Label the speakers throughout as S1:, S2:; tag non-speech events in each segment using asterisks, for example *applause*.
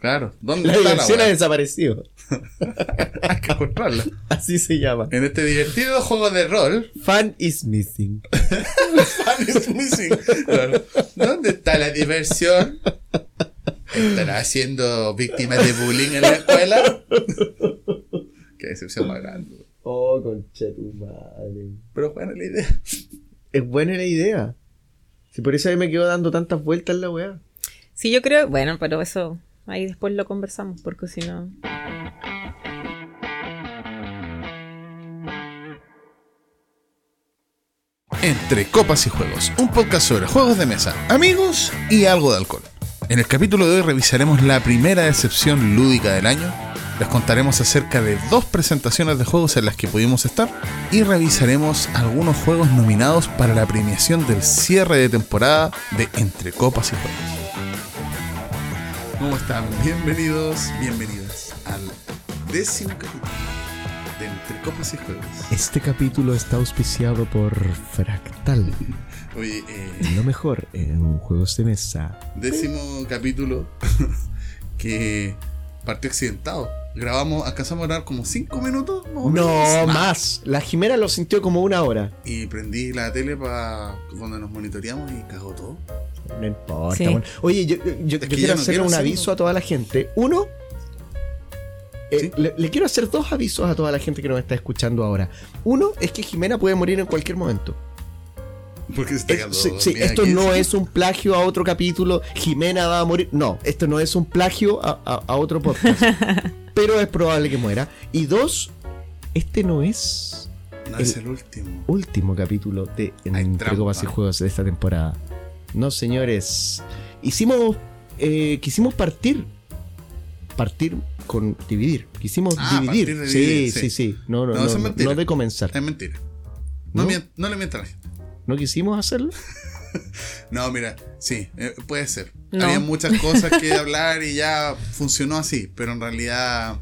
S1: Claro. ¿Dónde
S2: *laughs* La
S1: está la
S2: diversión ha
S1: weá?
S2: desaparecido.
S1: *laughs* Hay que encontrarla.
S2: Así se llama.
S1: En este divertido juego de
S2: *laughs*
S1: rol.
S2: Fan is missing.
S1: Fan is missing. Claro. ¿Dónde está la diversión? ¿Estará siendo víctima de bullying en la escuela? Qué decepción más grande.
S2: Oh, concha tu madre.
S1: Pero buena la idea.
S2: Es buena la idea. Si por eso ahí me quedo dando tantas vueltas en la weá.
S3: Sí, yo creo, bueno, pero eso ahí después lo conversamos, porque si no...
S1: Entre Copas y Juegos, un podcast sobre juegos de mesa, amigos y algo de alcohol. En el capítulo de hoy revisaremos la primera decepción lúdica del año, les contaremos acerca de dos presentaciones de juegos en las que pudimos estar y revisaremos algunos juegos nominados para la premiación del cierre de temporada de Entre Copas y Juegos. ¿Cómo están? Bienvenidos, bienvenidas al décimo capítulo de Entre Copas y Juegos.
S4: Este capítulo está auspiciado por Fractal.
S1: Oye, eh,
S4: Lo mejor en juegos de mesa.
S1: décimo capítulo *laughs* que partió accidentado. Grabamos, alcanzamos a grabar como 5 minutos más o
S2: No,
S1: menos,
S2: más. La Jimena lo sintió como una hora.
S1: Y prendí la tele para donde nos monitoreamos y cagó todo.
S2: No importa.
S3: Sí.
S2: bueno. Oye, yo, yo- yo
S1: que ya no
S2: quiero hacerle
S1: quiero
S2: un
S1: hacerlo.
S2: aviso a toda la gente. Uno, eh,
S1: Sí.
S2: le, le quiero hacer dos avisos a toda la gente que nos está escuchando ahora. Uno es que Jimena puede morir en cualquier momento.
S1: *laughs* Porque se está
S2: Eh,
S1: quedando
S2: sí, sí,
S1: dormida
S2: esto
S1: aquí.
S2: no es un plagio a otro capítulo. Jimena va a morir. No, esto no es un plagio a, a- a otro podcast. pero es probable que muera. Y dos, este no es
S1: No es el último.
S2: último capítulo de Entre
S1: trampa.
S2: Copas y Juegos de esta temporada. No, señores. Hicimos. eh, quisimos partir. Partir con dividir. Quisimos
S1: Ah,
S2: dividir.
S1: partir de
S2: Sí,
S1: dividir,
S2: sí,
S1: sí.
S2: sí, No, no,
S1: No,
S2: no,
S1: eso es
S2: no,
S1: mentira. Eh.
S2: no de comenzar.
S1: Es mentira. No,
S2: ¿No?
S1: mien- no le mientas a la gente.
S2: ¿No quisimos hacerlo?
S1: No, mira, sí, eh, puede ser.
S3: No.
S1: Había muchas cosas que hablar y ya funcionó así, pero en realidad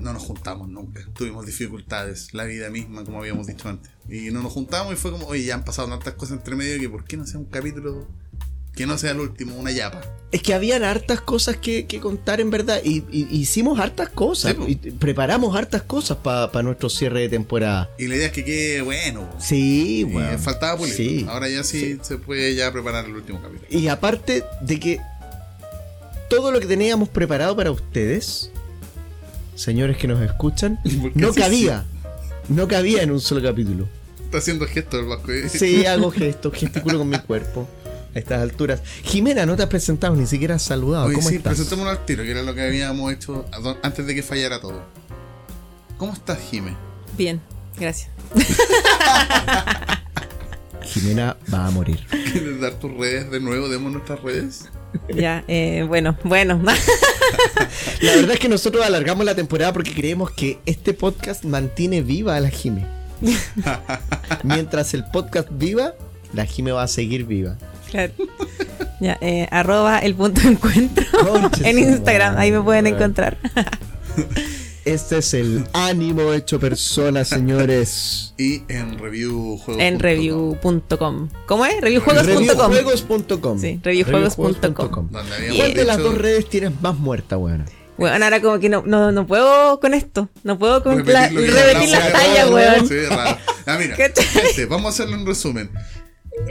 S1: no nos juntamos nunca. Tuvimos dificultades, la vida misma, como habíamos dicho antes. Y no nos juntamos y fue como, oye, ya han pasado tantas cosas entre medio que ¿por qué no sea un capítulo que no sea el último, una yapa?
S2: Es que habían hartas cosas que, que contar en verdad. Y, y- hicimos hartas cosas.
S1: Sí, po.
S2: y preparamos hartas cosas para nuestro cierre de temporada.
S1: Y la idea es que quede bueno.
S2: Sí,
S1: Y
S2: bueno.
S1: faltaba pulir.
S2: Sí.
S1: Ahora ya sí,
S2: Sí.
S1: se puede ya preparar el último capítulo.
S2: Y aparte de que todo lo que teníamos preparado para ustedes, señores que nos
S1: *laughs*
S2: escuchan,
S1: ¿Por qué
S2: no
S1: haces
S2: cabía. No cabía en un solo
S1: *laughs*
S2: capítulo.
S1: Está haciendo gestos el vasco. ¿eh?
S2: Sí, hago gestos, gesticulo con mi cuerpo a estas alturas. Jimena, no te has presentado, ni siquiera has saludado.
S1: Oye,
S2: Ah, ¿Cómo
S1: sí,
S2: estás?
S1: presentémonos al tiro, que era lo que habíamos hecho a- don- antes de que fallara todo. ¿Cómo estás, Jime? *laughs*
S3: Bien, *laughs* gracias.
S4: Jimena va a morir.
S1: ¿Quieres dar tus redes de nuevo? Demos nuestras redes.
S3: Ya, eh, bueno, bueno. *laughs*
S2: La verdad es que nosotros alargamos la temporada porque creemos que este podcast mantiene viva a
S1: *laughs*
S2: la Jime. Mientras el podcast viva, la Jime va a seguir viva.
S3: Claro. Ya, eh, arroba el punto de encuentro *laughs*
S2: Concha
S3: en
S2: su
S3: Instagram, ahí me pueden
S2: madre.
S3: encontrar.
S2: Este es el ánimo hecho
S1: *laughs*
S2: persona, señores.
S1: Y en review juegos.
S3: En review.com. ¿Cómo es? Reviewjuegos.com.
S2: Reviewjuegos.com.
S3: Sí, reviewjuegos.com.
S1: Donde
S2: ¿Cuál
S1: habíamos
S2: de las
S1: dicho-
S2: dos redes tienes más muerta, weón?
S3: Weón, ahora como que no, no, no puedo con esto. No puedo con
S1: repetir
S3: la-
S1: lo que
S3: repetir la
S1: hablamos.
S3: talla, weón.
S1: Sí, raro. Ah, mira,
S3: ¿Cachai?
S1: gente, vamos a hacerle un resumen.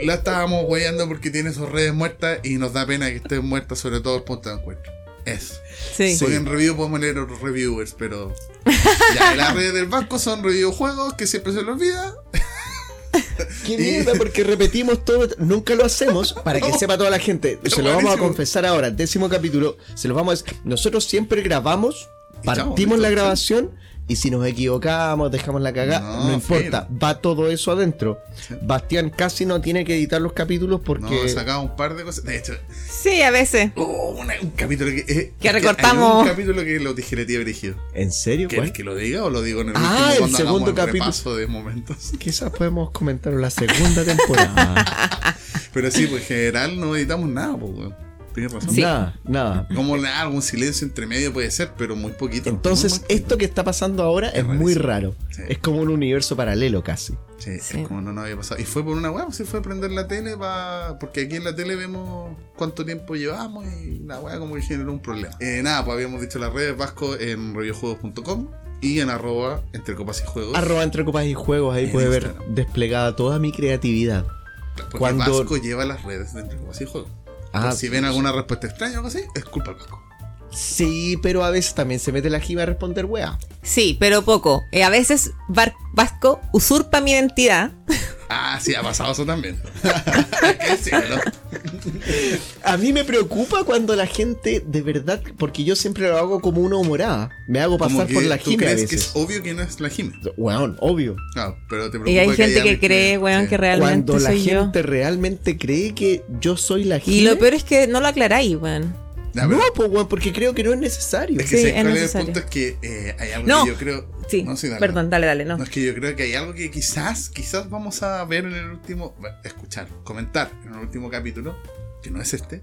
S1: La estábamos guayando porque tiene sus redes muertas y nos da pena que estén muertas, sobre todo el punto de encuentro. Eso.
S3: Sí.
S1: Porque en review podemos leer otros reviewers, pero. *laughs* Ya, las redes del banco son reviewjuegos que siempre se le olvida.
S2: Qué
S1: Y-
S2: mierda, porque repetimos todo. Nunca lo hacemos para que
S1: *laughs* No.
S2: sepa toda la gente. Se lo vamos a
S1: Buenísimo.
S2: confesar ahora, décimo capítulo. Se lo vamos a. Nosotros siempre grabamos,
S1: Y chao,
S2: partimos la
S1: listo,
S2: grabación y si nos equivocamos, dejamos la cagada,
S1: No,
S2: no, importa. Va todo eso adentro.
S1: Sí.
S2: Bastián casi no tiene que editar los capítulos
S1: No,
S2: porque.
S1: sacaba un par de cosas. De hecho,
S3: Sí, a veces.
S1: oh, una- un capítulo que. eh, es
S3: Que
S1: hay
S3: recortamos.
S1: un capítulo que lo tijeretía dirigido.
S2: ¿En serio,
S1: ¿Quieres
S2: weón?
S1: que lo diga o lo digo en el
S2: Ah,
S1: último
S2: el
S1: cuando hagamos
S2: segundo
S1: el
S2: capítulo.
S1: repaso de momentos? *laughs*
S2: Quizás podemos comentar la segunda temporada. *laughs*
S1: Pero sí, pues en general no editamos nada, pues, weón. tienes razón.
S3: Sí.
S2: Nada, nada.
S1: Como nada, algún silencio entre medio puede ser, pero muy poquito.
S2: Entonces,
S1: Muy poquito.
S2: esto que está pasando ahora es,
S1: Es
S2: muy raro.
S1: Sí.
S2: Es como un universo paralelo casi.
S1: Sí, es
S3: Sí.
S1: como no nos había pasado. Y fue por una weá, se fue a prender la tele para. Porque aquí en la tele vemos cuánto tiempo llevamos y la weá como que generó un problema. Eh, nada, pues habíamos dicho en las redes Vasco en reviewjuegos.com y en arroba entre copas y juegos.
S2: Arroba entre copas y juegos, ahí
S1: En
S2: puede ver
S1: Instagram.
S2: desplegada toda mi creatividad.
S1: Porque
S2: cuando-
S1: Vasco lleva las redes de entre copas y juegos.
S2: Ah,
S1: Por si ven alguna respuesta extraña o algo así, es culpa del Vasco.
S2: Sí, pero a veces también se mete la jima a responder wea.
S3: Sí, pero poco. Eh, a veces Bar- Vasco usurpa mi identidad.
S1: Ah, sí, ha pasado eso también. *laughs* Hay que decirlo.
S2: A mí me preocupa cuando la gente de verdad, porque yo siempre lo hago como una humorada. Me hago
S1: Como
S2: pasar
S1: que
S2: por la
S1: tú
S2: jime a
S1: crees que
S2: veces.
S1: es obvio que no es la Jime.
S2: Weón, obvio.
S1: Claro, pero te preocupa
S3: Y hay gente
S1: haya
S3: que
S1: alguien
S3: cree, weón,
S1: sí.
S3: que realmente
S2: cuando la
S3: soy yo.
S2: gente realmente cree que yo soy la jime.
S3: Y lo peor es que no lo aclaráis, weón.
S1: Ya,
S2: No,
S1: pero-
S2: pues weón, porque creo que no es necesario.
S1: Es que
S3: Sí,
S1: ¿sabes
S3: es
S1: cuál es el
S3: necesario.
S1: punto es que eh, hay algo
S3: No.
S1: que yo creo.
S3: Sí,
S1: no, dale.
S3: perdón, dale, dale, no.
S1: No, es que yo creo que hay algo que quizás, quizás vamos a ver en el último. bueno, Escuchar, comentar en el último capítulo, que no es este.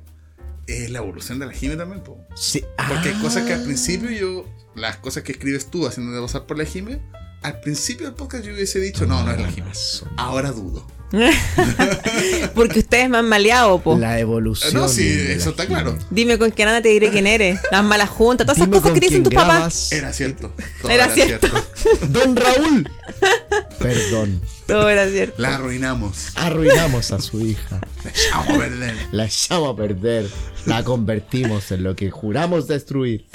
S1: Es la evolución de la Jime también, po.
S2: Sí.
S1: Porque hay
S2: Ah.
S1: cosas que al principio yo. Las cosas que escribes tú haciéndote pasar por la Jime. Al principio del podcast yo hubiese dicho, no, no es la Jime. Ahora dudo.
S3: *laughs* Porque ustedes me han maleado, po.
S2: La
S1: Eh,
S2: evolución.
S1: No, sí,
S2: de la
S1: eso está
S2: jime.
S1: claro.
S3: Dime con qué nada te diré quién eres. Las malas juntas, todas esas
S2: Dime
S3: cosas
S2: con
S3: que
S2: quién
S3: dicen tus papás.
S2: grabas. *laughs*
S1: Era cierto. Todo
S3: Era cierto.
S2: Don Raúl. Perdón.
S3: Todo era cierto.
S1: La arruinamos.
S2: Arruinamos a su hija.
S1: La echamos a perder.
S2: La echamos a perder. La convertimos en lo que juramos destruir.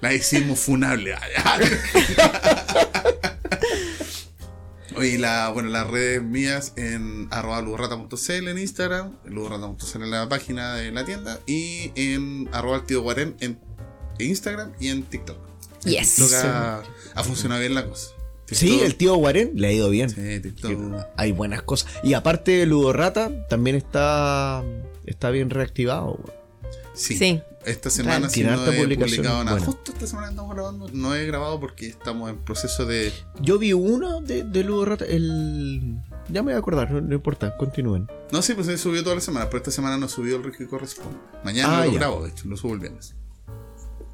S1: La hicimos funable.
S2: *laughs*
S1: Oye, la, bueno, las redes mías en arroba ludorrata.cl en Instagram, ludorrata.cl en la página de la tienda y en arroba el tío Guarem en Instagram y en TikTok. En
S3: Yes.
S1: TikTok ha, ha funcionado bien la cosa.
S2: Sí, el tío Guarén le ha ido bien.
S1: Sí, TikTok.
S2: Hay buenas cosas. Y aparte, Ludorrata también está, está bien reactivado. weón.
S1: Sí.
S3: Sí.
S1: Esta semana sí
S2: Tiene
S1: no
S2: harta
S1: he
S2: publicación
S1: publicado nada.
S2: buena.
S1: Justo esta semana estamos grabando. No he grabado porque estamos en proceso de
S2: Yo vi uno de, de Ludorrata. El... Ya me voy a acordar, no, no importa, continúen.
S1: No, sí, pues se subió toda la semana, pero esta semana no subió el que corresponde. Mañana
S2: Ah,
S1: lo
S2: ya.
S1: grabo, de hecho, lo subo el viernes.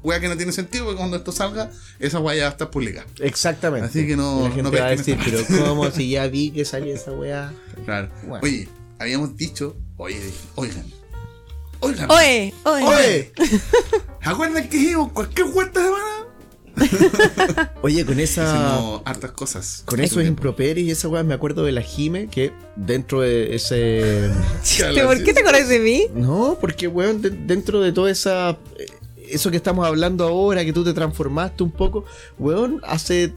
S1: Wea que no tiene sentido, porque cuando esto salga, esa wea ya va a estar publicada.
S2: Exactamente.
S1: Así que no-
S2: Y La
S1: no
S2: gente va a
S1: pesquen
S2: decir,
S1: esta
S2: pero ¿cómo? Si ya vi que salía esa weá.
S1: Claro.
S2: Bueno.
S1: Oye, habíamos dicho, oye, dije, oigan, oigan,
S3: Oye, oye. *laughs*
S1: oye, *laughs* ¿acuerdan que dijimos cualquier wea esta semana?
S2: *laughs* Oye, con esa.
S1: Hicimos hartas cosas.
S2: Con esos
S1: tiempo.
S2: improperios y esa weá, me acuerdo de la Jime, que dentro de ese.
S3: Chiste, ¿Por qué te acordás de mí?
S2: No, porque, weón, de- dentro de toda esa. eh, Eso que estamos hablando ahora, que tú te transformaste un poco, weón, hace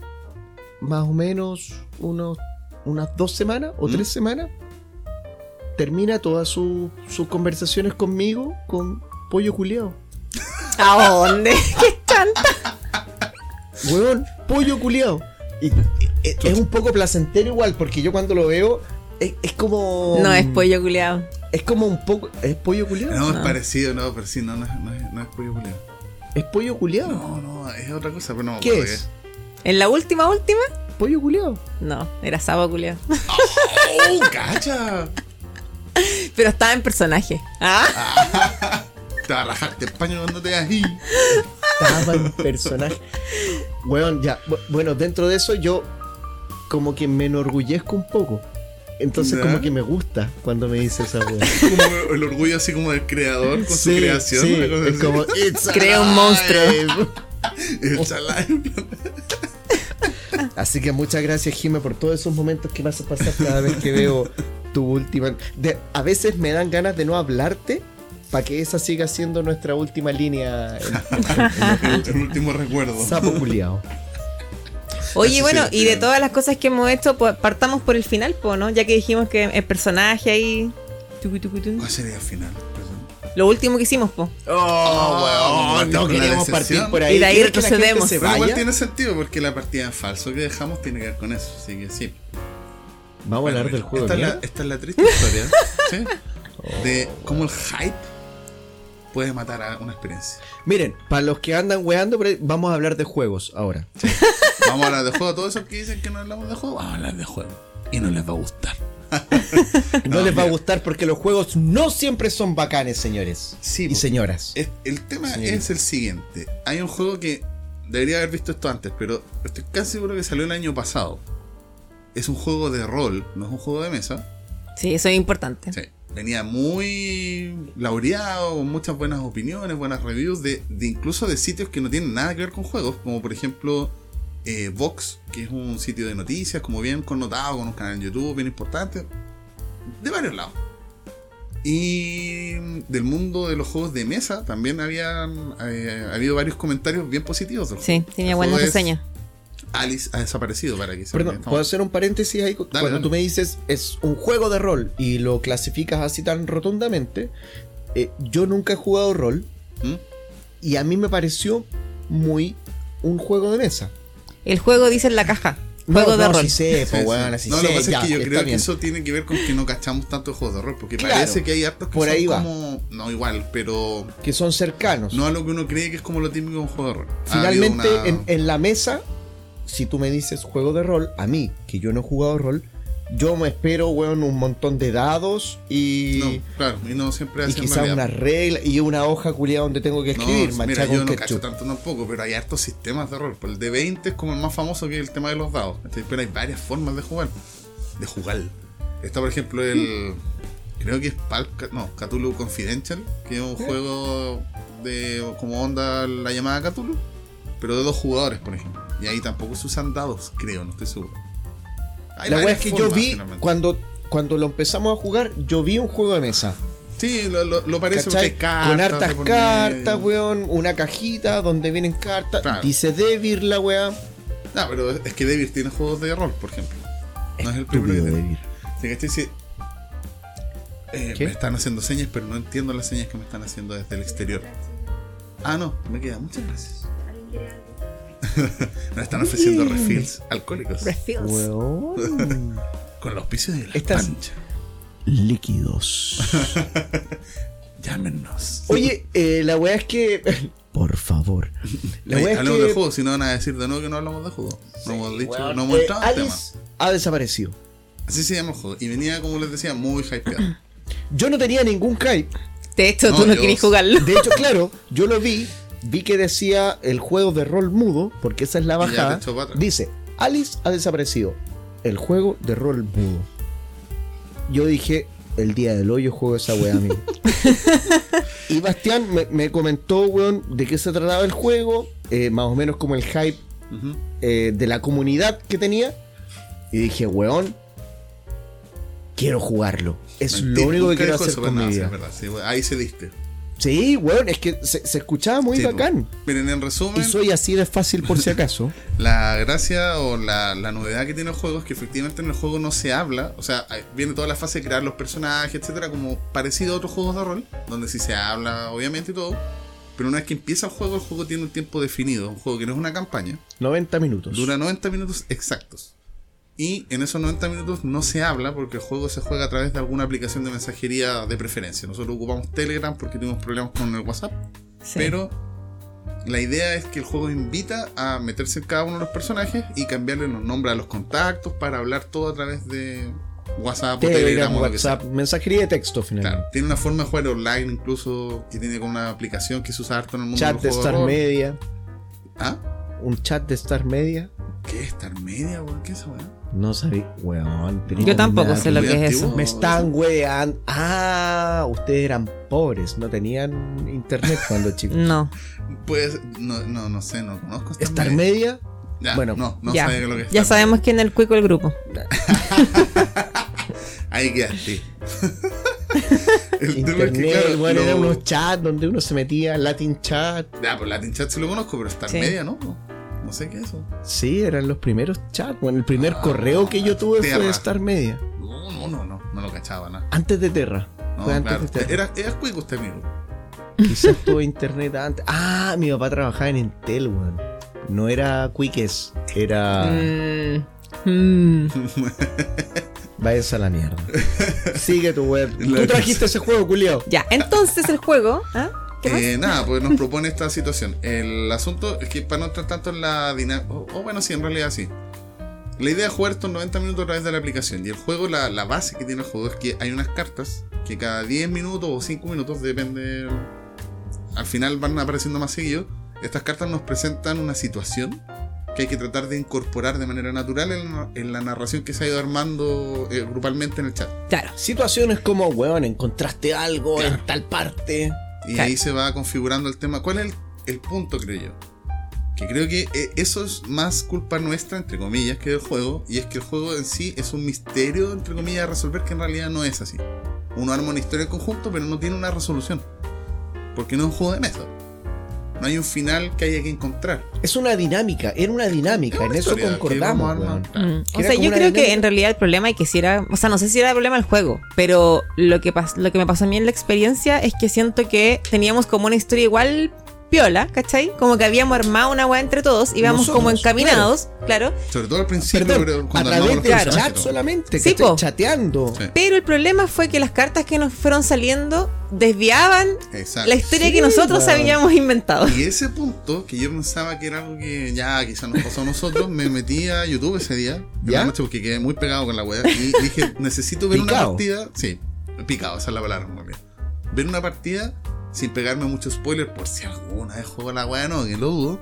S2: más o menos unos, unas dos semanas o
S1: ¿Mm?
S2: tres semanas, termina todas su- sus conversaciones conmigo con Pollo Culeado.
S3: ¿A dónde?
S2: *laughs*
S3: ¿Qué tanta?
S2: Weón, Pollo Culeado. Y, y- es- es un poco placentero igual, porque yo cuando lo veo, es, es como.
S3: No, es pollo culiado.
S2: Es como un poco. ¿Es Pollo Culeado?
S1: No, es
S3: No.
S1: parecido, no, pero sí, no, no, es- no, es- no es pollo culiao.
S2: ¿Es Pollo Culeado?
S1: No, no, es otra cosa, pero no me
S2: ¿Qué
S1: acuerdo
S2: es?
S3: ¿En la última, última?
S2: ¿Pollo Culeado?
S3: No, era sábado culiado.
S1: qué es. ¡Oh, cacha!
S3: *laughs* Pero estaba en personaje. Ah,
S1: Te vas a rajarte el paño cuando te veas ahí.
S2: estaba en personaje. Weón, ya. Bu- Bueno, dentro de eso yo como que me enorgullezco un poco. Entonces
S1: Ya.
S2: como que me gusta cuando me dice
S1: *laughs*
S2: esa weón.
S1: como el orgullo así como del creador con su creación.
S2: sí,
S1: una cosa
S2: es
S1: así. *laughs*
S2: como "It's
S3: Crea un
S2: alive".
S1: It's
S2: *laughs*
S1: alive.
S2: Así que muchas gracias, Jime, por todos esos momentos que me haces pasar cada vez que veo tu última. de- a veces me dan ganas de no hablarte para que esa siga siendo nuestra última línea.
S1: *laughs* El, el último recuerdo.
S2: en- Sapo culiao.
S1: Así
S3: Oye,
S1: se
S3: bueno, y de
S1: despiden.
S3: todas las cosas que hemos hecho, pues, partamos por el final, po, ¿no? Ya que dijimos que el personaje ahí. tucu, tucu,
S1: *laughs*
S3: tucu.
S1: ¿Cuál sería el final? Perdón.
S3: Lo último que hicimos, po.
S1: Oh, weón,
S2: no
S1: con la
S2: queremos
S1: decepción.
S2: partir por ahí.
S3: Y de ahí
S2: ¿Quieres que la gente
S3: retrocedemos.
S2: se
S1: Pero igual
S2: vaya?
S1: tiene sentido porque la partida en falso que dejamos tiene que ver con eso. Así que sí.
S2: Vamos a hablar
S1: Bueno,
S2: del juego.
S1: Esta,
S2: de
S1: es la,
S2: mierda.
S1: esta es la triste
S2: *laughs*
S1: historia ¿sí? de cómo el hype puede matar a una experiencia.
S2: Miren, para los que andan weando, por ahí, vamos a hablar de juegos ahora.
S1: Vamos a hablar de juego. Todos esos que dicen que no hablamos de juego, vamos a hablar de juego. Y no les va a gustar.
S2: No,
S1: No,
S2: les va a
S1: mira.
S2: gustar porque los juegos no siempre son bacanes, señores.
S1: Sí,
S2: y
S1: pues.
S2: señoras.
S1: Es- el tema
S2: Señorita.
S1: es el siguiente. Hay un juego que debería haber visto esto antes, pero estoy casi seguro que salió el año pasado. Es un juego de rol, no es un juego de mesa.
S3: Sí, eso es importante.
S1: Sí. Venía muy laureado, con muchas buenas opiniones, buenas reviews, de, de incluso de sitios que no tienen nada que ver con juegos, como por ejemplo eh, Vox, que es un sitio de noticias, como bien connotado, con un canal en YouTube bien importante, de varios lados. Y del mundo de los juegos de mesa también habían eh, habido varios comentarios bien positivos. del
S3: Sí,
S1: juego.
S3: tenía
S1: El
S3: buenas
S1: juego es
S3: reseñas.
S1: Alice ha desaparecido para que se
S2: Perdón,
S1: estamos-
S2: ¿puedo hacer un paréntesis ahí? Cuando
S1: dale.
S2: tú me dices es un juego de rol y lo clasificas así tan rotundamente, eh, yo nunca he jugado rol
S1: ¿Mm?
S2: y a mí me pareció muy un juego de mesa.
S3: El juego dice en la caja. Juego
S2: no,
S3: de
S2: no,
S3: rol.
S2: Si sé, po,
S1: Sí, sí.
S2: weón, si
S1: no,
S2: sé,
S1: lo que pasa
S2: ya,
S1: es que yo
S2: está
S1: creo que
S2: bien.
S1: eso tiene que ver con que no cachamos tanto juegos de rol, porque
S2: Claro.
S1: parece que hay hartos que
S2: Por
S1: son
S2: ahí va.
S1: como. No, igual, pero
S2: que son cercanos.
S1: no a lo que uno cree que es como lo típico de un juego de rol. Ha habido
S2: Finalmente,
S1: una-
S2: en, en la mesa, si tú me dices juego de rol, a mí, que yo no he jugado rol, yo me espero, weón, un montón de dados y...
S1: No, claro, y no siempre
S2: Y
S1: hacen
S2: quizás una regla y una hoja culiada donde tengo que escribir,
S1: no, pues, mira,
S2: manchada con
S1: yo no cacho
S2: ketchup.
S1: tanto tampoco, pero hay hartos sistemas de rol. Pues El de 20 es como el más famoso que es el tema de los dados. ¿cachai? Pero hay varias formas de jugar. De jugar. Está, por ejemplo, el. Creo que es Palca, no, Cthulhu Confidential, que es un juego de como onda la llamada Cthulhu, pero de dos jugadores, por ejemplo. Y ahí tampoco se usan dados, creo, no estoy seguro. Hay
S2: La weá
S1: varias
S2: es que yo
S1: formas,
S2: vi
S1: finalmente.
S2: cuando, cuando lo empezamos a jugar, yo vi un juego de mesa.
S1: Sí, lo, lo- lo parece porque
S2: ¿cachai?
S1: hay cartas
S2: Con
S1: de
S2: hartas
S1: por
S2: cartas,
S1: medio.
S2: weón, una cajita donde vienen cartas.
S1: Claro.
S2: Dice Devir la weá.
S1: No, pero es que David tiene juegos de rol, por ejemplo. No es el primero que tiene. *laughs* Sí, ¿cachai? Sí. Eh,
S2: ¿Qué?
S1: me están haciendo señas, pero no entiendo las señas que me están haciendo desde el exterior. Ah, no, me queda. Muchas gracias. *laughs* Nos están ofreciendo refills alcohólicos
S3: Refills.
S2: Weón.
S1: con el auspicio de la
S2: Estas-
S1: pancha.
S4: Líquidos.
S1: Llámenos.
S2: Oye, eh, la weá es que.
S4: Por favor.
S2: La
S1: Oye,
S2: weá es
S1: hablemos de
S2: que.
S1: juegos, si no van a decir de nuevo que no hablamos de juegos. No hemos dicho,
S2: weón,
S1: no
S2: eh,
S1: hemos entrado al tema.
S2: Alice ha desaparecido.
S1: Así se llama el juego. Y venía, como les decía, muy
S2: *clears throat*
S1: hypeado.
S2: Yo no tenía ningún hype.
S3: De hecho,
S1: No,
S3: tú no
S1: yo-
S3: querías jugarlo.
S2: De
S4: *laughs*
S2: hecho, claro, yo lo vi, vi que decía el juego de rol mudo, porque esa es la
S1: Y ya te
S2: bajada.
S1: echó para atrás.
S2: Dice, Alice ha desaparecido. El juego de rol mudo. Yo dije, el día del hoyo juego esa
S4: *laughs*
S2: weá, amigo. y Bastián me, me comentó, weón, de qué se trataba el juego, eh, más o menos como el hype
S1: Ujú.
S2: eh, de la comunidad que tenía. Y dije, weón, quiero jugarlo. Es
S1: Mentira,
S2: lo único que
S1: nunca
S2: quiero
S1: dijo
S2: hacer
S1: eso,
S2: con
S1: pero
S2: mi
S1: no, sí,
S2: vida.
S1: es verdad, sí, bueno, ahí se diste.
S2: Sí, weón, es que se, se escuchaba muy
S1: Sí,
S2: bacán.
S1: pues. Miren, en
S2: Y
S1: resumen,
S2: soy así de fácil por
S1: *laughs*
S2: si acaso.
S1: la gracia o la, la novedad que tiene el juego es que efectivamente en el juego no se habla. O sea, hay- viene toda la fase de crear los personajes, etcétera, como parecido a otros juegos de rol, donde sí se habla, obviamente, y todo. Pero una vez que empieza el juego, el juego tiene un tiempo definido. Un juego que no es una campaña.
S2: 90 minutos.
S1: Dura 90 minutos exactos. Y en esos 90 minutos no se habla porque el juego se juega a través de alguna aplicación de mensajería de preferencia. Nosotros ocupamos Telegram porque tuvimos problemas con el WhatsApp.
S3: Sí.
S1: Pero la idea es que el juego invita a meterse en cada uno de los personajes y cambiarle los nombres a los contactos para hablar todo a través de WhatsApp o Telegram
S2: Telegram,
S1: o lo que sea.
S2: WhatsApp, mensajería de texto
S1: Claro,
S2: finalmente.
S1: tiene una forma de jugar online incluso que tiene como una aplicación que se usa harto en el mundo
S2: Chat
S1: del
S2: de
S1: juego
S2: Star
S1: rol.
S2: Media.
S1: ¿Ah?
S2: Un chat de Star Media.
S1: ¿Qué es Star Media? weón? ¿Qué es esa weá?
S2: No sabía. Weón, tenía
S3: Yo tampoco
S2: nada
S3: sé lo
S1: muy
S3: que es
S1: antiguo.
S3: eso.
S2: Me están wean. Ah, ustedes eran pobres. No tenían internet cuando chicos.
S3: No.
S1: Pues, no, no, no sé, no conozco Star,
S2: Star Media.
S1: Ya,
S2: bueno,
S1: no, no
S3: ya.
S1: sabía lo que es
S3: ya
S1: Star
S3: sabemos quién es el cuico del grupo.
S1: Media. Ahí quedaste. *laughs* el tema es que,
S2: Internet,
S1: claro,
S2: weón,
S1: lo-
S2: eran unos chats donde uno se metía, Latin chat.
S1: Ya, pues Latin Chat sí lo conozco, pero Star
S3: Sí.
S1: Media no. po. No sé qué es eso.
S2: Sí, eran los primeros chats. Bueno, el primer
S1: Ah,
S2: correo que yo tuve fue
S1: Terra.
S2: de Star Media.
S1: No, no, no, no, no lo cachaba nada.
S2: Antes de Terra.
S1: No,
S2: fue antes
S1: claro.
S2: de
S1: *laughs*
S2: Terra.
S1: Era, era cuico usted, amigo.
S2: Quizás tuve internet antes. Ah, mi papá trabajaba en Intel, weón. No era Quickes,
S3: Ah.
S2: era.
S3: Mm. Mm.
S2: Váyanse a
S1: *laughs*
S2: la mierda. Sigue tu web.
S1: La
S2: Tú trajiste ese juego, culiao.
S3: Ya, entonces el juego. ¿ah? ¿Qué más?
S1: Eh, nada, pues nos propone esta situación. El asunto es que para no entrar tanto en la dinámica. O, o bueno, sí, en realidad sí. La idea es jugar estos 90 minutos a través de la aplicación. Y el juego, la, la base que tiene el juego es que hay unas cartas que cada 10 minutos o 5 minutos, depende. Al final van apareciendo más seguido. Estas cartas nos presentan una situación que hay que tratar de incorporar de manera natural en, la- en la narración que se ha ido armando eh, grupalmente en el chat.
S3: Claro.
S2: Situaciones como, weón, encontraste algo
S1: Claro.
S2: en tal parte.
S1: Y
S3: Claro.
S1: ahí se va configurando el tema. ¿Cuál es el, el punto, creo yo? Que creo que eh, eso es más culpa nuestra, entre comillas, que del juego. Y es que el juego en sí es un misterio, entre comillas, a resolver que en realidad no es así. Uno arma una historia en conjunto, pero no tiene una resolución. Porque no es un juego de mesa. No hay un final que haya que encontrar.
S2: Es una dinámica, era una dinámica,
S1: Es una
S2: en eso
S1: historia que vamos a
S2: concordamos.
S1: armar.
S2: weón.
S1: Claro.
S3: Mm. O
S2: Era
S3: sea,
S2: como
S3: yo
S2: una
S3: creo que
S2: dinámica.
S3: en realidad el problema es que si era, o sea, no sé si era el problema el juego, pero lo que pas- lo que me pasó a mí en la experiencia es que siento que teníamos como una historia igual piola, ¿cachai? Como que habíamos armado una weá entre todos y íbamos como
S2: Nosotros,
S3: encaminados, claro.
S1: Sobre todo al principio, creo,
S2: Perdón, a
S1: cuando armamos
S2: través
S1: los
S2: del
S1: personajes,
S2: chat
S1: ¿no?
S2: solamente,
S3: Sí,
S2: que estoy
S3: po.
S2: chateando.
S1: Sí.
S3: Pero el problema fue que las cartas que nos fueron saliendo desviaban
S1: Exacto.
S3: la historia
S2: sí,
S3: que nosotros
S2: weón.
S3: habíamos inventado.
S1: Y ese punto, que yo pensaba que era algo que ya quizás nos pasó a nosotros, me metí a YouTube ese día, en
S2: ¿Ya?
S1: la noche porque quedé muy pegado con la weá. Y dije, necesito ver
S2: Picado.
S1: una partida. Sí, picado, esa es la palabra en realidad. Ver una partida sin pegarme mucho spoiler, por si alguna vez juego a la weá, no, que lo dudo.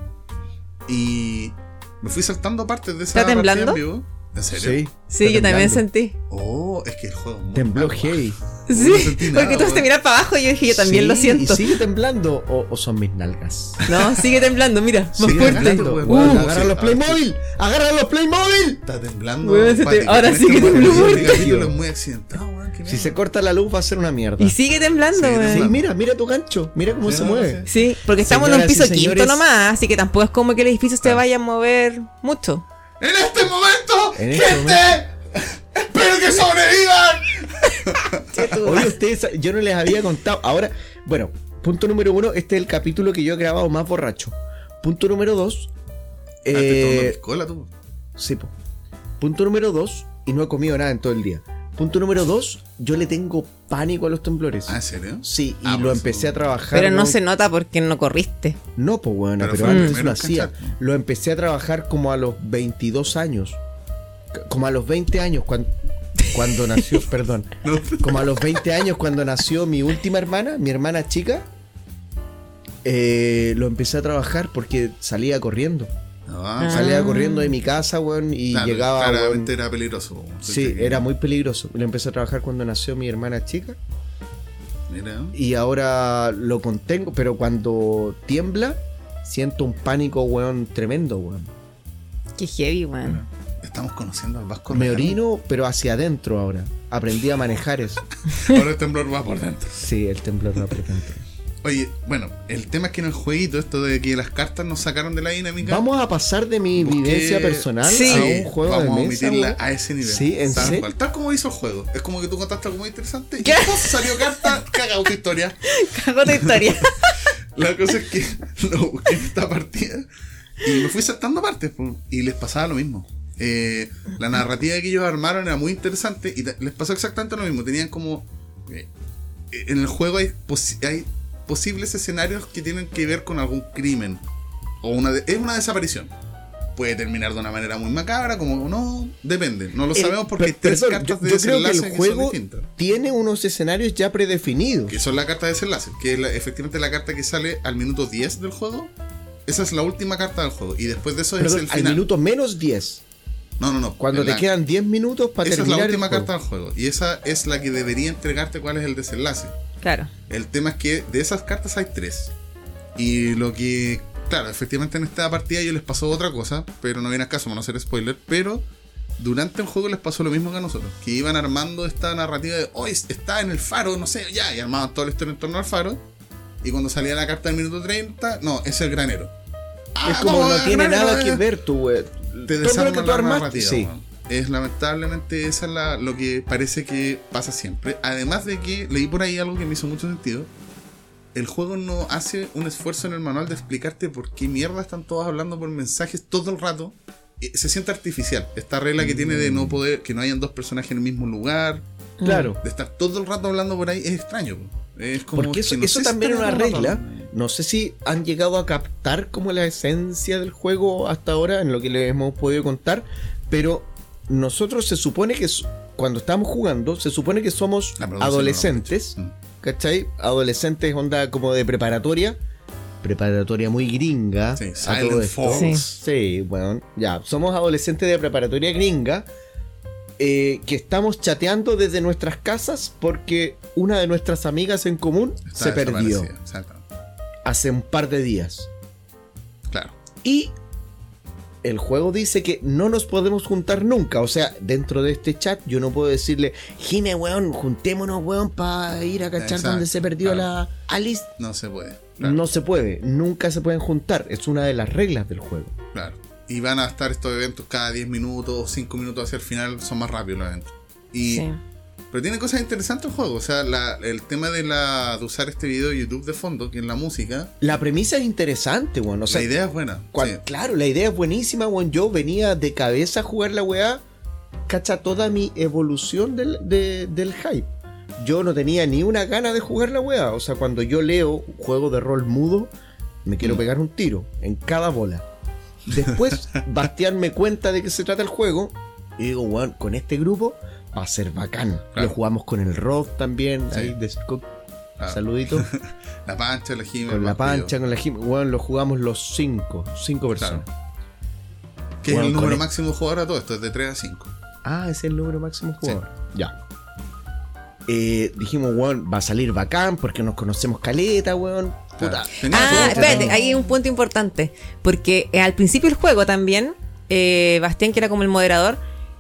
S1: Y me fui saltando partes de esa
S3: ¿Está temblando?
S1: partida en vivo. ¿En serio?
S2: Sí,
S3: *laughs* Sí,
S2: está
S3: yo también
S2: temblando. Ah,
S3: sentí.
S1: Oh, es que el juego es muy
S2: Tembló
S1: malo.
S2: heavy.
S1: no
S3: Sí,
S1: sentí nada,
S3: porque tú te
S1: weón.
S3: mirar para abajo y yo dije, yo también lo
S2: Sí,
S3: siento.
S2: ¿Y sigue temblando o, o son mis nalgas?
S3: No, sigue
S2: *laughs*
S3: temblando, mira, más
S1: Sigue
S3: fuerte.
S1: temblando, weón.
S2: Uh,
S1: Ahora
S2: agarra
S1: sí, ahora
S2: los
S1: sí.
S2: Playmobil, agarra los Playmobil.
S1: Está temblando.
S3: Weón, se te-
S1: Pati,
S3: ahora
S1: con
S3: sí
S1: este
S3: que
S1: weón,
S3: tembló
S1: este
S3: fuerte.
S1: capítulo es muy accidentado, weón, qué
S2: Si
S1: mierda.
S2: se corta la luz va a ser una mierda.
S3: Y sigue temblando,
S1: Sigue
S3: weón.
S2: Sí,
S1: temblando.
S2: mira, mira tu gancho, mira cómo
S1: Sí,
S2: se
S1: no,
S2: mueve.
S1: sí.
S3: Sí, porque estamos en un
S2: Señoras y
S3: piso
S2: señores.
S3: quinto nomás, así que tampoco es como que el edificio se
S1: Claro.
S3: vaya a mover mucho.
S1: En este momento,
S2: En este
S1: gente, espero que sobrevivan.
S3: Ah.
S2: Oye, ustedes, yo no les había contado. Ahora, bueno, punto número uno, este es el capítulo que yo he grabado más borracho. Punto número dos, eh,
S1: Ah, cola, tú.
S2: sí, po. punto número dos, y no he comido nada en todo el día. Punto número dos, yo le tengo pánico a los temblores.
S1: Ah, ¿en serio?
S2: Sí, y
S1: Ah,
S2: lo
S1: por eso.
S2: empecé a trabajar.
S3: Pero no
S2: weón,
S3: se nota porque no corriste.
S2: No, pues bueno,
S1: Pero
S2: pero,
S1: fue el
S2: antes
S1: primero
S2: lo
S1: en
S2: hacía.
S1: cachar.
S2: Lo empecé a trabajar como a los 22 años. C- Como a los 20 años cuando, cuando
S3: *laughs*
S2: nació, perdón.
S1: No. pues.
S2: Como a los 20 años cuando nació mi última hermana, mi hermana chica. eh, lo empecé a trabajar porque salía corriendo.
S1: Ah,
S3: Ah.
S2: Salía corriendo de mi casa, weón, y
S1: claro,
S2: llegaba. weón,
S1: Claramente era peligroso. pues. weón.
S2: sí, era muy peligroso. Lo empecé a trabajar cuando nació mi hermana chica.
S1: Mira.
S2: y ahora lo contengo, pero cuando tiembla, siento un pánico, weón, tremendo, weón.
S3: Qué heavy, weón.
S1: Estamos conociendo al Vasco.
S2: Me
S1: Rejano.
S2: orino, pero hacia adentro ahora. Aprendí a manejar eso.
S1: *laughs* Ahora el temblor va por dentro.
S2: Sí, el temblor va por dentro.
S1: Oye, bueno, el tema es que en el jueguito, esto de que las cartas nos sacaron de la dinámica.
S2: Vamos a pasar de mi
S1: Busqué-
S2: vivencia personal
S3: Sí.
S2: a un juego
S1: vamos
S2: de
S1: a
S2: mesa.
S1: omitirla
S2: weón.
S1: a ese nivel.
S2: Sí, en
S1: tal
S2: serio.
S1: cual. Tal como hizo el juego. Es como que tú contaste algo muy interesante y
S3: ¿Qué?
S1: después salió carta, cagado tu historia.
S3: *laughs* Cago tu historia.
S1: La cosa es que *laughs* lo busqué en esta partida y me fui saltando partes po, y les pasaba lo mismo. Eh, la narrativa que ellos armaron era muy interesante y ta- les pasó exactamente lo mismo. Tenían como. eh, en el juego hay, posi- hay posibles escenarios que tienen que ver con algún crimen o una de- es una desaparición. Puede terminar de una manera muy macabra, como no, depende. No lo
S2: El-
S1: sabemos porque hay
S2: Eh, per-
S1: tres
S2: perdón,
S1: cartas
S2: yo-
S1: de
S2: yo creo que
S1: desenlace
S2: el
S1: que,
S2: juego-
S1: son distintas.
S2: Tiene unos escenarios ya predefinidos.
S1: Que son la carta de desenlace, que es la- efectivamente la carta que sale al minuto 10 del juego. Esa es la última carta del juego. Y después de eso
S2: Perdón,
S1: es el
S2: al
S1: final.
S2: minuto menos 10.
S1: no, no, no.
S2: Cuando
S1: La-
S2: te quedan 10 minutos para
S1: Esa es la
S2: terminar. el
S1: última
S2: juego.
S1: carta del juego. Y esa es la que debería entregarte cuál es el desenlace.
S3: Claro.
S1: El tema es que de esas cartas hay tres. Y lo que. Claro, efectivamente en esta partida yo les pasó otra cosa, pero no viene al caso para no hacer spoiler. Pero durante el juego les pasó lo mismo que a nosotros. Que iban armando esta narrativa de hoy está en el faro, no sé, ya, y armaban toda la historia en torno al faro. Y cuando salía la carta del minuto 30, no, es el granero.
S2: Es
S1: Ah,
S2: como
S1: vamos,
S2: no
S1: el
S2: tiene
S1: granero,
S2: nada
S1: eh.
S2: que ver tu, weón.
S1: Te
S2: Todo lo
S1: desarman
S2: que tú
S1: la
S2: armaste.
S1: narrativa,
S2: Sí.
S1: weón. Es lamentablemente esa es la- lo que parece que pasa siempre. Además de que leí por ahí algo que me hizo mucho sentido. El juego no hace un esfuerzo en el manual de explicarte por qué mierda están todos hablando por mensajes todo el rato. Eh, Se siente artificial. Esta regla que tiene
S2: Mm.
S1: de no poder, que no hayan dos personajes en el mismo lugar,
S2: Claro.
S1: de estar todo el rato hablando por ahí, es extraño. po. Es como
S2: Porque eso,
S1: que no
S2: eso
S1: sé si
S2: también es
S1: están
S2: una
S1: hablando
S2: regla.
S1: todo el rato.
S2: No sé si han llegado a captar como la esencia del juego hasta ahora, en lo que les hemos podido contar, pero nosotros se supone que s- cuando estamos jugando, se supone que somos
S1: La producción Mm.
S2: adolescentes,
S1: no lo
S2: ¿cachai? Adolescentes, onda como de preparatoria. Preparatoria muy gringa.
S1: Sí,
S2: a todo
S1: Silent
S2: esto.
S1: Falls.
S3: Sí.
S2: Sí, bueno, ya, somos adolescentes de preparatoria gringa eh, que estamos chateando desde nuestras casas porque una de nuestras amigas en común
S1: Está
S2: se perdió
S1: desaparecida, exactamente.
S2: hace un par de días.
S1: Claro.
S2: Y el juego dice que no nos podemos juntar nunca. O sea, dentro de este chat yo no puedo decirle, Jime, weón, juntémonos, weón, para ir a cachar
S1: Exacto,
S2: donde se perdió
S1: claro.
S2: la Alice.
S1: No se puede. Claro,
S2: No se puede, nunca se pueden juntar. Es una de las reglas del juego.
S1: claro. Y van a estar estos eventos cada 10 minutos o 5 minutos hacia el final. Son más rápidos los eventos. Y,
S3: Sí.
S1: Pero tiene cosas interesantes el juego. O sea, la- el tema de, la, de usar este video de YouTube de fondo, que es la música.
S2: La premisa es interesante, weón. O sea,
S1: la idea es buena.
S2: Cuan-
S1: sí.
S2: Claro, la idea es buenísima, weón. Yo venía de cabeza a jugar la weá. Cacha toda mi evolución del, de- del hype. Yo no tenía ni una gana de jugar la weá. O sea, cuando yo leo juego de rol mudo, me
S1: Mm.
S2: quiero pegar un tiro en cada bola.
S1: *laughs*
S2: Después, Bastián me cuenta de qué se trata el juego. Y digo, weón, con este grupo va a ser bacán.
S1: Claro.
S2: Lo jugamos con el Rob también.
S1: Sí. Ah.
S2: Ahí de Scott.
S1: Claro. *laughs*
S2: Saludito.
S1: La pancha, la gima.
S2: con
S1: el
S2: la
S1: partido.
S2: pancha, con la gim. Weón, lo jugamos los cinco. Cinco personas.
S1: Que es
S2: Bueno,
S1: el número
S2: con-
S1: máximo de jugador a todo esto, es de 3 a 5.
S2: Ah, es el número máximo jugador. Ya. Eh, dijimos, weón, va a salir bacán porque nos conocemos caleta, weón. Puta.
S3: Ah,
S2: Tenía
S3: espérate,
S2: razón.
S3: ahí hay un punto importante. Porque eh, al principio del juego también, eh, Bastián, que era como el moderador,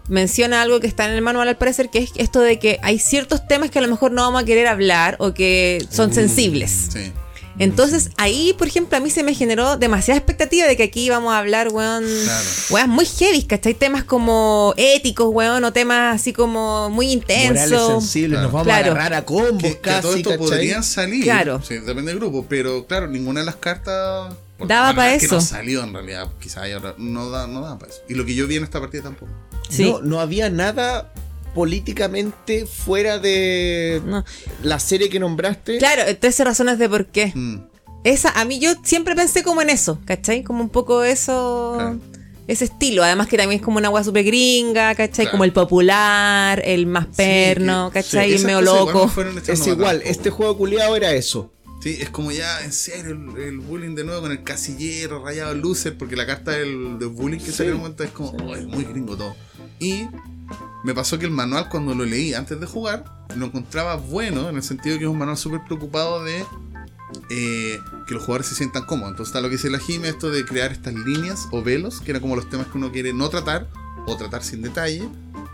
S3: menciona algo que está en el manual al parecer, que es esto de que hay ciertos temas que a lo mejor no vamos a querer hablar o que
S2: Uh.
S3: son sensibles.
S1: Sí.
S3: Entonces ahí, por ejemplo, a mí se me generó demasiada expectativa de que aquí íbamos a hablar, weón,
S1: Claro.
S3: weas muy heavy, ¿cachai? Temas como éticos, weón, o temas así como muy
S2: Morales
S3: intensos.
S2: sensibles,
S1: Claro.
S2: nos vamos
S3: Claro.
S2: a agarrar a combos
S1: Que, que a
S2: casi,
S1: todo esto
S2: ¿cachai?
S1: podrían salir.
S3: Claro.
S1: Sí, depende del grupo, pero claro, ninguna de las cartas. por
S3: Daba
S1: la manera
S3: pa'
S1: que
S3: eso.
S1: no salió en realidad, quizás hay otra- No, da, no daba para eso. Y lo que yo vi en esta partida tampoco.
S3: Sí.
S2: No, no había nada políticamente fuera de
S3: No.
S2: la serie que nombraste.
S3: Claro, 13 razones de por qué.
S1: Mm,
S3: Esa, a mí yo siempre pensé como en eso, ¿cachai? Como un poco eso.
S1: Claro.
S3: Ese estilo, además que también es como una agua super gringa, ¿cachai?
S1: Claro.
S3: Como el popular, el más perno,
S1: que-
S3: ¿cachai?
S1: sí,
S3: el
S1: esas
S3: medio
S1: cosas igual no
S3: loco.
S1: fueron echando
S2: Es
S1: para
S2: igual,
S1: atrás,
S2: este
S1: po.
S2: juego culiado era eso.
S1: Sí, es como ya, en serio, el, el bullying de nuevo con el casillero, rayado loser, porque la carta del, del bullying que
S2: Sí.
S1: salió en cuenta es como, "Oh, es muy gringo todo. Y me pasó que el manual, cuando lo leí antes de jugar, lo encontraba bueno, en el sentido que es un manual súper preocupado de eh, que los jugadores se sientan cómodos. Entonces está lo que dice la Jime, esto de crear estas líneas o velos, que eran como los temas que uno quiere no tratar o tratar sin detalle,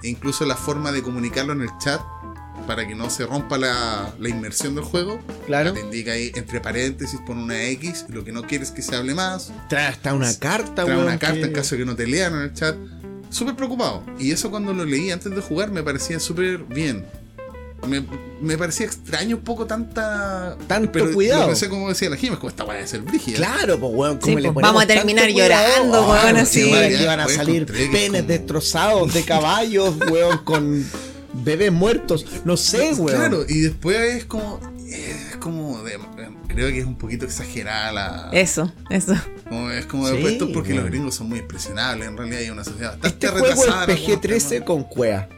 S1: e incluso la forma de comunicarlo en el chat para que no se rompa la, la inmersión del juego.
S2: Claro.
S1: Te indica ahí entre paréntesis, pon una X, lo que no quieres que se hable más.
S2: Trae hasta una carta,
S1: Trae
S2: weón,
S1: una carta
S2: que-
S1: en caso de que no te lean en el chat. Súper preocupado. Y eso cuando lo leí antes de jugar me parecía súper bien. Me, me parecía extraño un poco tanta.
S2: Tanto
S1: pero
S2: cuidado.
S1: Lo pensé como decía la Jimmy, es como esta weá de ser brígida.
S2: Claro, pues, weón, ¿cómo
S3: Sí,
S2: le
S3: pues,
S2: ponemos
S3: vamos a
S2: tanto
S3: terminar
S2: cuidado?
S3: llorando,
S2: Ah,
S3: weón,
S2: porque
S3: así.
S2: madre, Aquí van a
S1: Weón,
S2: salir
S1: encontré que
S2: penes
S1: como-
S2: destrozados de
S1: *laughs*
S2: caballos, weón, con bebés muertos. No sé, weón.
S1: Claro, y después es como. Es como. de- em, creo que es un poquito exagerada la.
S3: Eso, eso.
S1: como- es como de
S2: Sí,
S1: puesto porque
S2: bueno.
S1: los gringos son muy impresionables. En realidad hay una sociedad bastante
S2: Este juego es
S1: retrasada en algunos
S2: PG-13
S1: temas.
S2: con cuea.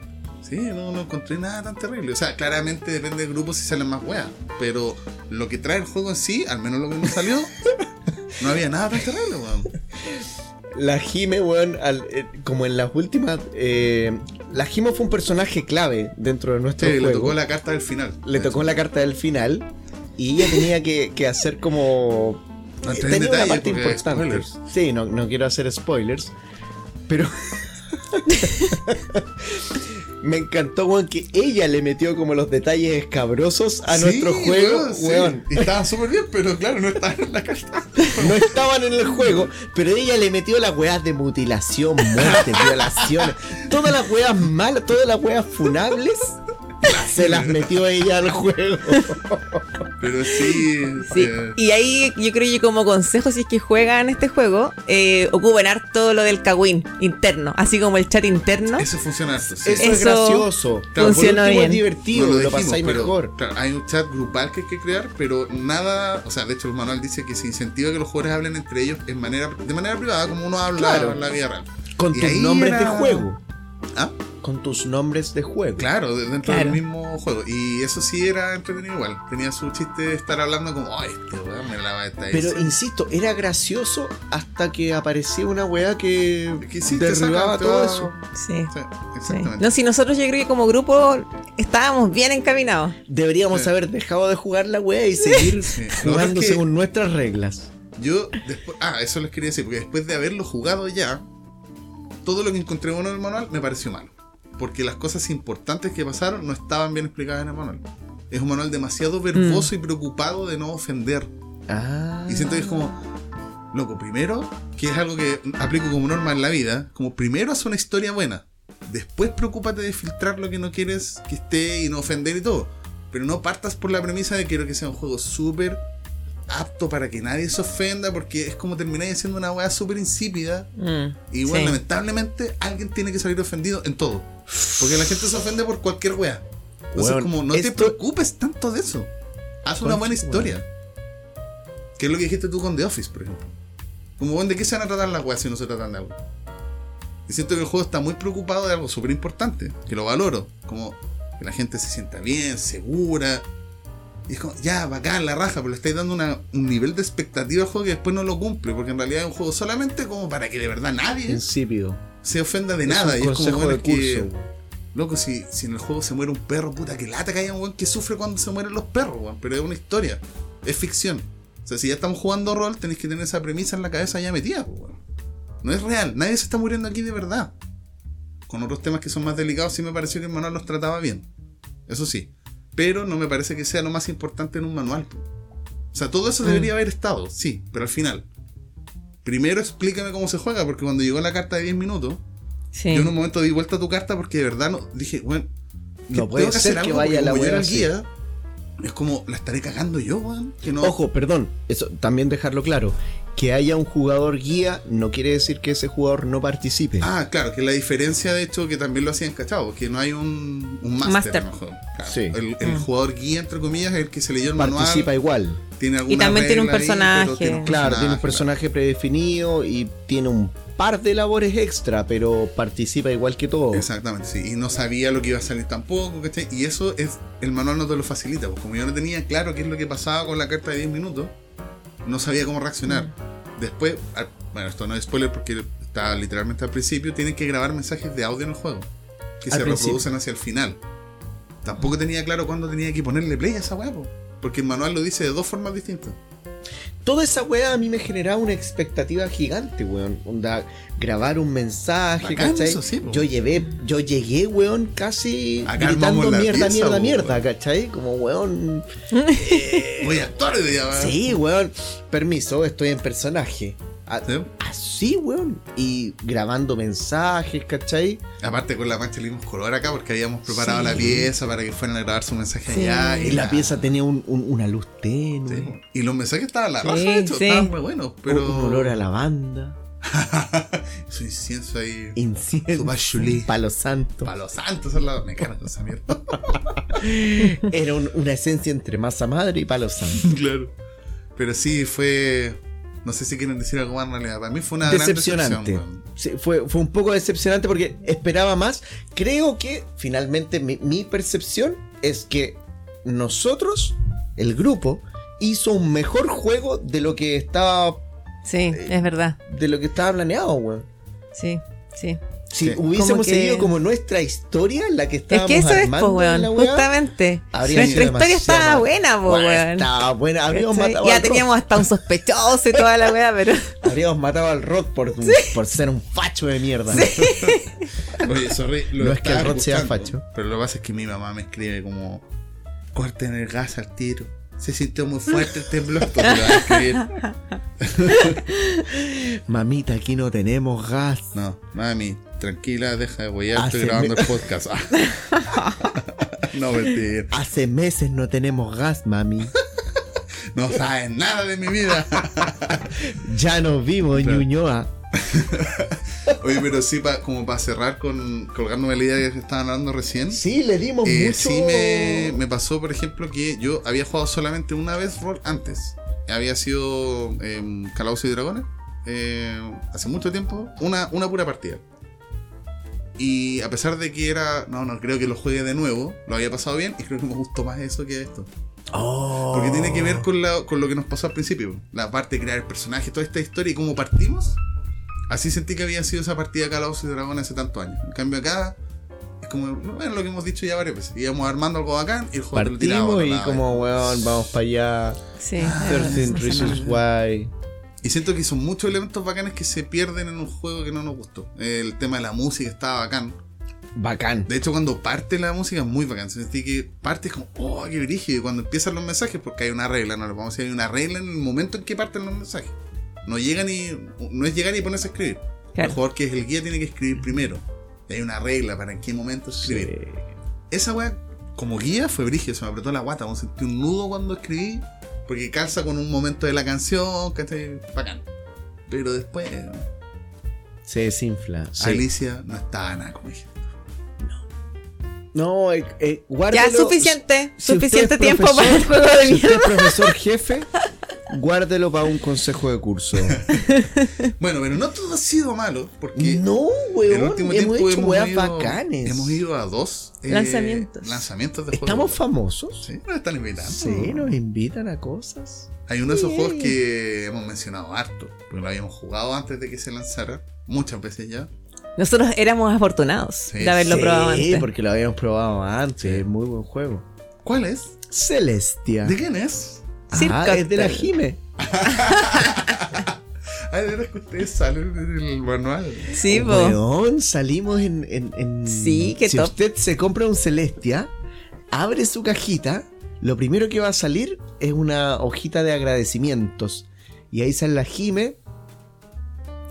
S1: Sí, no, no encontré nada tan terrible. O sea, claramente depende del grupo si salen más weas. Pero lo que trae el juego en sí, al menos lo que nos
S2: *laughs*
S1: salió, no había nada tan terrible, weón.
S2: La Jime, weón, al- eh, como en las últimas... eh, la Jime fue un personaje clave dentro de nuestro
S1: Sí,
S2: juego.
S1: le tocó la carta del final.
S2: Le tocó la carta del final y ella tenía que, que hacer como...
S1: No entré en
S2: tenía una
S1: detalle
S2: parte
S1: porque
S2: importante.
S1: spoilers.
S2: Sí, no, no quiero hacer spoilers, pero... *laughs* Me encantó, weón, que ella le metió como los detalles escabrosos a
S1: Sí,
S2: nuestro juego,
S1: sí.
S2: weón.
S1: Y estaba súper bien, pero claro, no estaba en la carta.
S2: No estaban en el juego, pero ella le metió las weas de
S1: *laughs*
S2: mutilación, muerte, violaciones. Todas las weas malas, todas las weas funables, se las metió ella al juego.
S1: Pero sí.
S3: Sí.
S1: eh,
S3: Y ahí yo creo que como consejo, si es que juegan este juego, eh, ocupen harto lo del cagüín interno, así como el chat interno.
S1: Eso funciona harto, sí.
S2: Eso, es
S3: Eso
S2: gracioso.
S1: Claro,
S3: funciona
S2: por último
S3: bien.
S2: es divertido,
S1: No
S2: lo,
S1: dijimos,
S2: pasáis
S1: pero,
S2: mejor.
S1: claro, hay un chat grupal que hay que crear, pero nada. O sea, de hecho, el manual dice que se incentiva que los jugadores hablen entre ellos en manera, de manera privada, como uno habla
S2: Claro.
S1: en la vida real.
S2: Con
S1: Y
S2: tus
S1: ahí
S2: nombres de
S1: era-
S2: juego.
S1: ¿Ah?
S2: con tus nombres de juego.
S1: Claro, de- dentro del
S3: Claro.
S1: mismo juego. Y eso sí era entretenido igual. Tenía su chiste de estar hablando como, ay, este weón me la va a estar
S2: Pero
S1: diciendo".
S2: insisto, era gracioso hasta que aparecía una weá que,
S1: Que sí, te
S2: derribaba
S1: sacan, te
S2: todo
S1: va-
S2: eso.
S3: Sí.
S1: Sí,
S3: sí.
S1: exactamente.
S3: No, si nosotros yo creo que como grupo estábamos bien encaminados.
S2: Deberíamos
S1: Sí.
S2: haber dejado de jugar la weá
S1: *laughs*
S2: y seguir
S1: Sí. Lo otro
S2: jugando
S1: es que
S2: según nuestras reglas.
S1: Yo después. Ah, eso les quería decir, porque después de haberlo jugado ya, todo lo que encontré bueno en el manual me pareció malo. Porque las cosas importantes que pasaron no estaban bien explicadas en el manual. Es un manual
S2: Mm.
S1: demasiado verboso y preocupado de no ofender.
S2: Ah.
S1: Y siento que es como, loco, primero, que es algo que aplico como norma en la vida, como primero haz una historia buena. Después preocúpate de filtrar lo que no quieres que esté y no ofender y todo. Pero no partas por la premisa de quiero que sea un juego súper apto para que nadie se ofenda, porque es como termináis haciendo una weá súper insípida.
S3: Mm,
S1: Y bueno,
S3: sí.
S1: lamentablemente alguien tiene que salir ofendido en todo. Porque la gente se ofende por cualquier weá. Entonces,
S2: Weón,
S1: como no te
S2: esto-
S1: preocupes tanto de eso. Haz una
S2: Conche,
S1: buena historia. Que es lo que dijiste tú con The Office, por ejemplo. Como, bueno, ¿de qué se van a tratar las weas si no se tratan de algo? Y siento que el juego está muy preocupado de algo súper importante, que lo valoro. Como que la gente se sienta bien, segura. Y es como, ya, bacán la raja, pero le estáis dando una- un nivel de expectativa al juego que después no lo cumple, porque en realidad es un juego solamente como para que de verdad nadie
S2: Insípido.
S1: se ofenda de
S2: Es
S1: nada.
S2: un
S1: y es como,
S2: consejo
S1: bueno,
S2: de
S1: es que,
S2: curso.
S1: loco, si, si en el juego se muere un perro, puta, que lata que haya un weón que sufre cuando se mueren los perros, weón. Pero es una historia, es ficción. O sea, si ya estamos jugando rol, tenéis que tener esa premisa en la cabeza ya metida, pues, weón. No es real, nadie se está muriendo aquí de verdad. Con otros temas que son más delicados, sí me pareció que el manual los trataba bien. Eso sí. Pero no me parece que sea lo más importante en un manual. po. O sea, todo
S2: Mm.
S1: eso debería haber estado, sí, pero al final. Primero explícame cómo se juega, porque cuando llegó la carta de 10 minutos,
S3: Sí.
S1: yo en un momento di vuelta a tu carta porque de verdad no, dije, bueno,
S2: No puede ser que vaya la
S1: web
S2: wea así.
S1: Es como, la estaré cagando yo, weón. Que no.
S2: Ojo, perdón, eso también dejarlo claro. Que haya un jugador guía no quiere decir que ese jugador no participe.
S1: Ah, claro, que la diferencia de hecho que también lo hacían cachado, que no hay un, un máster
S3: Máster.
S1: a lo mejor. Claro,
S2: Sí.
S1: El, el
S3: Mm.
S1: jugador guía, entre comillas, es el que se leyó el
S2: participa
S1: manual.
S2: igual.
S1: Tiene alguna
S3: también tiene un
S1: regla ahí, pero
S2: Claro, tiene
S3: personaje.
S2: un
S1: personaje, claro.
S2: personaje predefinido y tiene un par de labores extra, pero participa igual que todo.
S1: Exactamente, sí. Y no sabía lo que iba a salir tampoco, ¿cachai? Y eso es. El manual no te lo facilita, pues como yo no tenía claro qué es lo que pasaba con la carta de 10 minutos, no sabía cómo reaccionar.
S2: Mm.
S1: Después, al- bueno, esto no es spoiler porque está literalmente al principio, tienen que grabar mensajes de audio en el juego, que
S2: Al
S1: se
S2: principio.
S1: reproducen hacia el final. Tampoco tenía claro cuándo tenía que ponerle play a esa hueá, po, porque el manual lo dice de dos formas distintas.
S2: Toda esa weá a mí me generaba una expectativa gigante, weón. Onda, grabar un mensaje,
S1: Bacán,
S2: ¿cachai?
S1: eso sí, po.
S2: yo llevé, yo llegué, weón, casi
S1: Acá armamos
S2: gritando
S1: la
S2: mierda,
S1: pieza,
S2: mierda,
S1: po,
S2: mierda,
S1: weón.
S2: ¿cachai? Como weón.
S1: Voy a actuar hoy día, ¿verdad?
S2: Eh. Sí, weón. Permiso, estoy en personaje. A-
S1: ¿Sí?
S2: Así, weón. Y grabando mensajes, ¿cachai?
S1: Aparte con la mancha le dimos color acá porque habíamos preparado
S2: Sí.
S1: la pieza para que fueran a grabar su mensaje
S3: Sí.
S1: allá.
S2: Y la pieza tenía un- un- una luz tenue.
S1: Sí, po. Y los mensajes estaban a la
S3: Sí,
S1: raja, de hecho,
S3: sí.
S1: estaban muy buenos, pero.
S2: Un, un
S1: *laughs*
S2: olor a lavanda.
S1: Su incienso ahí.
S2: Incienso.
S1: Su bachulí.
S2: Palo santo.
S1: Para los santos al lado. Me encanta esa
S2: *laughs*
S1: mierda.
S2: Era un- una esencia entre masa madre y palo santo.
S1: claro. Pero sí, fue. No sé si quieren decir algo más en realidad. Para mí fue una gran
S2: decepcionante.
S1: decepción, weón.
S2: Sí, fue, fue un poco decepcionante porque esperaba más. Creo que finalmente mi, mi percepción es que nosotros, el grupo, hizo un mejor juego de lo que estaba
S3: Sí,
S2: Eh.
S3: es verdad.
S2: de lo que estaba planeado, weón.
S3: Sí, sí.
S2: Si
S1: Sí.
S2: hubiésemos
S3: Como que-
S2: seguido como nuestra historia, la que
S3: Es
S2: estábamos
S3: que eso es,
S2: armando
S3: po,
S2: en
S3: weón.
S2: la weá,
S3: Justamente.
S2: habría sido
S3: Nuestra historia
S2: demasiado
S3: estaba
S2: mal.
S3: buena, po,
S2: Bueno,
S3: weón.
S2: Estaba buena, habríamos
S3: ¿Cachai?
S2: matado,
S3: Ya
S2: al
S3: teníamos hasta un sospechoso y toda la weá, pero. *laughs*
S2: rock, habríamos matado al rock por, un- por ser un facho de mierda.
S1: Oye, sorry, lo
S2: *laughs* No es que el
S1: estaba
S2: Rod sea
S1: buscando,
S2: facho.
S1: Pero lo que pasa es que mi mamá me escribe como: corten el gas al tiro. Se sintió muy fuerte el temblor. *laughs* Esto me lo va a escribir.
S2: Mamita, aquí no tenemos gas.
S1: No, mami, tranquila, deja de huear, estoy
S2: Hace
S1: grabando
S2: *laughs* me-
S1: el podcast. Ah. *laughs* no, mentira.
S2: Hace meses no tenemos gas, mami.
S1: No sabes nada de mi
S2: *laughs*
S1: vida.
S2: Ya nos vimos en
S1: Claro.
S2: Ñuñoa.
S1: Oye, pero sí, pa- como para cerrar con colgándome la idea que estaban hablando recién.
S2: Sí, le dimos
S1: eh,
S2: mucho.
S1: sí me, me pasó, por ejemplo, que yo había jugado solamente una vez rol antes. Había sido em, Calabozos y Dragones eh, hace mucho tiempo, una, una pura partida. Y a pesar de que era. No, no, creo que lo juegue de nuevo. Lo había pasado bien y creo que me gustó más eso que esto.
S2: Oh.
S1: Porque tiene que ver con, la- con lo que nos pasó al principio. La parte de crear el personaje, toda esta historia y cómo partimos. Así sentí que había sido esa partida de Calabozos y Dragones hace tantos años. En cambio acá es como bueno, lo que hemos dicho ya varias veces. Íbamos armando algo bacán y el juego te lo tiraba a
S2: Partimos
S1: otro
S2: y
S1: lado.
S2: como, weón, vamos para allá.
S3: Sí.
S2: Ah,
S3: eh,
S2: Certain
S3: más o
S2: Reasons
S3: menos.
S2: Why.
S1: Y siento que son muchos elementos bacanes que se pierden en un juego que no nos gustó. El tema de la música estaba bacán.
S2: Bacán.
S1: De hecho, cuando parte la música es muy bacán. Sentí que parte es como, oh, qué brígido. Y cuando empiezan los mensajes, porque hay una regla, no lo vamos a decir, hay una regla en el momento en que parten los mensajes. No llega ni. No es llegar y ponerse a escribir.
S3: Claro.
S1: El jugador que es el guía tiene que escribir primero. Y hay una regla para en qué momento escribir. Esa weá, como guía, fue brígido. Se me apretó la guata. Como sentí un nudo cuando escribí. Porque calza con un momento de la canción, ¿cachai? Bacán. Pero después,
S2: Se desinfla. Ahí.
S1: Alicia no estaba nada como dije.
S2: No, eh, eh,
S3: Ya,
S2: guárdelo.
S3: suficiente.
S2: Si usted
S3: suficiente
S2: es
S3: tiempo
S2: profesor,
S3: para el juego de
S2: Si usted es
S3: mierda.
S2: profesor jefe, guárdelo para un consejo de *laughs* curso.
S1: Bueno, pero no todo ha sido malo. Porque.
S2: no,
S1: el
S2: weón.
S1: último
S2: Hemos
S1: tiempo
S2: hecho
S1: hemos
S2: weas
S1: ido,
S2: bacanes.
S1: Hemos ido a dos eh,
S3: Lanzamientos.
S1: lanzamientos de
S2: ¿Estamos
S1: juegos.
S2: famosos?
S1: Sí, nos están invitando.
S2: Sí, nos invitan a cosas.
S1: Hay uno de esos
S2: Sí.
S1: juegos que hemos mencionado harto, porque lo habíamos jugado antes de que se lanzara, muchas veces ya.
S3: Nosotros éramos afortunados de haberlo
S2: sí,
S3: probado antes.
S2: porque lo habíamos probado antes.
S1: Sí.
S2: Es muy buen juego.
S1: ¿Cuál es?
S2: Celestia.
S1: ¿De quién es?
S2: Ah,
S3: Circoctel.
S2: es de la Jime.
S1: Ay, de verdad que ustedes salen del manual.
S2: Oh,
S3: Sí, po.
S2: Weón, salimos en, en- en-
S3: Sí, qué
S2: si
S3: top.
S2: usted se compra un Celestia, abre su cajita, lo primero que va a salir es una hojita de agradecimientos. Y ahí sale la Jime,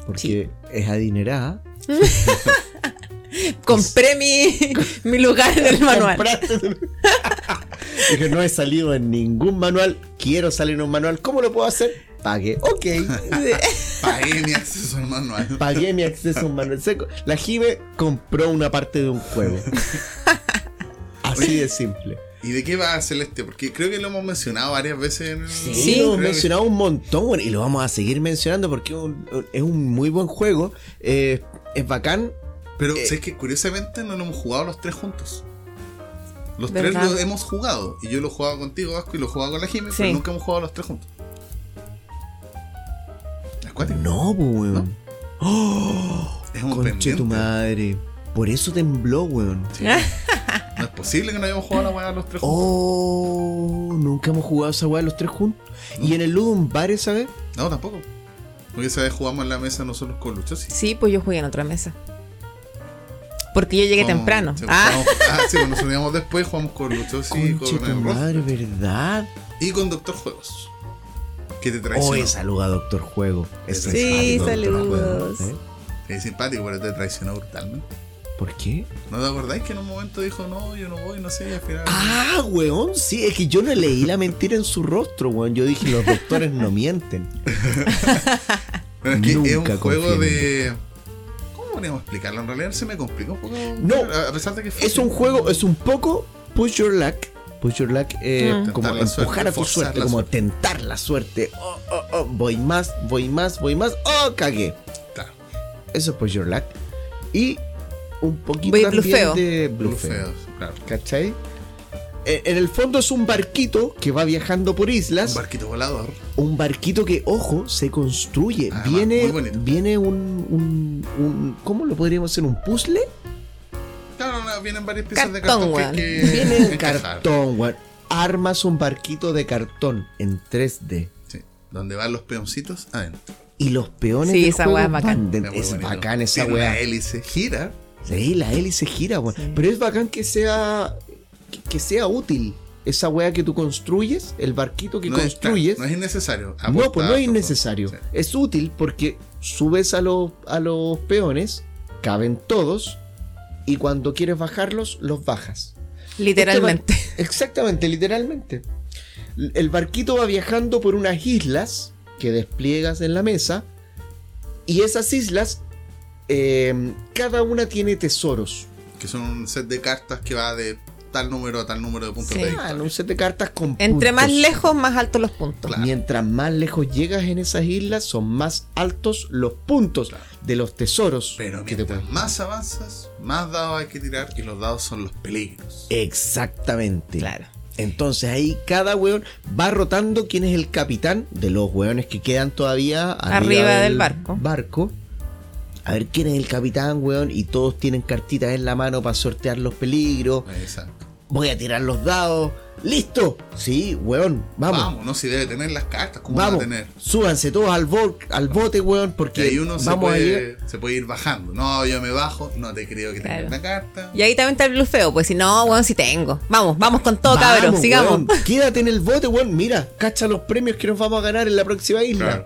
S2: porque
S3: Sí.
S2: es adinerada.
S3: Compré mi, *laughs* mi lugar en el manual.
S2: Compraste- *laughs* Dije, no he salido en ningún manual, quiero salir en un manual, ¿cómo lo puedo hacer? Pague, ok.
S1: Pagué mi acceso al manual.
S2: Pagué mi acceso a un manual seco. La Jime compró una parte de un
S3: *laughs*
S2: juego. Así de simple.
S1: ¿Y de qué va Celeste? Porque creo que lo hemos mencionado varias veces en el.
S2: Sí, lo
S3: Sí.
S1: Creo
S2: hemos
S1: que-
S2: mencionado un montón bueno, y lo vamos a seguir mencionando porque es un, es un muy buen juego. eh, es bacán.
S1: Pero
S2: Eh.
S1: ¿sabes que curiosamente no lo hemos jugado los tres juntos. Los
S3: ¿Verdad?
S1: tres lo hemos jugado. Y yo lo he jugado contigo, Vasco, y lo he jugado con la Jimmy,
S3: Sí.
S1: pero nunca hemos jugado los tres juntos. Es cuático.
S2: No, po, weón.
S1: ¿No?
S2: *gasps* ¡Oh!
S1: Es un
S2: Conche
S1: pendiente.
S2: tu madre. Por eso tembló, weón.
S1: Sí. No es posible que no hayamos jugado la weá los tres juntos.
S2: Oh, nunca hemos jugado esa weá los tres juntos. Y en el Ludum Bare, ¿sabes?
S1: No, tampoco. Porque esa vez jugamos en la mesa nosotros con Luchosi.
S3: *laughs* Sí, pues yo jugué en otra mesa. Porque yo llegué
S2: Oh,
S1: Jugamos-
S3: temprano.
S1: sí,
S3: Ah,
S1: jugamos- ah, sí, nos uníamos después, jugamos con Luchosi,
S2: Conche
S1: con
S2: tu
S1: el Ross
S2: madre, ¿verdad?
S1: y con Doctor Juegos. Que te
S2: Oh,
S1: traicionó.
S2: es saluda, Doctor Juego. Es
S1: Sí,
S2: simpático, Doctor
S3: saludos.
S2: Juego, ¿eh?
S1: Es simpático, pero te traicionó brutalmente.
S2: ¿Por qué?
S1: ¿No te acordáis que en un momento dijo, no, yo no voy, no sé, y al final...
S2: Ah, weón, sí, es que yo no leí la mentira en su rostro, weón. Yo dije, los doctores
S1: *laughs*
S2: no mienten.
S1: Pero es que es un
S2: nunca
S1: juego
S2: confío en
S1: de... ¿Cómo podríamos explicarlo? En realidad se me complicó un poco.
S2: No,
S1: a a pesar de que fue-
S2: Es un juego, es un poco push your luck. Push your luck, eh,
S3: Mm.
S2: como
S1: Tentar la
S2: empujar
S1: suerte,
S2: a tu
S1: forzar
S2: suerte,
S1: la
S2: como
S1: suerte.
S2: tentar la suerte. Oh, oh, oh, voy más, voy más, voy más. Oh, cagué.
S1: Claro,
S2: Eso es push your luck. Y un poquito
S3: Voy
S2: también
S3: blufeo.
S2: de
S1: blufeo,
S2: blufeo.
S1: claro.
S2: ¿Cachai? Eh, En el fondo es un barquito que va viajando por
S1: Un
S2: islas.
S1: barquito volador.
S2: un barquito que, ojo, se construye.
S1: Además, Ah, muy
S2: viene
S1: bonito.
S2: viene un, un, un- ¿Cómo lo podríamos hacer? ¿Un
S1: *laughs*
S2: puzzle?
S1: Claro, no, vienen varias piezas
S3: Cartón,
S1: de
S3: weón.
S1: cartón que Eh, hay que...
S2: Viene un
S1: encajar.
S2: cartón, weón. Armas un barquito de cartón en 3D.
S1: Sí, donde van los peoncitos adentro.
S2: Y los peones
S3: Sí,
S2: del
S3: esa
S2: juego
S3: weá es
S2: van
S3: bacán.
S2: de-
S1: muy
S2: es
S1: bonito.
S2: bacán esa
S1: Tiene una
S2: weá.
S1: hélice gira.
S2: Sí, la hélice gira, weón.
S3: Sí.
S2: Pero es bacán que sea. que, que sea útil. Esa weá que tú construyes, el barquito que
S1: no es- claro,
S2: construyes.
S1: no es innecesario.
S2: No, pues no
S1: Aportar,
S2: es innecesario.
S1: sí.
S2: Es útil porque subes a los, a los peones, caben todos, y cuando quieres bajarlos, los bajas.
S3: literalmente.
S2: Este bar- exactamente, literalmente. L- El barquito va viajando por unas islas que despliegas en la mesa, y esas islas, eh, cada una tiene tesoros.
S1: Que son un set de cartas que va de tal número a tal número de puntos
S3: Sí.
S1: de
S2: Ah,
S1: victoria.
S2: en un set de cartas con
S3: Entre más
S2: puntos.
S3: lejos, más altos los puntos.
S1: Claro.
S2: Mientras más lejos llegas en esas islas, son más altos los puntos
S1: Claro.
S2: de los tesoros
S1: Pero
S2: que te
S1: mientras
S2: pueden-
S1: más avanzas, más dados hay que tirar y los dados son los peligros.
S2: Exactamente. Entonces ahí cada weón va rotando quién es el capitán de los weones que quedan todavía
S3: Arriba del barco.
S2: barco. A ver quién es el capitán, weón. Y todos tienen cartitas en la mano para sortear los peligros.
S1: Exacto.
S2: Voy a tirar los dados. ¡Listo! Sí, weón.
S1: Vamos.
S2: Vamos.
S1: no si debe tener las cartas, ¿cómo
S2: Vamos,
S1: va a tener?
S2: súbanse todos al, bol- al bote, weón,
S1: Que
S2: porque
S1: ahí uno
S2: vamos
S1: se
S2: a llegar.
S1: puede, se puede ir bajando. No, yo me bajo, no te creo que
S3: Claro.
S1: tenga una carta.
S3: Y ahí también está el blufeo, pues si no, weón, si tengo. Vamos, vamos con todo,
S2: Vamos,
S3: cabros, sigamos.
S2: weón, quédate en el bote, weón. Mira, cacha los premios que nos vamos a ganar en la próxima isla.
S1: Claro.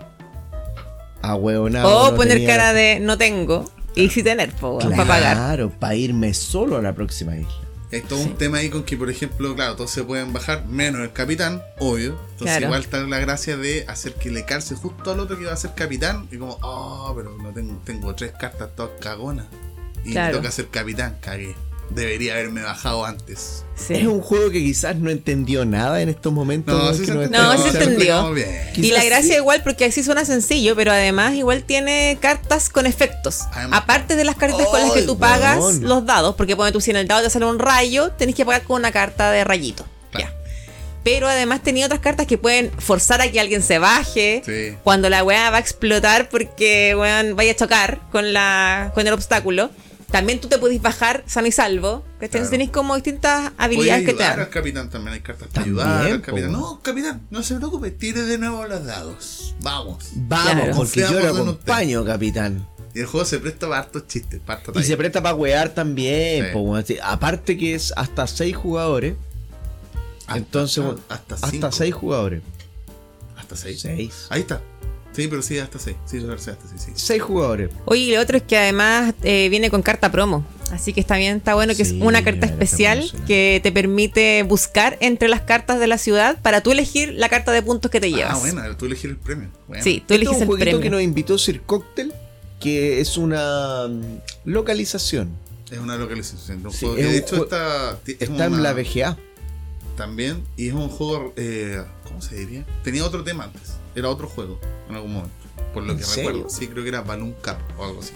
S2: Ah, weón.
S3: o poner cara de no tengo y si tener, po, weón, para pagar.
S2: Claro, para irme solo a la próxima isla.
S1: Hay todo un tema ahí con que, por ejemplo, claro, todos se pueden bajar, menos el capitán, obvio. Entonces
S3: Claro.
S1: igual está la gracia de hacer que le calce justo al otro que va a ser capitán. Y como, oh, pero no tengo, tengo tres cartas todas cagonas. Y me
S3: Claro.
S1: toca ser capitán, cagué. Debería haberme bajado antes.
S3: Sí.
S2: Es un juego que quizás no entendió nada en estos momentos.
S1: No,
S2: weón,
S1: sí
S2: que
S1: se
S2: nos
S1: entendió.
S3: No,
S2: están
S3: sí se
S2: escuchando.
S3: entendió.
S1: explicamos bien.
S3: Y la
S2: Quizás
S3: gracia
S2: sí.
S3: igual porque así suena sencillo, pero además igual tiene cartas con efectos.
S1: Además-
S3: Aparte de las cartas con las que
S2: ¡Ay,
S3: tú
S2: weón!
S3: pagas los dados, porque pone tú si en el dado te sale un rayo, tenés que pagar con una carta de rayito.
S1: Claro.
S3: Ya. Pero además tenía otras cartas que pueden forzar a que alguien se baje.
S1: Sí.
S3: Cuando la weá va a explotar porque weón, vaya a chocar con la con el obstáculo. También tú te podés bajar sano y salvo. ¿cachai?
S1: Claro.
S3: Entonces tenés como distintas
S1: Voy a
S3: habilidades que te
S1: ayudar
S3: dan.
S1: al capitán también, hay cartas para
S2: También,
S1: ayudar al
S2: po,
S1: capitán.
S2: weón.
S1: No, capitán, no se preocupe, tire de nuevo los dados. Vamos.
S2: Vamos,
S3: Claro.
S2: porque yo
S1: Confiamos
S2: lo
S1: en usted.
S2: acompaño, capitán.
S1: Y el juego se presta para hartos chistes, para harta
S2: Y
S1: talla.
S2: se presta para wear también.
S1: Sí.
S2: po, weón. Sí, Aparte que es hasta seis jugadores.
S1: Hasta-
S2: Entonces,
S1: ah,
S2: weón,
S1: hasta,
S2: hasta
S1: cinco.
S2: seis jugadores.
S1: Hasta seis.
S2: Seis.
S1: Ahí está. Sí, pero sí, hasta seis. Sí, sí, hasta seis. sí.
S2: Seis jugadores.
S3: Oye, y lo otro es que además eh, viene con carta promo. Así que está bien, está bueno que
S2: Sí,
S3: es una
S2: la
S3: carta
S2: carta
S3: especial
S2: promocional.
S3: que te permite buscar entre las cartas de la ciudad para tú elegir la carta de puntos que te llevas.
S1: Ah, bueno, tú elegir el premio. Bueno.
S3: Sí,
S2: Este es
S3: tú eliges
S2: un
S3: el
S2: jueguito
S3: premio.
S2: que nos invitó Sir Cocktail, que es una mm, localización.
S1: Es una localización. de Un
S2: Sí,
S1: juego
S2: es
S1: que de
S2: un
S1: hecho
S2: jue-
S1: está, ti- es
S2: Está
S1: una-
S2: en la VGA.
S1: También. Y es un juego. eh, ¿Cómo se diría? Tenía otro tema antes. Era otro juego en algún momento. Por lo
S2: ¿En
S1: que
S2: serio?
S1: recuerdo. Sí, creo que era Balloon Cup o algo así.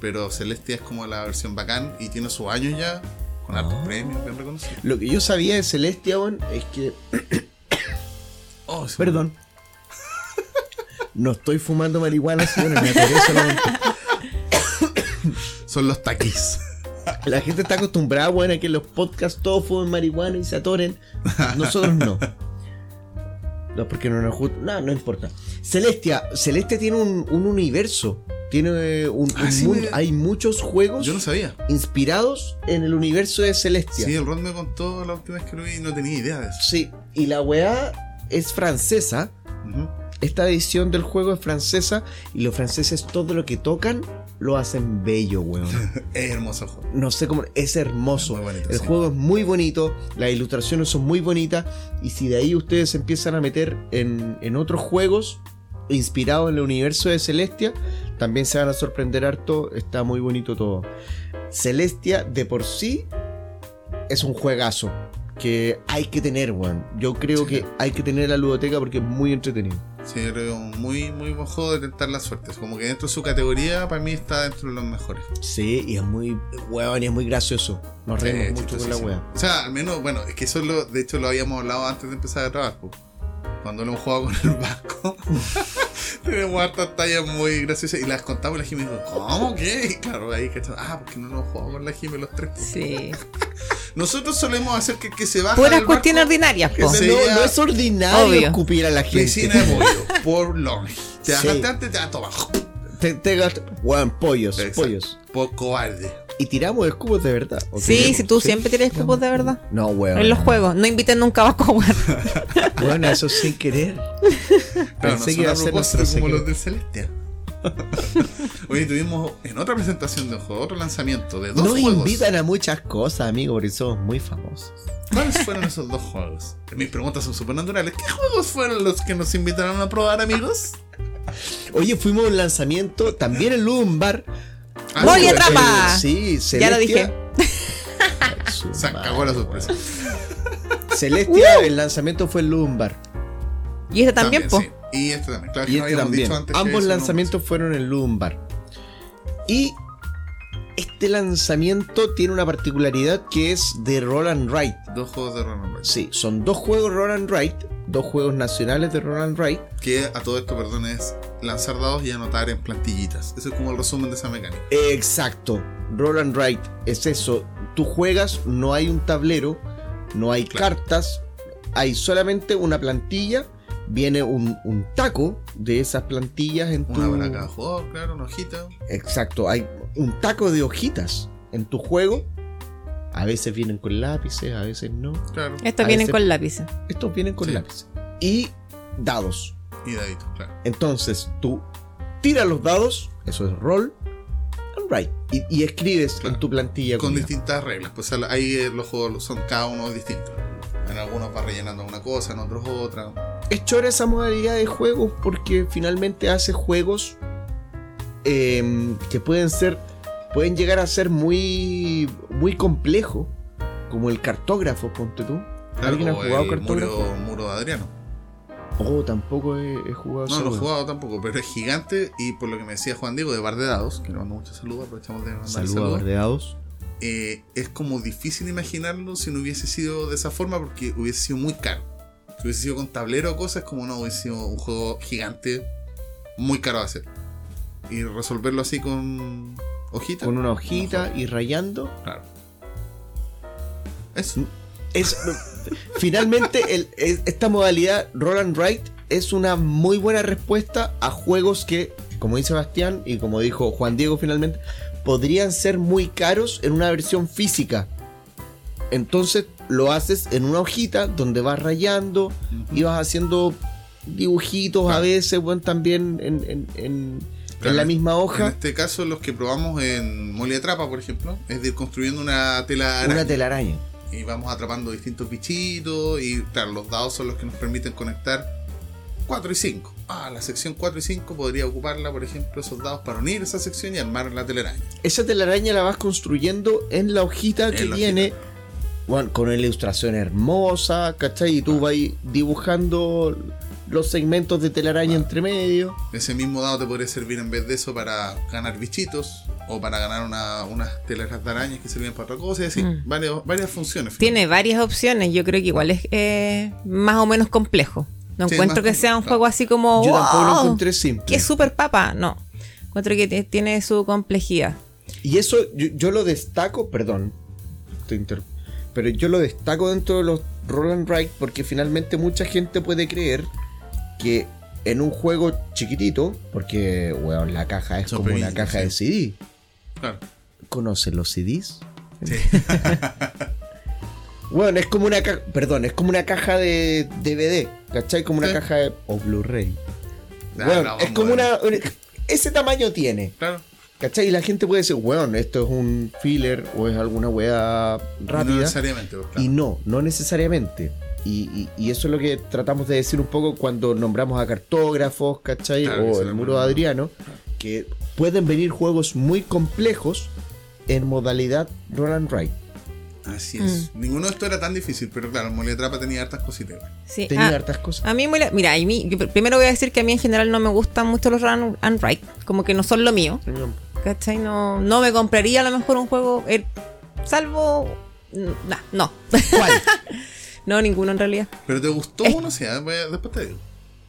S1: Pero Celestia es como la versión bacán y tiene sus años ya. Con hartos
S2: Ah.
S1: premios, bien reconocido.
S2: Lo que yo sabía de Celestia, weón, es que.
S1: Oh, sí. *laughs*
S2: Perdón. No estoy fumando marihuana, sí, bueno, me atoré solamente.
S1: Son los taquis. *laughs*
S2: La gente está acostumbrada, weón, a que los podcasts todos fumen marihuana y se atoren. Nosotros no. No, porque no nos gusta. No, no importa. Celestia, Celestia tiene un, un universo. Tiene eh, un,
S1: Ah,
S2: un
S1: sí,
S2: mundo.
S1: me-
S2: Hay muchos juegos
S1: Yo no sabía.
S2: inspirados en el universo de Celestia.
S1: Sí, el Ron me contó la última vez que lo vi y no tenía idea de eso.
S2: Sí, y la weá es francesa.
S1: Ujú.
S2: Esta edición del juego es francesa. Y los franceses, todo lo que tocan, lo hacen bello,
S1: *laughs*
S2: weón.
S1: Es hermoso el juego.
S2: No sé cómo. Es hermoso.
S1: Muy bonito,
S2: El
S1: sí.
S2: juego es muy bonito, las ilustraciones son muy bonitas y si de ahí ustedes se empiezan a meter en, en otros juegos inspirados en el universo de Celestia, también se van a sorprender harto, está muy bonito todo. Celestia de por sí es un juegazo que hay que tener, weón. Yo creo
S1: Sí.
S2: que hay que tener la ludoteca porque es muy entretenido.
S1: Sí, yo creo que es un muy, muy buen juego de tentar la suerte. Es Como que dentro de su categoría, para mí está dentro de los mejores.
S2: Sí, y es muy, weón, y es muy gracioso. Nos
S1: Sí,
S2: reímos mucho con la
S1: chistosísimo.
S2: weá.
S1: O sea, al menos, bueno, es que eso lo, de hecho lo habíamos hablado antes de empezar a grabar. po. Cuando lo hemos jugado con el Vasco, tenemos hartas tallas muy graciosas y las contamos y la Jimmy dijo, ¿cómo? ¿Qué? Y claro, ahí cachamos, ah, porque no lo hemos jugado con la Jimmy los tres. po?".
S3: Sí.
S1: Nosotros solemos hacer que, el que se baja.
S3: Puras
S1: del barco,
S3: cuestiones ordinarias, po.
S1: Ese-
S2: No,
S1: Sería
S2: no es ordinario
S3: obvio.
S2: escupir a la gente.
S1: Piscina de pollo, por long. Te
S2: Sí.
S1: bajaste antes, te vas abajo.
S2: Te, te gast- Weón, pollos,
S1: Exacto.
S2: pollos.
S1: Por cobarde.
S2: Y tiramos escupos de verdad. ¿o
S3: Sí,
S2: tenemos?
S3: si tú siempre tienes cupos de verdad.
S2: No, weón.
S3: En los juegos, no inviten nunca a jugar.
S2: Bueno, eso sin querer.
S1: Claro,
S2: Pensé
S1: no
S2: que iba a
S1: son
S2: ser
S1: a propósito
S2: nuestro
S1: como
S2: secreto.
S1: los del
S2: *laughs*
S1: Celestia. Oye, tuvimos en otra presentación de un juego, otro lanzamiento de *laughs* dos
S2: Nos
S1: juegos.
S2: invitan a muchas cosas, amigo, porque somos muy famosos.
S1: ¿Cuáles fueron esos dos juegos? Mis preguntas son súper naturales. ¿Qué juegos fueron los que nos invitaron a probar, amigos?
S2: Oye, fuimos a un lanzamiento también en Lumbar.
S1: Ah,
S3: Voy
S1: sí,
S3: a atrapa!
S2: Sí, Celestia.
S3: Ya lo dije.
S2: su
S1: Se
S2: madre,
S1: cagó la
S2: weón.
S1: sorpresa.
S2: *laughs*
S3: Uh.
S2: Celestia, el lanzamiento fue el Lumbar.
S3: Y esta también, po.
S1: sí. Y este también. Claro, que
S2: Y
S1: no
S2: este
S1: habíamos
S2: también.
S1: dicho antes. que
S2: Ambos
S1: eso no-
S2: lanzamientos fueron en Lumbar. Y este lanzamiento tiene una particularidad que es de Roll and Write.
S1: Dos juegos de Ronan Reigns.
S2: Sí, son dos juegos Roll and Write, dos juegos nacionales de Roll and Write.
S1: Que a todo esto, perdón, es lanzar dados y anotar en plantillitas. Eso es como el resumen de esa mecánica.
S2: Exacto, Roll and Write es eso. Tú juegas, no hay un tablero, no hay
S1: Claro.
S2: cartas, hay solamente una plantilla. Viene un, un taco de esas plantillas en tu.
S1: Una para cada jugador, claro, una hojita.
S2: Exacto, hay un taco de hojitas en tu juego. A veces vienen con lápices, a veces no.
S1: Claro.
S3: Estos
S2: A
S3: vienen
S2: veces-
S3: con lápices.
S2: Estos vienen con
S1: Sí.
S2: lápices. Y dados.
S1: Y daditos, claro.
S2: Entonces tú tiras los dados, eso es roll, and write. Y, y escribes
S1: Claro.
S2: en tu plantilla.
S1: Con
S2: culiao.
S1: distintas reglas. Pues al- ahí eh, los juegos son cada uno distintos. En algunos va rellenando una cosa, en otros otra.
S2: es chora esa modalidad de juegos porque finalmente hace juegos eh, que pueden ser pueden llegar a ser muy muy complejos como el cartógrafo ponte tú
S1: Claro,
S2: alguien ha
S1: o
S2: jugado
S1: el
S2: cartógrafo
S1: muro, muro de eh, Adriano.
S2: oh tampoco he, he jugado
S1: No,
S2: esa
S1: no lo he
S2: hueá.
S1: jugado tampoco, pero es gigante. Y por lo que me decía Juan Diego de Bar de Dados, que le mando muchos saludos, aprovechamos de mandar
S2: Saludos bardeados.
S1: eh, es como difícil imaginarlo si no hubiese sido de esa forma porque hubiese sido muy caro. Si hubiese sido con tablero o cosas, como no, hubiese sido un juego gigante, muy caro de hacer. Y resolverlo así con hojita.
S2: con una hojita
S1: Mejor.
S2: y rayando
S1: Claro. Eso.
S2: es finalmente el- es- esta modalidad roll and write es una muy buena respuesta a juegos que como dice Sebastián y como dijo Juan Diego finalmente podrían ser muy caros en una versión física entonces lo haces en una hojita donde vas rayando y vas haciendo dibujitos a
S1: Claro.
S2: veces bueno, también en, en- en-
S1: Claro,
S2: en la
S1: en-
S2: misma
S1: En
S2: hoja
S1: este caso, los que probamos en Mole de Trapa, por ejemplo, es de ir construyendo una tela
S2: una
S1: araña.
S2: telaraña
S1: y vamos atrapando distintos bichitos y claro, los dados son los que nos permiten conectar 4 y 5. Ah, la sección 4 y 5 podría ocuparla, por ejemplo, esos dados para unir esa sección y armar la telaraña.
S2: esa telaraña la vas construyendo en la hojita
S1: En
S2: que
S1: la
S2: tiene bueno, con una ilustración hermosa, ¿cachai? Y tú
S1: Ah.
S2: vas dibujando los segmentos de telaraña
S1: Ah.
S2: entre medio.
S1: Ese mismo dado te podría servir en vez de eso para ganar bichitos o para ganar una- unas teleras de arañas que sirven para otra cosa, es decir,
S3: Mm.
S1: varios- varias funciones.
S3: Tiene varias opciones. Yo creo que igual es eh, más o menos complejo. No
S1: Sí,
S3: encuentro
S1: más
S3: que sea un
S1: complejo.
S3: juego así como.
S2: Yo tampoco lo
S3: Oh, "Wow,
S2: encontré simple.
S3: ¡Qué super papa! No. Encuentro que te- tiene su complejidad.
S2: Y eso yo, yo lo destaco, perdón, te interrumpo, pero yo lo destaco dentro de los roll and write porque finalmente mucha gente puede creer que en un juego chiquitito, porque, weón, la caja es
S1: Son
S2: como una
S1: pequeñitos,
S2: caja
S1: sí.
S2: de CD.
S1: Claro.
S2: ¿Conocen los CDs?
S1: Sí.
S2: *laughs* Bueno, es como una caja. Perdón, es como una caja de DVD. ¿Cachai? Como una
S1: Sí.
S2: caja de. O Blu-ray.
S1: Ya,
S2: Bueno,
S1: no,
S2: es
S1: vamos
S2: como
S1: a ver.
S2: una. una- Ese tamaño tiene.
S1: Claro.
S2: ¿Cachai? Y la gente puede decir, weón, esto es un filler o es alguna weá
S1: No
S2: rápida.
S1: necesariamente, pues, claro.
S2: y no, no necesariamente. Y, y- y eso es lo que tratamos de decir un poco cuando nombramos a cartógrafos, ¿cachai?
S1: Claro, que
S2: o
S1: se
S2: el
S1: le
S2: muro de
S1: pone-
S2: Adriano, que pueden venir juegos muy complejos en modalidad roll and write.
S1: Así es.
S3: Mm.
S1: Ninguno de estos era tan difícil, pero claro, Mole de Trapa tenía hartas cositas.
S3: Sí.
S2: Tenía
S3: Ah,
S2: hartas cosas.
S3: A mí, muy la- mira, a mí, yo pr- primero voy a decir que a mí en general no me gustan mucho los run and write, como que no son lo mío, ¿cachai? No, no me compraría a lo mejor un juego, eh, salvo... mm, nah, no,
S2: ¿Cuál?
S3: *laughs* no, ninguno en realidad.
S1: Pero te gustó
S3: Es-
S1: uno, o sea, voy a- después te digo.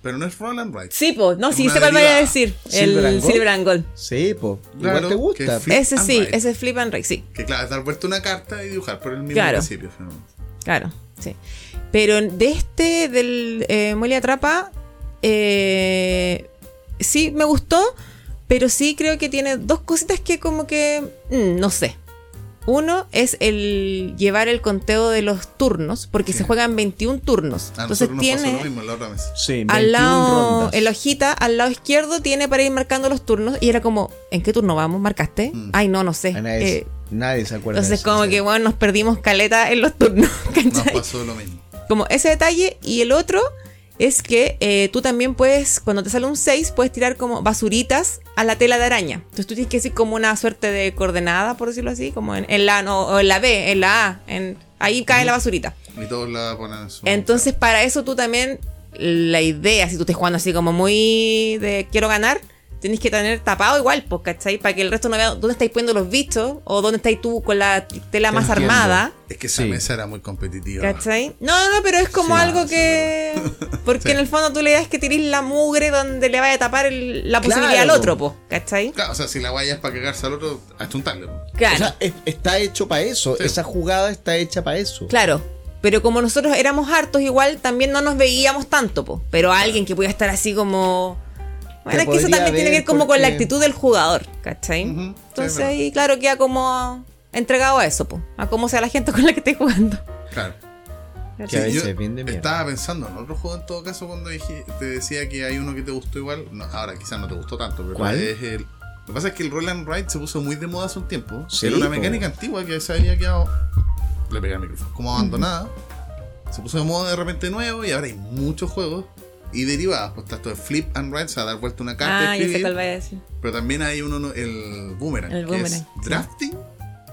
S1: Pero no es Roland Wright.
S3: Sí, pues, no, sí,
S1: Una
S3: sé cuál voy a
S1: derivada.
S3: decir,
S2: Silver and
S3: el
S2: Gold.
S3: Silver and Gold.
S2: Sí, po.
S1: Claro,
S2: Igual te
S1: que
S2: gusta.
S1: es Flip
S3: Ese
S1: and
S3: sí,
S1: write.
S3: ese es Flip and Write, sí.
S1: Que claro, es dar vuelta una carta y dibujar por el mismo
S3: Claro.
S1: principio. Ah, finalmente.
S3: Claro, sí. Pero de este, del eh, Muele Atrapa, eh, sí me gustó, pero sí creo que tiene dos cositas que como que, mm, no sé. Uno es el llevar el conteo de los turnos, porque
S1: Sí.
S3: se juegan 21 turnos.
S1: A nosotros
S3: Entonces
S1: nos pasó lo
S3: tiene
S1: mismo en la otra
S3: *laughs*
S1: mesa.
S2: Sí,
S3: al
S2: 21
S3: lado,
S2: rondas.
S3: en la hojita, al lado izquierdo tiene para ir marcando los turnos y era como, ¿en qué turno vamos? ¿Marcaste?
S1: Mm.
S3: Ay, no, no sé.
S2: A Ah, nadie,
S3: Eh,
S2: nadie se acuerda. de
S3: entonces
S2: eso.
S3: como que, bueno, nos perdimos caleta en los turnos.
S1: Nos
S3: ¿cachai?
S1: pasó lo mismo.
S3: como ese detalle y el otro es que eh, tú también puedes, cuando te sale un 6, puedes tirar como basuritas a la tela de araña. Entonces tú tienes que decir como una suerte de coordenada, por decirlo así, como en, en la no, o en la B, en la A, en, ahí cae la basurita.
S1: Y todos la ponen en su.
S3: Entonces, para eso tú también, la idea, si tú estás jugando así como muy de quiero ganar, tienes que tener tapado igual, pues, ¿cachai? Para que el resto no vea dónde estáis poniendo los bichos o dónde estáis tú con la tela más
S2: entiendo.
S3: armada.
S1: Es que esa
S2: Sí.
S1: mesa era muy competitiva.
S3: ¿Cachai? No, no, pero es como
S1: Sí,
S3: algo
S1: sí,
S3: que. *laughs* Porque en el fondo tú le das que tirís la mugre donde le vaya a tapar el- la posibilidad
S2: Claro.
S3: al otro, po, ¿cachai?
S1: Claro, o sea, si la guaya es para cagarse al otro, achuntarle. po.
S3: Claro.
S2: O sea, es- está hecho para eso.
S1: Sí.
S2: Esa jugada está hecha para eso.
S3: Claro. Pero como nosotros éramos hartos, igual también no nos veíamos tanto, po. Pero alguien que pudiera estar así como.
S2: Te
S3: Bueno, es que eso
S2: podría
S3: también tiene que
S2: ver
S3: ver como con la
S2: porque-
S3: actitud del jugador, ¿cachai?
S1: Ujú, sí, es
S3: Entonces
S1: verdad.
S3: ahí, claro, queda como entregado a eso, po. A cómo sea la gente con la que estés jugando.
S1: Claro.
S2: Que a
S1: Sí,
S2: veces
S1: yo
S2: es bien de mierda.
S1: Estaba pensando en otro juego en todo caso cuando dije- te decía que hay uno que te gustó igual. No, ahora quizás no te gustó tanto, pero
S2: ¿Cuál?
S1: es el. Lo que pasa es que el Roll and Ride se puso muy de moda hace un tiempo.
S2: Sí,
S1: era una
S2: po.
S1: mecánica antigua que se había quedado. Le pegué al micrófono. Como abandonada. Se puso de moda de repente nuevo y ahora hay muchos juegos. Y derivadas, pues está esto de flip and ride, o sea, dar vuelta una carta.
S3: Ah,
S1: y
S3: ya sé
S1: escribir.
S3: cuál va a decir.
S1: Pero también hay uno, no- el boomerang,
S3: El
S1: que es
S3: boomerang, sí.
S1: drafting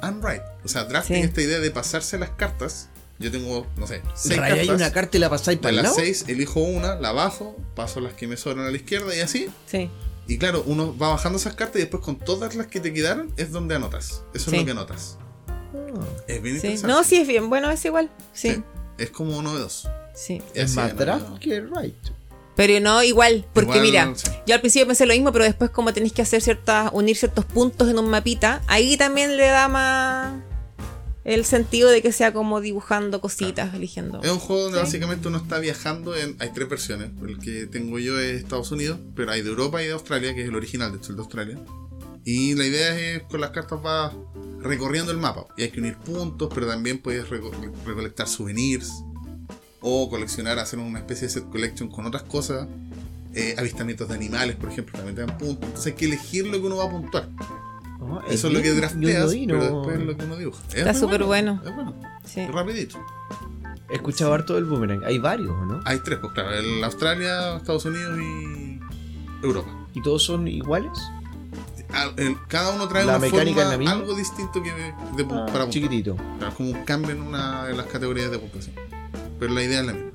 S1: and write. O sea, drafting
S3: Sí.
S1: esta idea de pasarse las cartas. Yo tengo, no sé, seis
S2: Rayáis
S1: cartas.
S2: una carta y la pasáis
S1: de
S2: para el
S1: las
S2: lado.
S1: seis elijo una, la bajo, paso las que me sobran a la izquierda y así.
S3: Sí.
S1: Y claro, uno va bajando esas cartas y después con todas las que te quedaron es donde anotas. Eso
S3: Sí.
S1: es lo que anotas.
S2: Ah,
S1: Es bien
S3: sí.
S1: interesante.
S3: No, sí, es bien bueno, es igual. Sí.
S1: Sí. Es como uno de dos.
S3: Sí.
S2: Es
S1: así,
S2: más
S1: ¿no?
S2: draft que right.
S3: Pero no, igual, porque
S1: Igual,
S3: mira,
S1: sí.
S3: yo al principio pensé lo mismo, pero después como tenés que hacer ciertas, unir ciertos puntos en un mapita, ahí también le da más el sentido de que sea como dibujando cositas, eligiendo.
S1: Es un juego donde
S3: Sí.
S1: básicamente uno está viajando en. Hay tres versiones. El que tengo yo es Estados Unidos, pero hay de Europa y de Australia, que es el original, de hecho, el de Australia. Y la idea es con las cartas vas recorriendo el mapa. Y hay que unir puntos, pero también puedes reco- recolectar souvenirs. O coleccionar, hacer una especie de set collection con otras cosas. Eh, avistamientos de animales, por ejemplo, también te dan puntos. Entonces hay que elegir lo que uno va a puntuar. Eso es lo que drafteas, pero después es lo que uno dibuja. Es
S3: Está
S1: muy
S3: súper bueno. Eh,
S1: Es bueno.
S3: Sí.
S1: Rapidito.
S2: He escuchado harto del boomerang. Hay varios, ¿o ¿no?
S1: Hay tres, pues claro, el Australia, Estados Unidos y Europa.
S2: ¿Y todos son iguales?
S1: Ah, el- Cada uno trae una
S2: ¿La mecánica
S1: forma,
S2: es la misma?
S1: algo distinto que de, pu-
S2: Ah,
S1: para puntuar.
S2: chiquitito.
S1: Claro, es como un cambio en una de las categorías de puntuación. Pero la idea es la misma.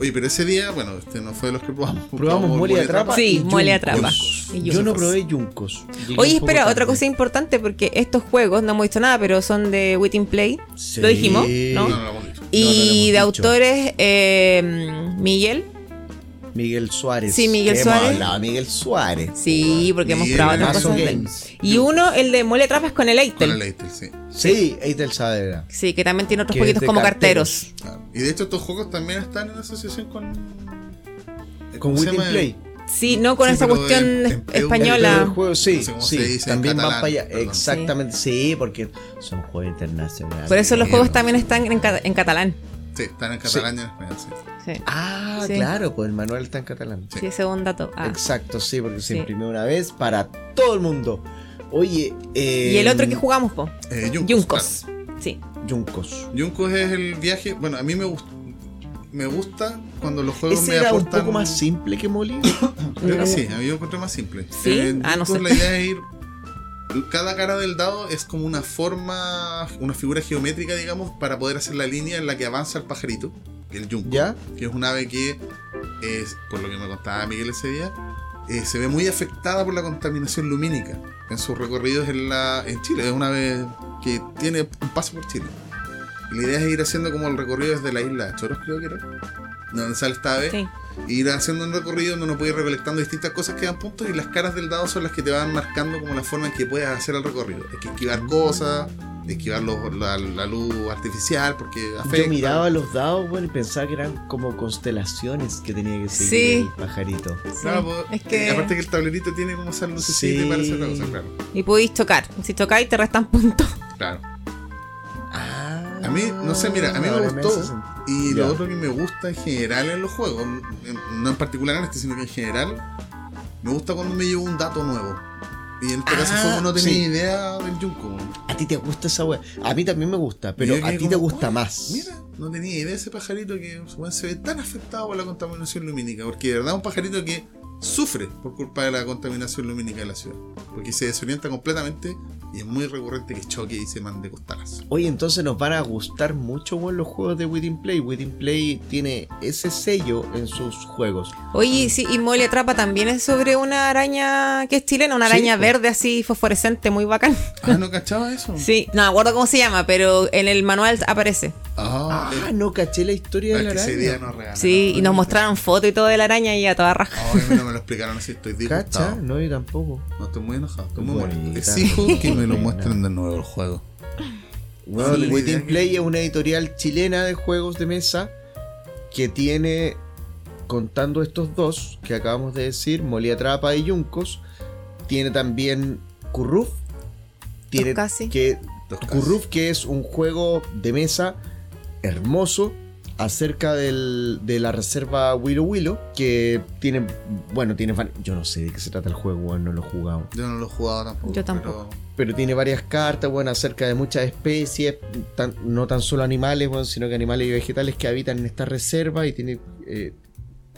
S1: Oye, pero ese día, bueno, este no fue de los que probamos.
S2: Probamos mole de atrapa.
S3: Sí,
S2: y
S3: mole
S2: yuncos.
S3: atrapa. Y
S2: Yo no
S3: yuncos.
S2: probé yuncos. Llegué
S3: Oye,
S2: un poco
S3: espera, otra
S2: tarde.
S3: cosa importante, porque estos juegos, no hemos visto nada, pero son de Witting Play, lo dijimos,
S1: No,
S3: ¿no?
S1: no lo hemos dicho.
S2: no lo
S3: y
S2: hemos
S3: de
S2: dicho.
S3: autores eh, Miguel.
S2: Miguel Suárez.
S3: Sí, Miguel
S2: Que
S3: Suárez.
S2: Hemos hablado de Miguel Suárez.
S3: Sí, porque hemos
S1: Miguel
S3: probado otras
S2: Mazo
S3: cosas. de él.
S2: Games.
S3: Y uno, el de Mole Atrapas con el
S1: Con el
S3: Eitel.
S1: Eitel, sí.
S2: Sí, Eitel Saavedra.
S3: Sí, que también tiene otros
S2: Que es
S3: jueguitos
S2: de
S3: como
S2: carteros.
S3: carteros.
S1: Claro. Y de hecho, estos juegos también están en asociación con.
S2: Con
S1: ¿cómo se
S2: Within
S1: llama?
S2: Play.
S3: Sí, no con
S1: Sí,
S3: esa
S1: pero
S3: cuestión
S1: en-
S3: es-
S1: en Perú,
S2: Pero el
S3: española.
S2: juego, sí,
S1: No sé cómo
S2: sí,
S1: se dice en
S2: también van
S1: catalán,
S2: para allá.
S1: perdón.
S2: Exactamente, sí, porque son juegos internacionales.
S3: Por eso los
S1: Sí,
S3: juegos
S1: no.
S3: también están en, ca- en catalán.
S1: Sí, están en catalán y en español, sí.
S3: Sí.
S2: Ah,
S3: Sí.
S2: claro, pues el manual está en catalán.
S1: Sí.
S3: Sí, ese es un dato. Ah.
S2: Exacto, sí, porque se
S3: Sí.
S2: imprimió una vez para todo el mundo. Oye, eh,
S3: Y el otro que jugamos, po.
S1: Eh, Yuncos, claro.
S3: Yuncos. Sí.
S2: Yuncos.
S1: Junkos es el viaje. Bueno, a mí me gusta. Me gusta cuando los juegos
S2: Ese
S1: me
S2: era un
S1: aportan.
S2: poco más simple que Molly.
S1: Creo que sí, a mí yo encontré más simple.
S3: ¿Sí? Ah, no
S1: Junkos La
S3: sé.
S1: idea es ir. Cada cara del dado es como una forma, una figura geométrica, digamos, para poder hacer la línea en la que avanza el pajarito, el Junko,
S2: ¿Ya?
S1: que es un ave que, es, por lo que me contaba Miguel ese día, eh, se ve muy afectada por la contaminación lumínica en sus recorridos en, la, en Chile. Es una ave que tiene un paso por Chile. Y la idea es ir haciendo como el recorrido desde la isla de Choros, creo que era, donde sale esta ave
S3: Sí.
S1: ir haciendo un recorrido donde uno puede ir recolectando distintas cosas que dan puntos y las caras del dado son las que te van marcando como la forma en que puedes hacer el recorrido. Hay que esquivar cosas, esquivar los- la, la luz artificial porque afecta.
S2: Yo miraba los dados, bueno, y pensaba que eran como constelaciones que tenía que seguir
S3: Sí.
S2: el pajarito.
S3: Sí.
S1: Claro, pues,
S3: es
S1: eh,
S3: que.
S1: Aparte que el tablerito tiene como esa lucecita
S2: Sí.
S1: para hacer la cosa, claro.
S3: Y podéis tocar. Si tocáis, te restan puntos.
S1: claro.
S2: Ah,
S1: A mí, no sé, mira, a mí me
S2: ahora
S1: gustó.
S2: hace sentido.
S1: Y
S2: Ya.
S1: lo otro que me gusta en general en los juegos, en- no en particular en este, sino que en general, me gusta cuando me llevo un dato nuevo. Y en este
S2: Ah,
S1: caso fue como no tenía
S2: sí.
S1: idea del Junko.
S2: A ti te gusta esa wea. A mí también me gusta, pero
S1: Y yo
S2: a
S1: quedé
S2: ti te
S1: como,
S2: gusta
S1: "Oye,
S2: más.
S1: Mira, no tenía idea de ese pajarito que weón, se ve tan afectado por la contaminación lumínica. Porque de verdad es un pajarito que sufre por culpa de la contaminación lumínica de la ciudad. Porque se desorienta completamente y es muy recurrente que choque y se mande costalazo.
S2: Oye, entonces nos van a gustar mucho weón, los juegos de Within Play. Within Play tiene ese sello en sus juegos.
S3: Oye, sí, y Mole Atrapa también es sobre una araña que es chilena, una
S2: Sí,
S3: araña
S2: po.
S3: verde así fosforescente, muy bacán.
S1: Ah, ¿no cachaba eso?
S3: Sí, no me acuerdo cómo se llama, pero en el manual aparece.
S1: Ah,
S2: Ah,
S1: eh,
S2: no caché la historia de
S1: es
S2: la
S1: que ese
S2: araña.
S1: día nos regalaron.
S3: Sí, y nos mostraron fotos y todo de la araña y a toda raja.
S1: Ay, Ah, no me lo explicaron así,
S3: *laughs*
S1: estoy
S2: Cacha,
S1: disgustado.
S2: no, yo tampoco.
S1: No, estoy muy enojado, estoy muy
S2: Bonita.
S1: molesto. Exijo que me lo muestren de nuevo el juego.
S2: Bueno,
S1: Sí.
S2: Within Play es una editorial chilena de juegos de mesa que tiene, contando estos dos que acabamos de decir, Molia Trapa y Yuncos, tiene también Curruf, tiene
S3: Tocasi.
S2: que
S1: Dos
S2: Curruf que es un juego de mesa hermoso acerca del- de la reserva Willow Willow que tiene, bueno, tiene, fan- yo no sé de qué se trata el juego, weón, no lo he jugado
S1: Yo no lo he jugado tampoco.
S3: Yo tampoco.
S1: pero-
S2: pero tiene varias cartas, bueno, acerca de muchas especies, tan- no tan solo animales, bueno, sino que animales y vegetales que habitan en esta reserva y tiene, eh,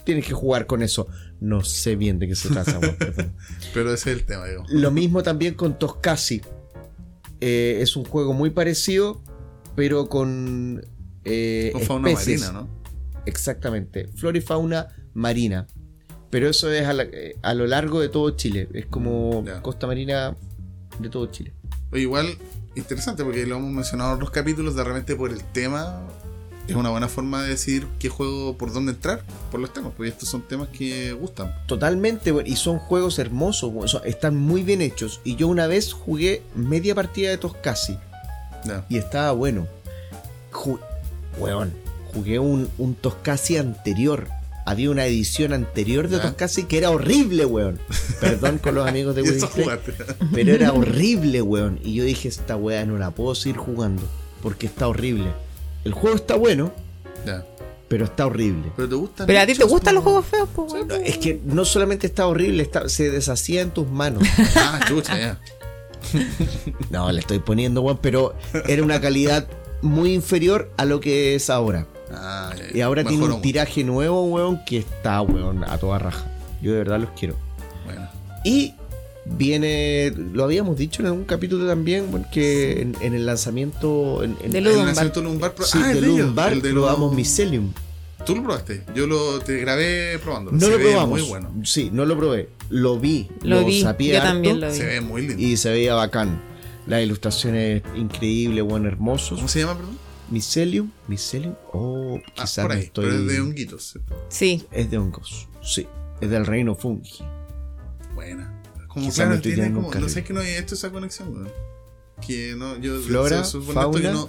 S2: tienes que jugar con eso. No sé bien de qué se
S1: *laughs*
S2: trata, bueno, perdón.
S1: Pero ese es el tema, digo.
S2: Lo mismo también con Toscasi. Eh, es un juego muy parecido, pero con... eh,
S1: Con fauna
S2: especies.
S1: marina, ¿no?
S2: Exactamente, flora y fauna marina. Pero eso es a, la- eh, a lo largo de todo Chile, es como
S1: Ya.
S2: costa marina de todo Chile.
S1: Oye, igual, interesante, porque lo hemos mencionado en otros capítulos, de repente por el tema. Es una buena forma de decidir qué juego, por dónde entrar, por los temas, porque estos son temas que gustan.
S2: Totalmente, bueno, y son juegos hermosos, bueno, son- están muy bien hechos. Y yo una vez jugué media partida de Toscasi
S1: Ya.
S2: y estaba bueno. Ju- weón, jugué un, un Toscasi anterior. Había una edición anterior de
S1: Ya.
S2: Toscasi que era horrible, weón. Perdón con los amigos
S1: *laughs*
S2: de
S1: Y eso
S2: Wizard Play,
S1: jugaste. *laughs*
S2: pero era horrible, weón. Y yo dije, esta weá no la puedo seguir jugando porque está horrible. El juego está bueno,
S1: Ya.
S2: pero está horrible.
S1: Pero te gustan.
S3: Pero a ti te
S1: muchos,
S3: gustan los
S1: po?
S3: juegos feos, pues.
S1: Sí,
S3: weón.
S1: po.
S2: Es que no solamente está horrible, está- se deshacía en tus manos.
S1: Ah, chucha, ya.
S2: No, le estoy poniendo, weón, pero era una calidad muy inferior a lo que es ahora.
S1: Ah, ya, ya.
S2: Y ahora tiene
S1: Mejoró
S2: un tiraje nuevo, weón, que está, weón, a toda raja. Yo de verdad los quiero.
S1: mucho. Bueno.
S2: Y viene, lo habíamos dicho en algún capítulo también, weón, que en, en el lanzamiento... En, en-
S3: De
S1: El
S3: Ludum Bar.
S1: lanzamiento lumbar. pro-
S2: Sí,
S1: ah,
S2: de
S1: el ellos,
S2: Lumbar
S1: el de los-
S2: probamos Mycelium.
S1: Tú lo probaste. Yo lo te grabé probándolo.
S2: No
S1: se
S2: lo
S1: ve
S2: probamos.
S1: Muy bueno.
S2: Sí, no lo probé. Lo vi.
S3: Lo vi,
S2: sapié
S3: yo
S2: harto.
S3: también lo vi.
S1: Se ve muy lindo.
S2: Y se veía bacán. Las ilustraciones increíbles, weón, hermosos.
S1: ¿Cómo se llama, perdón?
S2: Micelium, Micelium, o
S1: Ah,
S2: oh, quizás
S1: por
S2: me
S1: ahí.
S2: estoy.
S1: Pero es de honguitos.
S3: Sí,
S2: es de hongos, sí. Es del reino fungi.
S1: Buena. Como
S2: Quizá me
S1: claro,
S2: estoy
S1: tiene
S2: tirando un
S1: como. No sé
S2: carril.
S1: que no había hecho esa conexión, weón. Que no. Yo
S2: Flora,
S1: se- supongo esto
S2: fauna,
S1: que no.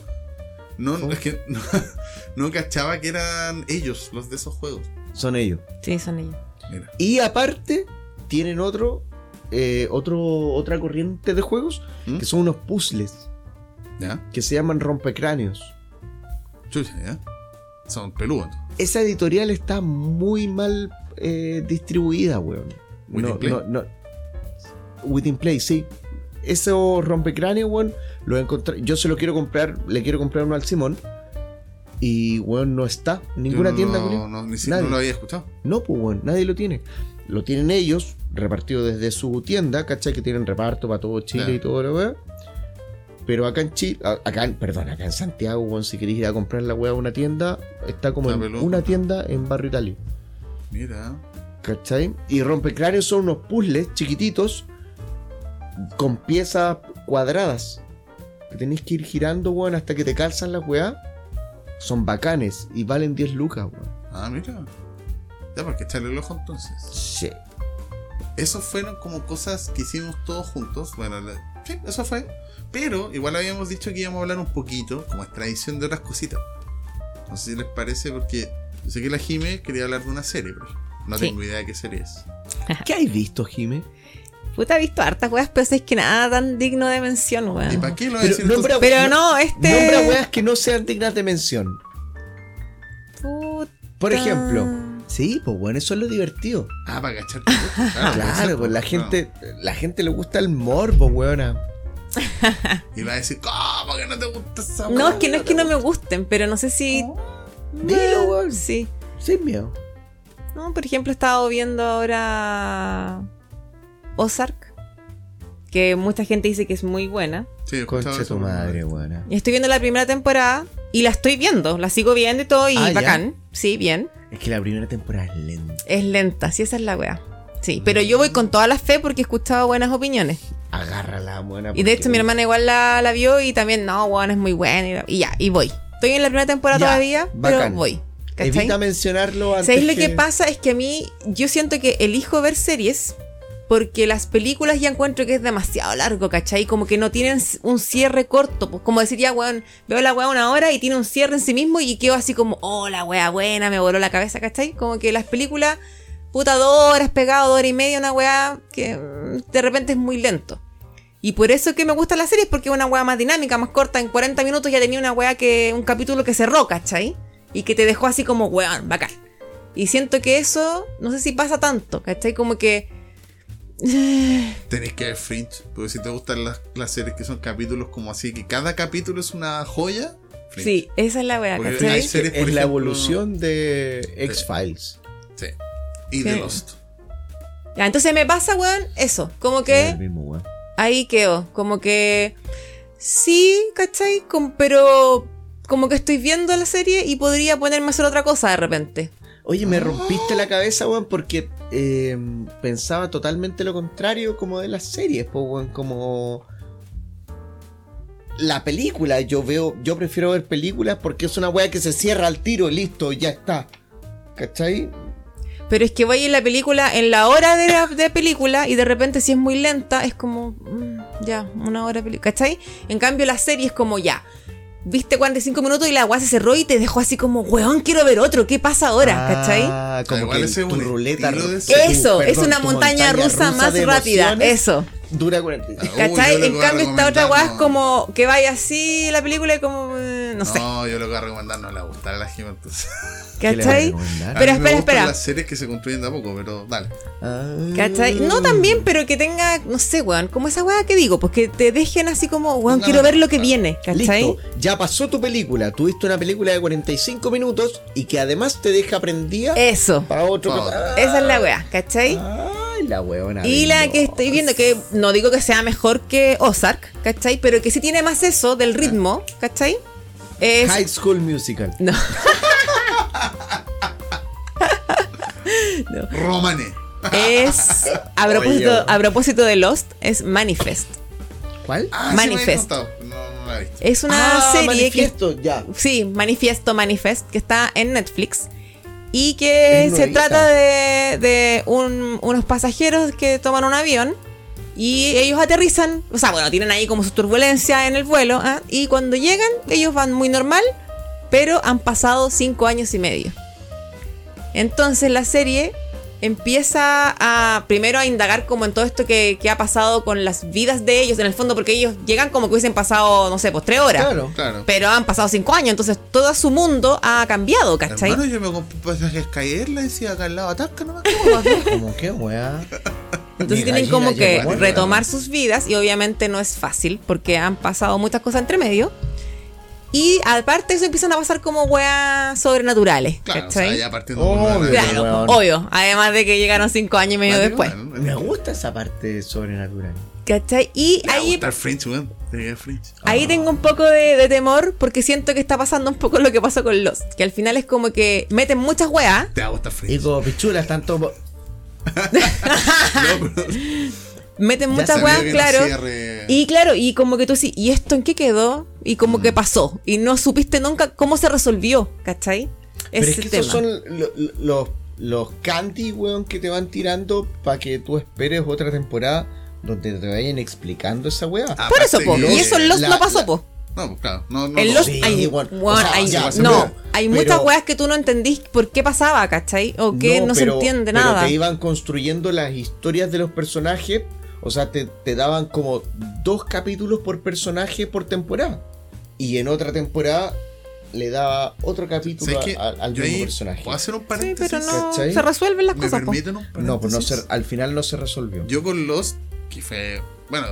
S1: No,
S2: fauna.
S1: es que no, *laughs* no cachaba que eran ellos los de esos juegos.
S2: Son ellos.
S3: sí, son ellos.
S1: Mira.
S2: Y aparte, tienen otro, eh, otro, otra corriente de juegos
S1: ¿Mm?
S2: que son unos puzzles
S1: Ya.
S2: que se llaman rompecráneos.
S1: Chucha, ya. Son peludos. entonces.
S2: Esa editorial está muy mal eh, distribuida, weón.
S1: Within
S2: no,
S1: Play.
S2: no, no. Within Play, sí. Esos rompecráneos, weón, lo encontré. Yo se lo quiero comprar, le quiero comprar uno al Simón. Y, weón, no está. En
S1: Yo
S2: ninguna
S1: no
S2: tienda,
S1: lo-
S2: culiao.
S1: no, ni si-
S2: Nadie.
S1: no lo había escuchado.
S2: No, pues, weón, nadie lo tiene. Lo tienen ellos, repartido desde su tienda, ¿cachai? Que tienen reparto para todo Chile
S1: Ya.
S2: y todo lo weón. Pero acá en Chile, a- acá, en- perdón, acá en Santiago, weón, si queréis ir a comprar la weá a una tienda, está como
S1: Ah,
S2: en
S1: peludo.
S2: una tienda en Barrio Italia.
S1: Mira.
S2: ¿Cachai? Y rompecráneos son unos puzzles chiquititos con piezas cuadradas. Que tenéis que ir girando, weón, hasta que te calzan las weá. Son bacanes y valen 10 lucas, weón.
S1: Ah, mira. Ya, porque echarle el ojo entonces.
S2: Sí.
S1: Esos fueron como cosas que hicimos todos juntos. Bueno, la- sí, eso fue. Pero igual habíamos dicho que íbamos a hablar un poquito, como es tradición, de otras cositas. No sé si les parece, porque yo sé que la Jime quería hablar de una serie, pero no
S3: Sí.
S1: tengo idea de qué serie es.
S2: ¿Qué hay visto, Jime?
S3: Puta, he visto hartas weas, pero es que nada tan digno de mención,
S1: ¿Y
S3: weón.
S1: para qué lo voy a
S2: Ah. Pero
S1: decir
S2: nombra-
S1: entonces?
S3: Pero no,
S2: Nombra
S3: este.
S2: weas que no sean dignas de mención.
S3: Puta.
S2: Por ejemplo. Sí, pues bueno, eso es lo divertido.
S1: Ah, para cachar. Claro, puede ser,
S2: Claro, pues la
S1: Ah, no.
S2: gente, la gente le gusta el morbo, weona.
S1: Y va a decir, ¿cómo que no te gusta esa
S3: No,
S1: weá?
S3: es que no es que no me gusten, pero no sé si.
S2: Oh, Dilo, weón.
S3: Sí.
S2: Sin miedo.
S3: No, por ejemplo, he estado viendo ahora. Ozark. Que mucha gente dice que es muy buena.
S1: Sí, escuchaba
S2: Concha
S1: eso
S2: tu
S1: por-
S2: madre, weón.
S3: Y estoy viendo la primera temporada y la estoy viendo. La sigo viendo y todo, y
S2: Ah, ya.
S3: bacán. Sí, bien.
S2: Es que la primera temporada es lenta.
S3: Es lenta, sí, esa es la wea. Sí, pero yo voy con toda la fe porque he escuchado buenas opiniones.
S2: Agárrala, buena.
S3: Y de hecho mi hermana igual la, la vio y también, no, weón, es muy buena. y la- Y ya, y voy. Estoy en la primera temporada
S2: Ya,
S3: todavía, pero
S2: bacán.
S3: voy. ¿cachai?
S2: Evita mencionarlo antes.
S3: ¿Sabéis lo que pasa? Es que a mí, yo siento que elijo ver series porque las películas ya encuentro que es demasiado largo, ¿cachai? Como que no tienen s- un cierre corto. Pues como decir, ya, weón, veo la weá una hora y tiene un cierre en sí mismo y quedo así como, oh, la weá buena, me voló la cabeza, ¿cachai? Como que las películas, puta, dos horas pegado, dos horas y media, una weá que mm, de repente es muy lento. Y por eso es que me gustan las series, porque es una weá más dinámica, más corta. En 40 minutos ya tenía una weá que, un capítulo que cerró, ¿cachai? Y que te dejó así como, weón, bacán. Y siento que eso, no sé si pasa tanto, ¿cachai? Como que.
S1: Tenés que ver Fringe, porque si te gustan las, las series que son capítulos como así, que cada capítulo es una joya, Fringe.
S3: Sí, esa es la wea,
S1: Porque
S3: ¿cachai?
S1: hay series,
S2: Es
S1: por ejemplo-
S2: la
S1: eh,
S2: evolución de X-Files.
S1: Sí. Y de
S3: Sí.
S1: Lost.
S3: Ya, entonces me pasa, weón, eso. Como
S2: Es el
S3: que
S2: mismo, weón.
S3: ahí quedo. Como que. Sí, ¿cachai? Com- pero. Como que estoy viendo la serie y podría ponerme a hacer otra cosa de repente.
S2: Oye,
S3: Ah.
S2: me rompiste la cabeza, weón, porque eh, pensaba totalmente lo contrario como de las series, po, weón, como... La película, yo veo, yo prefiero ver películas porque es una weá que se cierra al tiro, listo, ya está. ¿Cachai?
S3: Pero es que voy en la película, en la hora de la de película, y de repente si es muy lenta, es como, mm, ya, una hora de película, ¿cachai? En cambio la serie es como, ya, viste 45 minutos y la agua se cerró y te dejó así como, weón, quiero ver otro, ¿qué pasa ahora? ¿Cachai?
S2: Ah,
S1: Ah,
S2: como
S1: igual
S2: que
S1: ese es
S2: tu
S1: un
S2: ruleta...
S1: estilo de
S2: tu-
S1: serie.
S3: Eso, es
S2: perdón,
S3: una
S2: tu
S3: montaña, rusa, más
S2: de
S3: rápida,
S2: emociones
S3: eso.
S2: Dura 40.
S1: Ah, uy, yo
S3: ¿Cachai?
S1: lo que
S3: en
S1: voy a
S3: cambio esta otra
S1: recomendar,
S3: weá es
S1: no.
S3: como que vaya así la película y como, eh, no sé,
S1: No, yo lo que voy a recomendar no le va a gustar a la gente. Entonces.
S2: ¿Qué le vas a
S3: ¿cachai?
S2: recomendar?
S3: Pero
S1: a mí me
S3: espera,
S1: gustan
S3: espera.
S1: las series que se construyen de a poco, pero dale.
S2: Ah.
S3: ¿Cachai?
S1: Mm.
S3: No también, pero que tenga, no sé, weón, como esa weá que digo, pues que te dejen así como, weón,
S1: No,
S3: quiero
S1: no,
S3: ver lo que
S1: claro.
S3: viene, ¿cachai?
S2: Listo, ya pasó tu película. Tuviste una película de 45 minutos y que además te deja prendida
S3: Eso,
S2: para otro.
S1: Pa' otra.
S3: esa es la weá, ¿cachai?
S2: Ay, la huevona.
S3: Y la que
S2: venenosa.
S3: estoy viendo, que no digo que sea mejor que Ozark, ¿cachai? Pero que sí tiene más eso del ritmo, ¿cachai? Es...
S2: High School Musical.
S3: No,
S1: Romane.
S3: es... A
S2: Oye.
S3: propósito, a propósito de Lost, es Manifest.
S2: ¿Cuál?
S1: Ah, sí
S3: Manifest.
S1: me habías contado. no, no la he visto.
S3: Es una
S2: Ah,
S3: serie que
S2: manifiesto, ya.
S3: Sí, Manifiesto Manifest, que está en Netflix. Y que
S2: Es
S3: se
S2: nuevita.
S3: trata de, de un- unos pasajeros que toman un avión y ellos aterrizan. O sea, bueno, tienen ahí como su turbulencia en el vuelo. ¿ah? Y cuando llegan, ellos van muy normal, pero han pasado cinco años y medio. Entonces la serie empieza a primero a indagar como en todo esto que, que ha pasado con las vidas de ellos, en el fondo, porque ellos llegan como que hubiesen pasado, no sé, pues tres horas.
S2: Claro.
S1: Claro.
S3: Pero han pasado cinco años, entonces todo su mundo ha cambiado, ¿cachai?
S1: Hermano, yo me pues, compré pasajes Sky Airlines y acá al lado atasca nomás.
S2: Como que weá.
S3: entonces
S2: mi
S3: tienen
S2: gallina
S3: como que
S2: llegó a-
S3: retomar sus vidas y obviamente no es fácil porque han pasado muchas cosas entre medio. Y aparte de eso empiezan a pasar como weas sobrenaturales,
S1: Claro, o sea,
S3: ¿cachai?
S1: ya partiendo por la
S2: Obvio.
S1: realidad.
S3: claro,
S2: Weón.
S3: obvio. Además de que llegaron cinco años y medio
S1: Vale,
S3: después.
S1: bueno,
S2: Me gusta esa parte sobrenatural.
S3: ¿Cachai? Y
S1: Me va a
S3: ahí,
S1: gustar Ah. Fringe, weón. Debería ver Fringe.
S3: ahí tengo un poco de, de temor porque siento que está pasando un poco lo que pasó con Lost. Que al final es como que meten muchas weas.
S1: Te va a gustar Fringe.
S2: Y como pichulas, tanto.
S1: No, pero-
S3: Meten muchas
S1: sabía
S3: weas,
S1: que no
S3: claro.
S1: cierre.
S3: Y claro, y como que tú sí, ¿y esto en qué quedó? Y como
S2: Mm.
S3: que pasó. Y no supiste nunca cómo se resolvió, ¿cachai?
S2: Pero
S3: Ese
S2: es que
S3: tema.
S2: esos son lo- lo- los, los candy, weón, que te van tirando para que tú esperes otra temporada donde te vayan explicando esa weá.
S1: Ah,
S3: Por eso,
S1: aparte
S3: po.
S1: que-
S3: Y eso en Lost
S2: la-
S3: no pasó,
S2: la-
S3: po.
S1: No, pues claro. No, no,
S3: En
S1: no.
S3: Lost
S2: sí,
S3: hay.
S2: bueno, o
S3: weón,
S2: sea,
S3: hay-
S2: ya,
S3: no,
S2: mira,
S3: hay
S2: pero-
S3: muchas weas que tú no entendís por qué pasaba, ¿cachai? O que no, se
S2: pero-
S3: entiende
S2: pero
S3: nada.
S2: te iban construyendo las historias de los personajes. O sea, te, te daban como dos capítulos por personaje por temporada. Y en otra temporada le daba otro capítulo
S1: ¿Sabes qué?
S2: a- al- al
S1: Yo
S2: mismo
S1: ahí
S2: personaje.
S1: ¿Puedo hacer un
S3: Sí,
S1: paréntesis?
S3: pero no
S2: ¿cachai?
S3: se resuelven las
S1: ¿Me
S3: cosas, po.
S1: permiten un paréntesis?
S2: No, pues no se- al final no se resolvió.
S1: Yo con Lost, que fue. Bueno,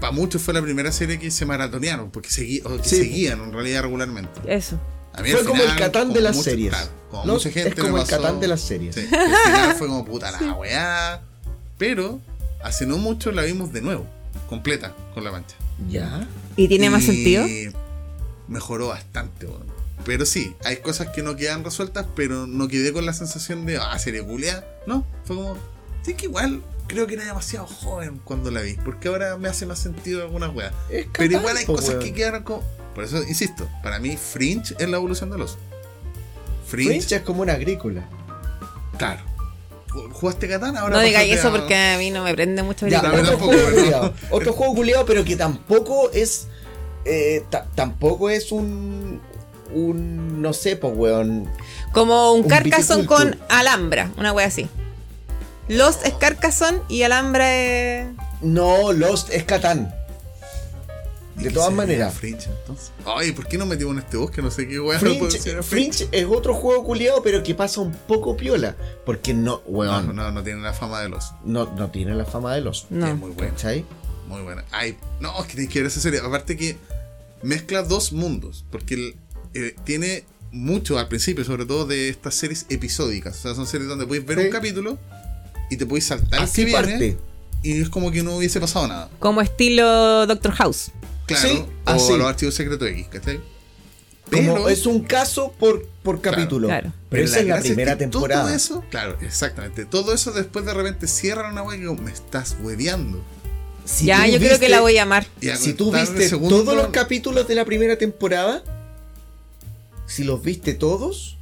S1: para muchos fue la primera serie que se maratonearon, porque segui- o que
S2: Sí.
S1: seguían en realidad regularmente.
S3: Eso.
S1: A mí
S2: Fue
S1: al
S2: como el Catán
S1: como
S2: de las
S1: mucho-
S2: series.
S1: claro, como
S2: ¿no?
S1: mucha gente
S2: es como
S1: me
S2: el
S1: pasó-
S2: Catán de las series.
S1: Sí, al
S3: *laughs*
S1: final fue como puta la weá. Pero hace no mucho la vimos de nuevo, completa, con la mancha.
S2: Ya.
S3: ¿Y tiene más
S1: Y
S3: sentido?
S1: Mejoró bastante, weón. Pero sí, hay cosas que no quedan resueltas, pero no quedé con la sensación de, ah, serie culia. No, fue como, sí que igual creo que era demasiado joven cuando la vi, porque ahora me hace más sentido algunas weas.
S2: Es
S1: Pero
S2: Catán,
S1: igual hay
S2: po,
S1: cosas
S2: Pues, weón.
S1: que quedaron como. Por eso insisto, para mí Fringe es la evolución de los. Fringe,
S2: Fringe es como una agrícola.
S1: claro. Ju- Jugaste Catán ahora.
S3: No digáis
S1: pásate
S3: eso
S1: a-
S3: porque a mí no me prende mucho.
S2: Ya,
S3: brillo.
S1: también
S2: otro,
S1: tampoco,
S2: juego
S1: pero-
S2: culiao, otro juego culiao, pero que tampoco es. eh, ta- tampoco es un. Un. No sé, pues, weón.
S3: Como un
S2: Un
S3: Carcassonne con
S2: viticultor.
S3: Alhambra, una wea así. Lost es Carcassonne y Alhambra es.
S2: No, Lost es Catán.
S1: ¿Y
S2: De
S1: qué
S2: todas
S1: sería
S2: maneras.
S1: Fringe entonces. Ay, ¿por qué no metimos en este bosque? No sé qué weá. puede
S2: Fringe,
S1: ser
S2: Fringe es otro juego culiao, pero que pasa un poco piola. Porque no,
S1: No,
S2: weón, no,
S1: no, no tiene la fama de los.
S2: no tiene la fama de Lost.
S1: Es
S3: No.
S1: muy buena,
S2: ¿Cachai?
S1: muy buena. Ay, no, es que tienes que ver esa serie. Aparte que mezcla dos mundos, porque el- eh, tiene mucho al principio, sobre todo de estas series episódicas. O sea, son series donde puedes ver
S2: Sí.
S1: un capítulo y te puedes saltar el
S2: Así
S1: que
S2: parte.
S1: viene ¿eh? y es como que no hubiese pasado nada.
S3: Como estilo Doctor House.
S1: Claro,
S2: Sí,
S1: o
S2: así.
S1: los archivos secretos X, ¿cachai?
S2: Como
S1: Pero-
S2: es un caso por, por
S1: Claro.
S2: capítulo.
S3: Claro.
S2: Pero esa es la
S1: gracia
S2: primera
S1: que Todo
S2: temporada.
S1: eso, claro, exactamente. Todo eso después de repente cierran una wea que me estás hueveando.
S2: Si tú
S3: ya, yo creo que
S2: viste-
S3: la voy a amar.
S1: Y a
S2: Si tú
S1: contar el
S2: viste
S1: segundo-
S2: todos los capítulos de la primera temporada, si los viste todos,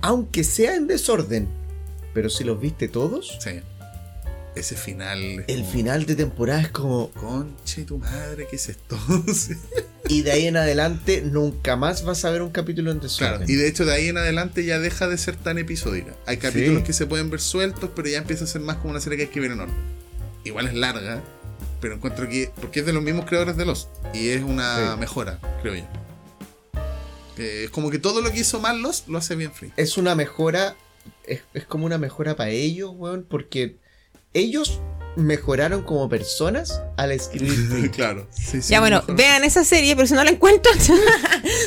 S2: aunque sea en desorden, pero si los viste todos,
S1: Sí. Ese final. es
S2: el
S1: como,
S2: final de temporada es como.
S1: Conche tu madre, ¿qué es esto? *laughs* Sí.
S2: Y de ahí en adelante nunca más vas a ver un capítulo en desorden.
S1: Claro, y de hecho de ahí en adelante ya deja de ser tan episódica. Hay capítulos
S2: Sí.
S1: que se pueden ver sueltos, pero ya empieza a ser más como una serie que hay que ver en orden. Igual es larga, pero encuentro que. Porque es de los mismos creadores de Lost. Y es una
S2: Sí.
S1: mejora, creo yo. Eh, es como que todo lo que hizo mal Lost lo hace bien Free.
S2: es una mejora. Es, es como una mejora para ellos, weón, porque ellos mejoraron como personas
S1: *laughs*
S2: al escribir. Fringe.
S1: claro. Sí, sí,
S3: ya, bueno,
S1: mejor.
S3: vean esa serie, pero si no la *laughs* encuentran,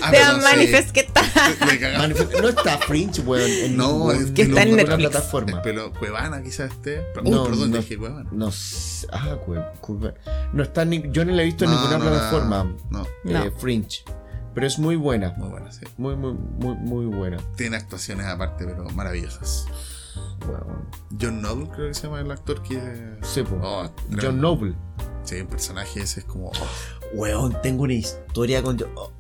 S1: Ah,
S3: vean
S1: perdón, sí.
S3: Manifest que tal.
S2: *laughs*
S1: Me cagaste.
S2: Manif- no está Fringe, weón, en
S1: No,
S2: ningún-
S1: es que está en
S2: ninguna
S3: Netflix.
S2: plataforma.
S1: Pero Cuevana quizás esté. Uh,
S2: No,
S1: perdón,
S2: no.
S1: dije Cuevana.
S2: No sé. Ah, güey, güey. No está ni- yo no la he visto en ninguna
S1: no,
S2: plataforma.
S1: No,
S3: No.
S2: eh, Fringe. Pero es muy buena.
S1: muy buena, sí.
S2: Muy, muy, muy, muy buena.
S1: Tiene actuaciones aparte, pero maravillosas.
S2: Weón.
S1: John Noble creo que se llama el actor que...
S2: Sí, po.
S1: Oh,
S2: John
S1: tremendo.
S2: Noble.
S1: Sí, el personaje ese es como... oh.
S2: Weón, tengo una historia con. John- oh,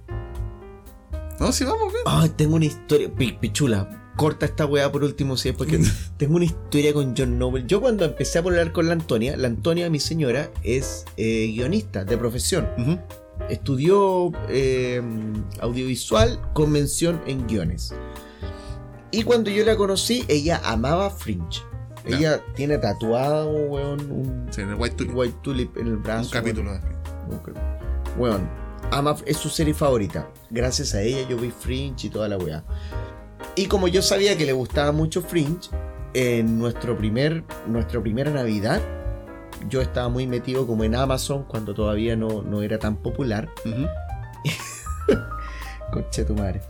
S1: No, sí, vamos bien.
S2: ay, tengo una historia. Pi- Pichula, corta esta weá por último, si es *laughs* porque. tengo una historia con John Noble. Yo cuando empecé a hablar con la Antonia, la Antonia, mi señora, es eh, guionista de profesión.
S1: Ujú.
S2: estudió eh, audiovisual con mención en guiones. Y cuando yo la conocí, ella amaba Fringe.
S1: Ya.
S2: Ella tiene tatuado, weón, un
S1: Sí, en el White Tulip.
S2: White Tulip en el brazo.
S1: Un capítulo. de-
S2: weón. Ok. Weón, ama, es su serie favorita. Gracias a ella yo vi Fringe y toda la weá. Y como yo sabía que le gustaba mucho Fringe, en nuestro primer, nuestra primera Navidad, yo estaba muy metido como en Amazon cuando todavía no, no era tan popular.
S1: Ujú.
S2: Conche tu madre.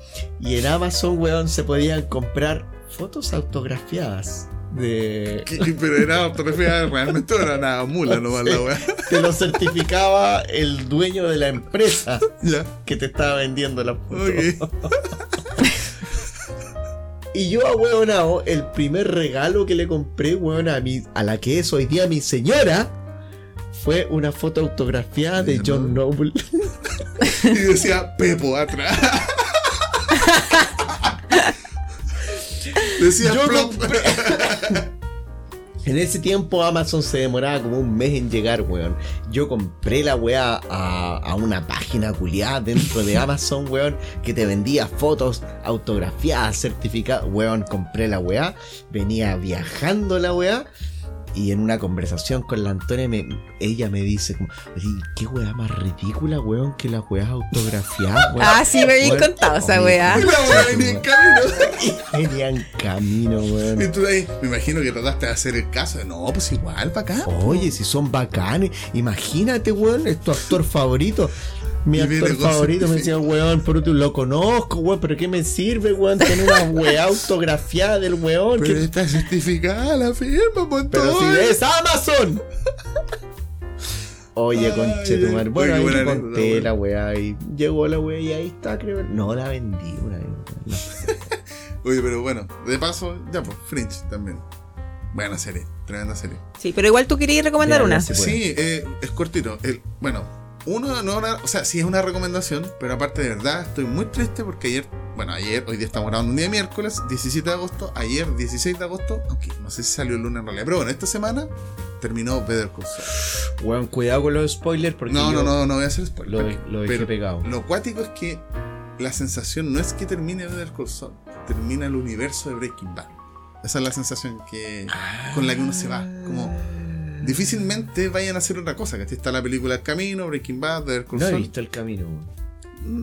S2: Y en Amazon, weón, se podían comprar fotos autografiadas de.
S1: Que- Pero era ortografía realmente no era nada mula nomás *laughs* la weá.
S2: Te lo certificaba el dueño de la empresa
S1: Ya,
S2: que te estaba vendiendo la foto.
S1: ok.
S2: Y yo a weonao, el primer regalo que le compré, weón, a, mi, a la que es hoy día mi señora, fue una foto autografiada de John Noble.
S1: Y decía Pepo atrás. *laughs* decía *laughs*
S2: Yo
S1: Plop.
S2: compré- En ese tiempo Amazon se demoraba como un mes en llegar, weón. Yo compré la weá a, a una página culiada dentro
S3: *laughs*
S2: de Amazon, weón, que te vendía fotos autografiadas, certificadas. Weón, compré la weá, venía viajando la weá. Y en una conversación con la Antonia, me- ella me dice, como, "Oye, ¿qué weá más ridícula, weón, que las weas autografiadas, weón?
S3: *laughs* Ah, sí, me habías
S2: Weón,
S3: contado esa
S2: oh,
S3: weá.
S2: me-
S1: Una weá en el camino.
S2: Venían camino,
S1: Y
S2: weón.
S1: tú ahí, me imagino que trataste de hacer el caso. No, pues igual, para acá.
S2: Oye, si son bacanes. Imagínate, weón, es
S1: *laughs*
S2: tu actor favorito. Mi
S1: Y viene
S2: actor
S1: Gossip
S2: favorito
S1: Girl.
S2: me decía, weón, por último lo conozco, weón, pero ¿qué me sirve, weón?
S1: *laughs*
S2: Tener una weá autografiada del weón.
S1: Pero
S2: que-
S1: está certificada la firma, pues
S2: Pero si
S1: entonces.
S2: es Amazon. Oye,
S1: Ay,
S2: conchetumar. Bueno,
S1: qué
S2: ahí
S1: buena
S2: te
S1: anécdota,
S2: conté
S1: weón.
S2: la weá y llegó la weá y ahí está, creo. No la vendí una vez. No.
S1: Oye, pero bueno, de paso, ya pues, Fringe también. Buena serie, tremenda serie.
S3: Sí, pero igual tú querías recomendar
S2: Ya,
S3: una.
S2: gracias. Sí,
S1: Sí,
S2: pues.
S1: eh, es cortito. El- bueno, uno no era- o sea, sí es una recomendación, pero aparte de verdad estoy muy triste porque ayer, bueno, ayer, hoy día estamos grabando un día miércoles, 17 de agosto, ayer 16 de agosto, aunque no sé si salió el lunes en realidad, pero bueno, esta semana terminó Better Call Saul.
S2: Weón, cuidado con los spoilers porque.
S1: No,
S2: yo-
S1: no, no, no voy a hacer spoiler.
S2: lo de- lo dejé pegado.
S1: Lo cuático es que la sensación no es que termine Better Call Saul, termina el universo de Breaking Bad. Esa es la sensación que con la que uno se va. Como difícilmente vayan a hacer otra cosa. Que está la película El Camino, Breaking Bad, Better Call
S2: No he
S1: Saul.
S2: visto el camino, weón.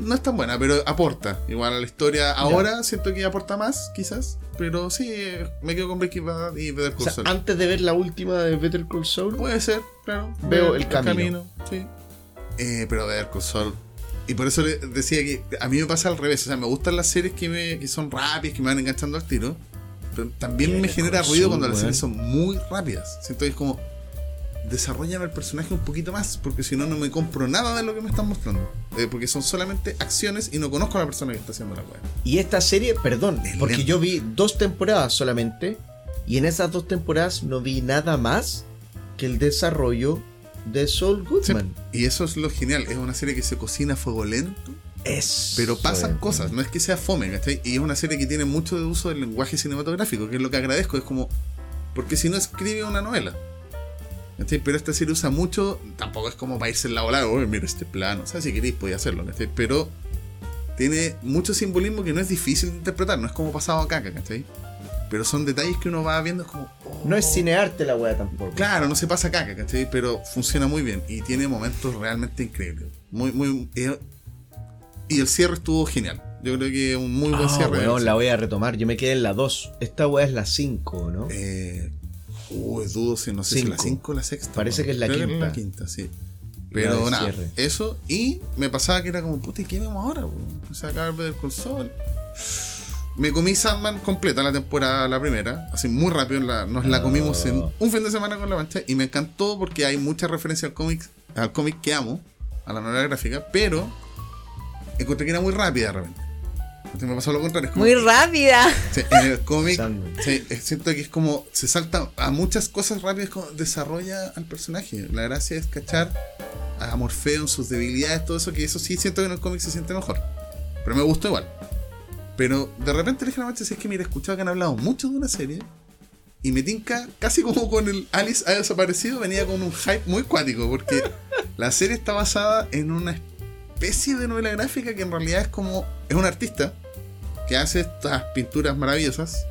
S1: No es tan buena, pero aporta. Igual a la historia ahora siento que aporta más, quizás. Pero sí, eh, me quedo con Breaking Bad y Better
S2: O
S1: Call
S2: sea,
S1: Saul.
S2: antes de ver la última de Better Call Saul,
S1: Puede ser, claro.
S2: Veo el camino.
S1: sí. Eh, pero de Arco Sol. Y por eso le decía que a mí me pasa al revés. O sea, me gustan las series que, me, que son rápidas, que me van enganchando al tiro. Pero también
S2: Better
S1: me genera
S2: Call
S1: ruido
S2: Saul,
S1: cuando las
S2: weón.
S1: series son muy rápidas. Siento que es como. Desarrollan al personaje un poquito más, porque si no, no me compro nada de lo que me están mostrando. Eh, porque son solamente acciones y no conozco a la persona que está haciendo la weá.
S2: y esta serie, perdón,
S1: Es
S2: porque
S1: lento.
S2: yo vi dos temporadas solamente, y en esas dos temporadas no vi nada más que el desarrollo de Saul
S1: Sí.
S2: Goodman.
S1: Y eso es lo genial. Es una serie que se cocina a fuego lento.
S2: Es.
S1: Pero pasan cosas, no es que sea fome, ¿cachai? Y es una serie que tiene mucho de uso del lenguaje cinematográfico, que es lo que agradezco, es como, porque si no escribe una novela. ¿cachai? Pero esta serie usa mucho, tampoco es como para irse en la volada, "Oye, mira este plano, o sea, si queréis podéis hacerlo, ¿cachai? Pero tiene mucho simbolismo que no es difícil de interpretar, no es como pasado a caca, ¿cachai? Pero son detalles que uno va viendo, es como... "Oh".
S2: No es cinearte la weá tampoco.
S1: Claro, no se pasa caca, ¿cachai? Pero funciona muy bien y tiene momentos realmente increíbles. Muy, muy. eh, y el cierre estuvo genial. Yo creo que un muy buen
S2: Ah,
S1: cierre.
S2: weón, la voy a retomar. Yo me quedé en la 2. Esta weá es la 5, ¿no?
S1: Eh, uy, dudo si no sé si la
S2: Cinco.
S1: 5 o la sexta.
S2: Parece que es la
S1: Creo
S2: quinta.
S1: la quinta, sí.
S2: La
S1: Pero
S2: del
S1: nada,
S2: cierre.
S1: eso. Y me pasaba que era como, puta, ¿y qué vemos ahora? po? O sea, acá del console. Me comí Sandman completa la temporada, la primera, así muy rápido, la- nos la
S2: No.
S1: comimos en
S2: Ah.
S1: un fin de semana con la mancha y me encantó porque hay mucha referencia al cómic, al cómic que amo, a la novela gráfica, pero encontré que era muy rápida de repente. Entonces me pasó lo contrario. es como-
S3: Muy rápida.
S1: Sí, en el cómic
S2: Sandman.
S1: sí, es- siento que es como se salta a muchas cosas rápidas como desarrolla al personaje. La gracia es cachar a Morfeo en sus debilidades, todo eso, que eso sí siento que en el cómic se siente mejor. Pero me gustó igual. Pero de repente le dije a la Mancha, si es que mira, he escuchado que han hablado mucho de una serie y me tinca casi como con el Alice ha desaparecido, venía con un hype muy cuático porque la serie está basada en una especie de novela gráfica que en realidad es como es un artista que hace estas pinturas maravillosas.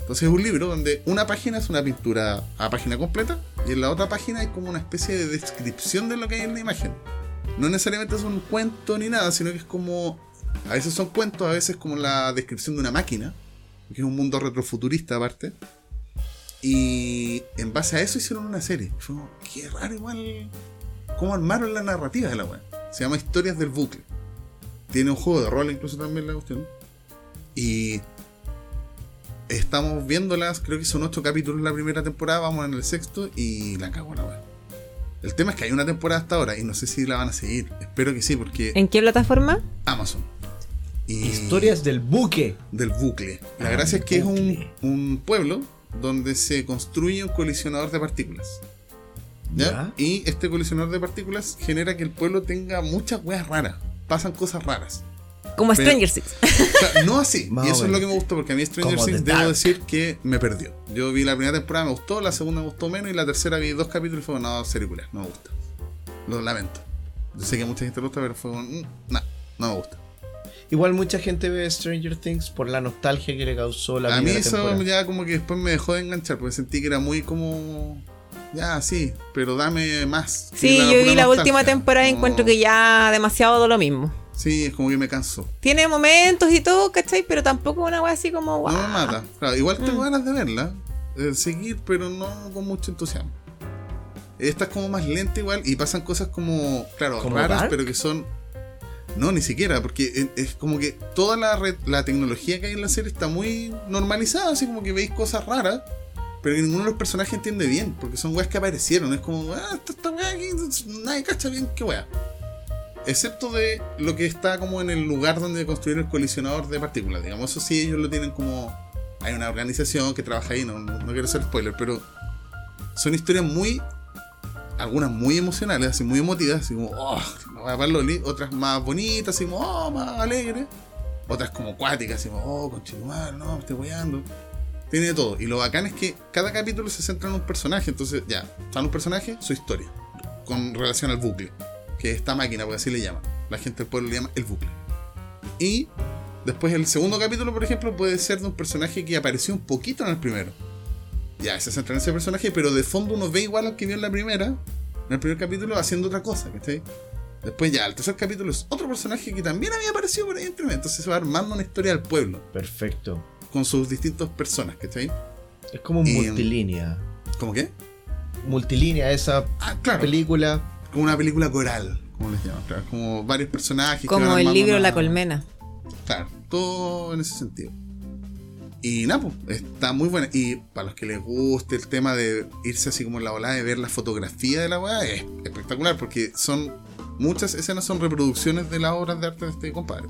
S1: Entonces es un libro donde una página es una pintura a página completa y en la otra página hay como una especie de descripción de lo que hay en la imagen. No necesariamente es un cuento ni nada, sino que es como... A veces son cuentos, a veces como la descripción de una máquina, que es un mundo retrofuturista aparte. Y en base a eso hicieron una serie. Fue como, qué raro igual cómo armaron la narrativa de la web. Se llama Historias del Bucle. Tiene un juego de rol incluso también la cuestión. Y estamos viéndolas, creo que son ocho capítulos la primera temporada, vamos en el sexto y la cago en la web. El tema es que hay una temporada hasta ahora y no sé si la van a seguir. Espero que sí, porque
S3: ¿En qué plataforma?
S1: Amazon. Y-
S2: Historias del buque.
S1: del bucle. La
S2: Ah,
S1: gracia
S2: del
S1: es que es un,
S2: bucle.
S1: un pueblo donde se construye un colisionador de partículas. ¿ya?
S2: Ya.
S1: Y este colisionador de partículas genera que el pueblo tenga muchas weas raras. Pasan cosas raras.
S3: Como
S1: Pero-
S3: Stranger Things.
S1: O sea, no
S2: *laughs*
S1: así.
S2: Más
S1: y
S2: o
S1: eso es lo
S2: menos.
S1: que me gustó, porque a mí Stranger
S2: Como
S1: Things,
S2: The
S1: debo
S2: Dark.
S1: decir que me perdió. Yo vi la primera temporada, me gustó, la segunda me gustó menos, y la tercera vi dos capítulos y fue una serie culiá, no me gusta. Lo lamento. Yo sé que a mucha gente le gusta, pero fue un. mm, nah, no me gusta.
S2: Igual mucha gente ve Stranger Things por la nostalgia que le causó la
S1: a mí
S2: primera
S1: eso
S2: temporada.
S1: ya como que después me dejó de enganchar, porque sentí que era muy como. Ya, sí, pero dame más.
S3: Sí, yo vi la última temporada y encuentro que ya demasiado de lo mismo.
S1: Sí, es como que me cansó.
S3: Tiene momentos y todo, ¿cachai? Pero tampoco una wea así como guau. Mm.
S1: No me mata. Claro, igual tengo ganas de verla, de seguir, pero no con mucho entusiasmo. Esta es como más lenta igual y pasan cosas como, claro,
S2: ¿Como
S1: raras,
S2: Dark?
S1: pero que son... No, ni siquiera, porque es- es como que toda la, red- la tecnología que hay en la serie está muy normalizada, así como que veis cosas raras, pero que ninguno de los personajes entiende bien, porque son weas que aparecieron, es como, ah, esta, esta wea aquí, nadie cacha bien qué wea. Excepto de lo que está como en el lugar donde construyeron el colisionador de partículas. Digamos, eso sí, ellos lo tienen como. Hay una organización que trabaja ahí, no, no- no quiero ser spoiler, pero son historias muy. Algunas muy emocionales, así muy emotivas, así como, oh, me voy a parar los li-". otras más bonitas, así como, oh, más alegres, otras como cuáticas, así como, oh, continuar, no, me estoy weando. Tiene de todo. Y lo bacán es que cada capítulo se centra en un personaje, entonces ya, está en un personaje, su historia, con relación al bucle que es esta máquina, porque así le llaman. La gente del pueblo le llama el bucle. Y después el segundo capítulo, por ejemplo, puede ser de un personaje que apareció un poquito en el primero. Ya, se centra en ese personaje, pero de fondo uno ve igual al que vio en la primera, en el primer capítulo, haciendo otra cosa, ¿cachai? Después ya, el tercer capítulo es otro personaje que también había aparecido por ahí en el primero. Entonces se va armando una historia del pueblo,
S2: Perfecto.
S1: con sus distintas personas, ¿cachai?
S2: Es como un
S1: Y-
S2: multilínea.
S1: ¿Cómo qué?
S2: Multilínea esa
S1: Ah, claro.
S2: película.
S1: como una película coral, como les llaman, claro. Como varios personajes. que
S3: Como
S1: van
S3: el
S1: armando
S3: libro La
S1: una-
S3: Colmena.
S1: Claro, todo en ese sentido. Y nada, pues, está muy buena. Y para los que les guste el tema de irse así como en la volada de ver la fotografía de la weá, es espectacular porque son muchas escenas son reproducciones de las obras de arte de este compadre.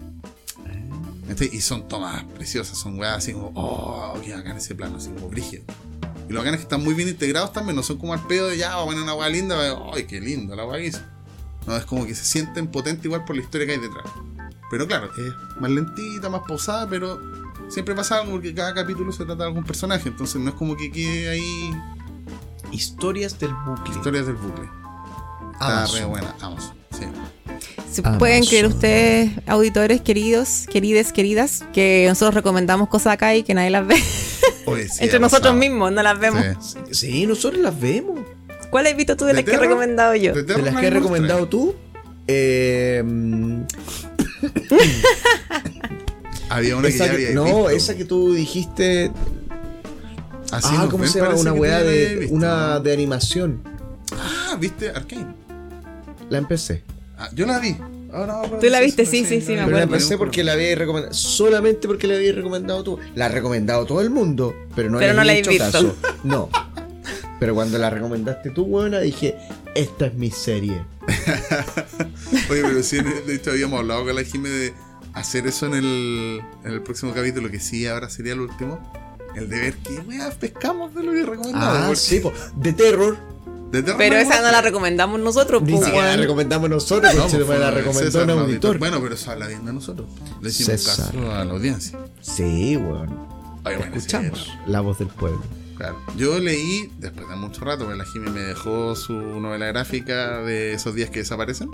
S1: Este, y son tomas preciosas, son weas así como, oh, qué bacán ese plano, así como brígido. Y lo bacán es que están muy bien integrados también, no son como al pedo de ya, bueno, una wea linda, ay, qué lindo la wea que hizo. No, es como que se sienten potentes igual por la historia que hay detrás. Pero claro, es más lentita, más pausada, pero siempre pasa algo porque cada capítulo se trata de algún personaje, entonces no es como que quede ahí
S2: Historias del bucle.
S1: historias del bucle. Está
S2: Amazon.
S1: re buena, vamos. Sí.
S3: Se
S4: Amazon.
S3: pueden creer ustedes, auditores queridos, querides, queridas, que nosotros recomendamos cosas acá y que nadie las ve.
S1: Oye, sí,
S3: Entre
S1: ha
S3: nosotros
S1: pasado.
S3: mismos no las vemos.
S1: Sí.
S2: Sí, nosotros las vemos.
S3: ¿Cuál has visto tú de
S1: ¿De
S3: las que he
S1: terror?
S3: recomendado yo?
S1: De
S2: De
S1: terror
S2: las
S1: no
S2: que
S1: hay
S2: has
S1: mucho,
S2: recomendado tú. eh, mm,
S1: eh. Había una que
S2: esa
S1: ya
S2: que-
S1: había
S2: no,
S1: visto.
S2: esa que tú dijiste.
S1: Así
S2: ah,
S1: nos
S2: ¿cómo
S1: ven,
S2: se llama?
S1: parece
S2: Una
S1: que
S2: weá
S1: tú ya la
S2: de.
S1: habías visto,
S2: Una
S1: ¿no?
S2: de animación.
S1: Ah, ¿viste Arcane?
S2: La empecé.
S1: Ah, yo la vi. Ahora me acuerdo
S3: Tú la
S1: de
S3: viste,
S1: eso,
S3: sí, sí,
S1: la vi.
S3: sí, me
S2: Pero la
S3: acuerdo.
S2: empecé porque la había recomendado. Solamente porque la había recomendado tú. La ha recomendado todo el mundo, pero no
S3: Pero
S2: le
S3: no
S2: he
S3: la he
S2: hecho
S3: visto.
S2: caso.
S1: *laughs*
S2: No. Pero cuando la recomendaste tú, buena, dije, esta es mi serie.
S1: Oye, pero sí, de hecho habíamos hablado con la Jime de hacer eso en el, en el próximo capítulo, que sí, ahora sería el último. El de ver qué weas pescamos de lo que recomendamos.
S2: ah,
S1: porque
S2: sí, po. de terror.
S1: de terror
S3: Pero
S1: no
S3: esa no la
S1: hemos-
S3: recomendamos nosotros,
S2: Ni
S3: pues,
S2: siquiera la
S3: weón.
S2: recomendamos nosotros,
S1: No,
S2: conchetumare,
S1: pues,
S2: la
S1: fue
S2: recomendó
S1: César,
S2: un
S1: no,
S2: auditor.
S1: Bueno, pero eso habla bien de nosotros. Le hicimos
S2: César.
S1: caso a la audiencia.
S2: Sí, weón.
S1: Oye, bueno, sí,
S2: Escuchamos la voz del pueblo.
S1: Claro. Yo leí, después de mucho rato, porque la Jimmy me dejó su novela gráfica de esos días que desaparecen.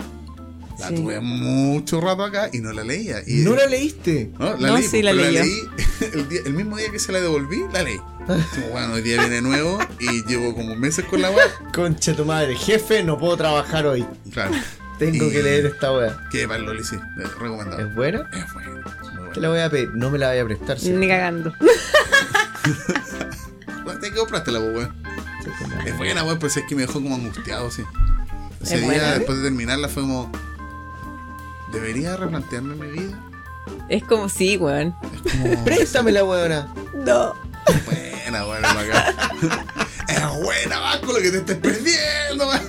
S1: La
S3: Sí.
S1: tuve mucho rato acá y no la leía. Y
S2: ¿No la leíste?
S1: No, la
S3: No,
S1: leí,
S3: sí,
S1: pues,
S3: la
S1: pero
S3: leí yo.
S1: *laughs* el, día- el mismo día que se la devolví, la leí. Como, bueno, hoy día viene nuevo y llevo como meses con la web.
S2: Concha tu madre, jefe, no puedo trabajar hoy.
S1: Claro,
S2: Tengo
S1: Y-
S2: que leer esta weá.
S1: que para Loli sí, eh, recomendado.
S2: ¿Es buena?
S1: Es bueno, muy
S2: Te
S1: bueno.
S2: la voy a pedir. No me la voy a prestar. sí.
S3: Ni cagando.
S1: Bueno, Te compraste la web. Es buena, web, pues es que me dejó como angustiado, sí. Ese
S3: Es
S1: día,
S3: buena. ¿eh?
S1: después de terminarla, fue como. ¿Debería replantearme mi vida?
S3: Es como, sí, weón.
S1: Es como.
S2: Préstame la weona.
S3: No.
S1: buena, bueno, bacán. *laughs* Es buena, Vasco, lo que te estés perdiendo, weón.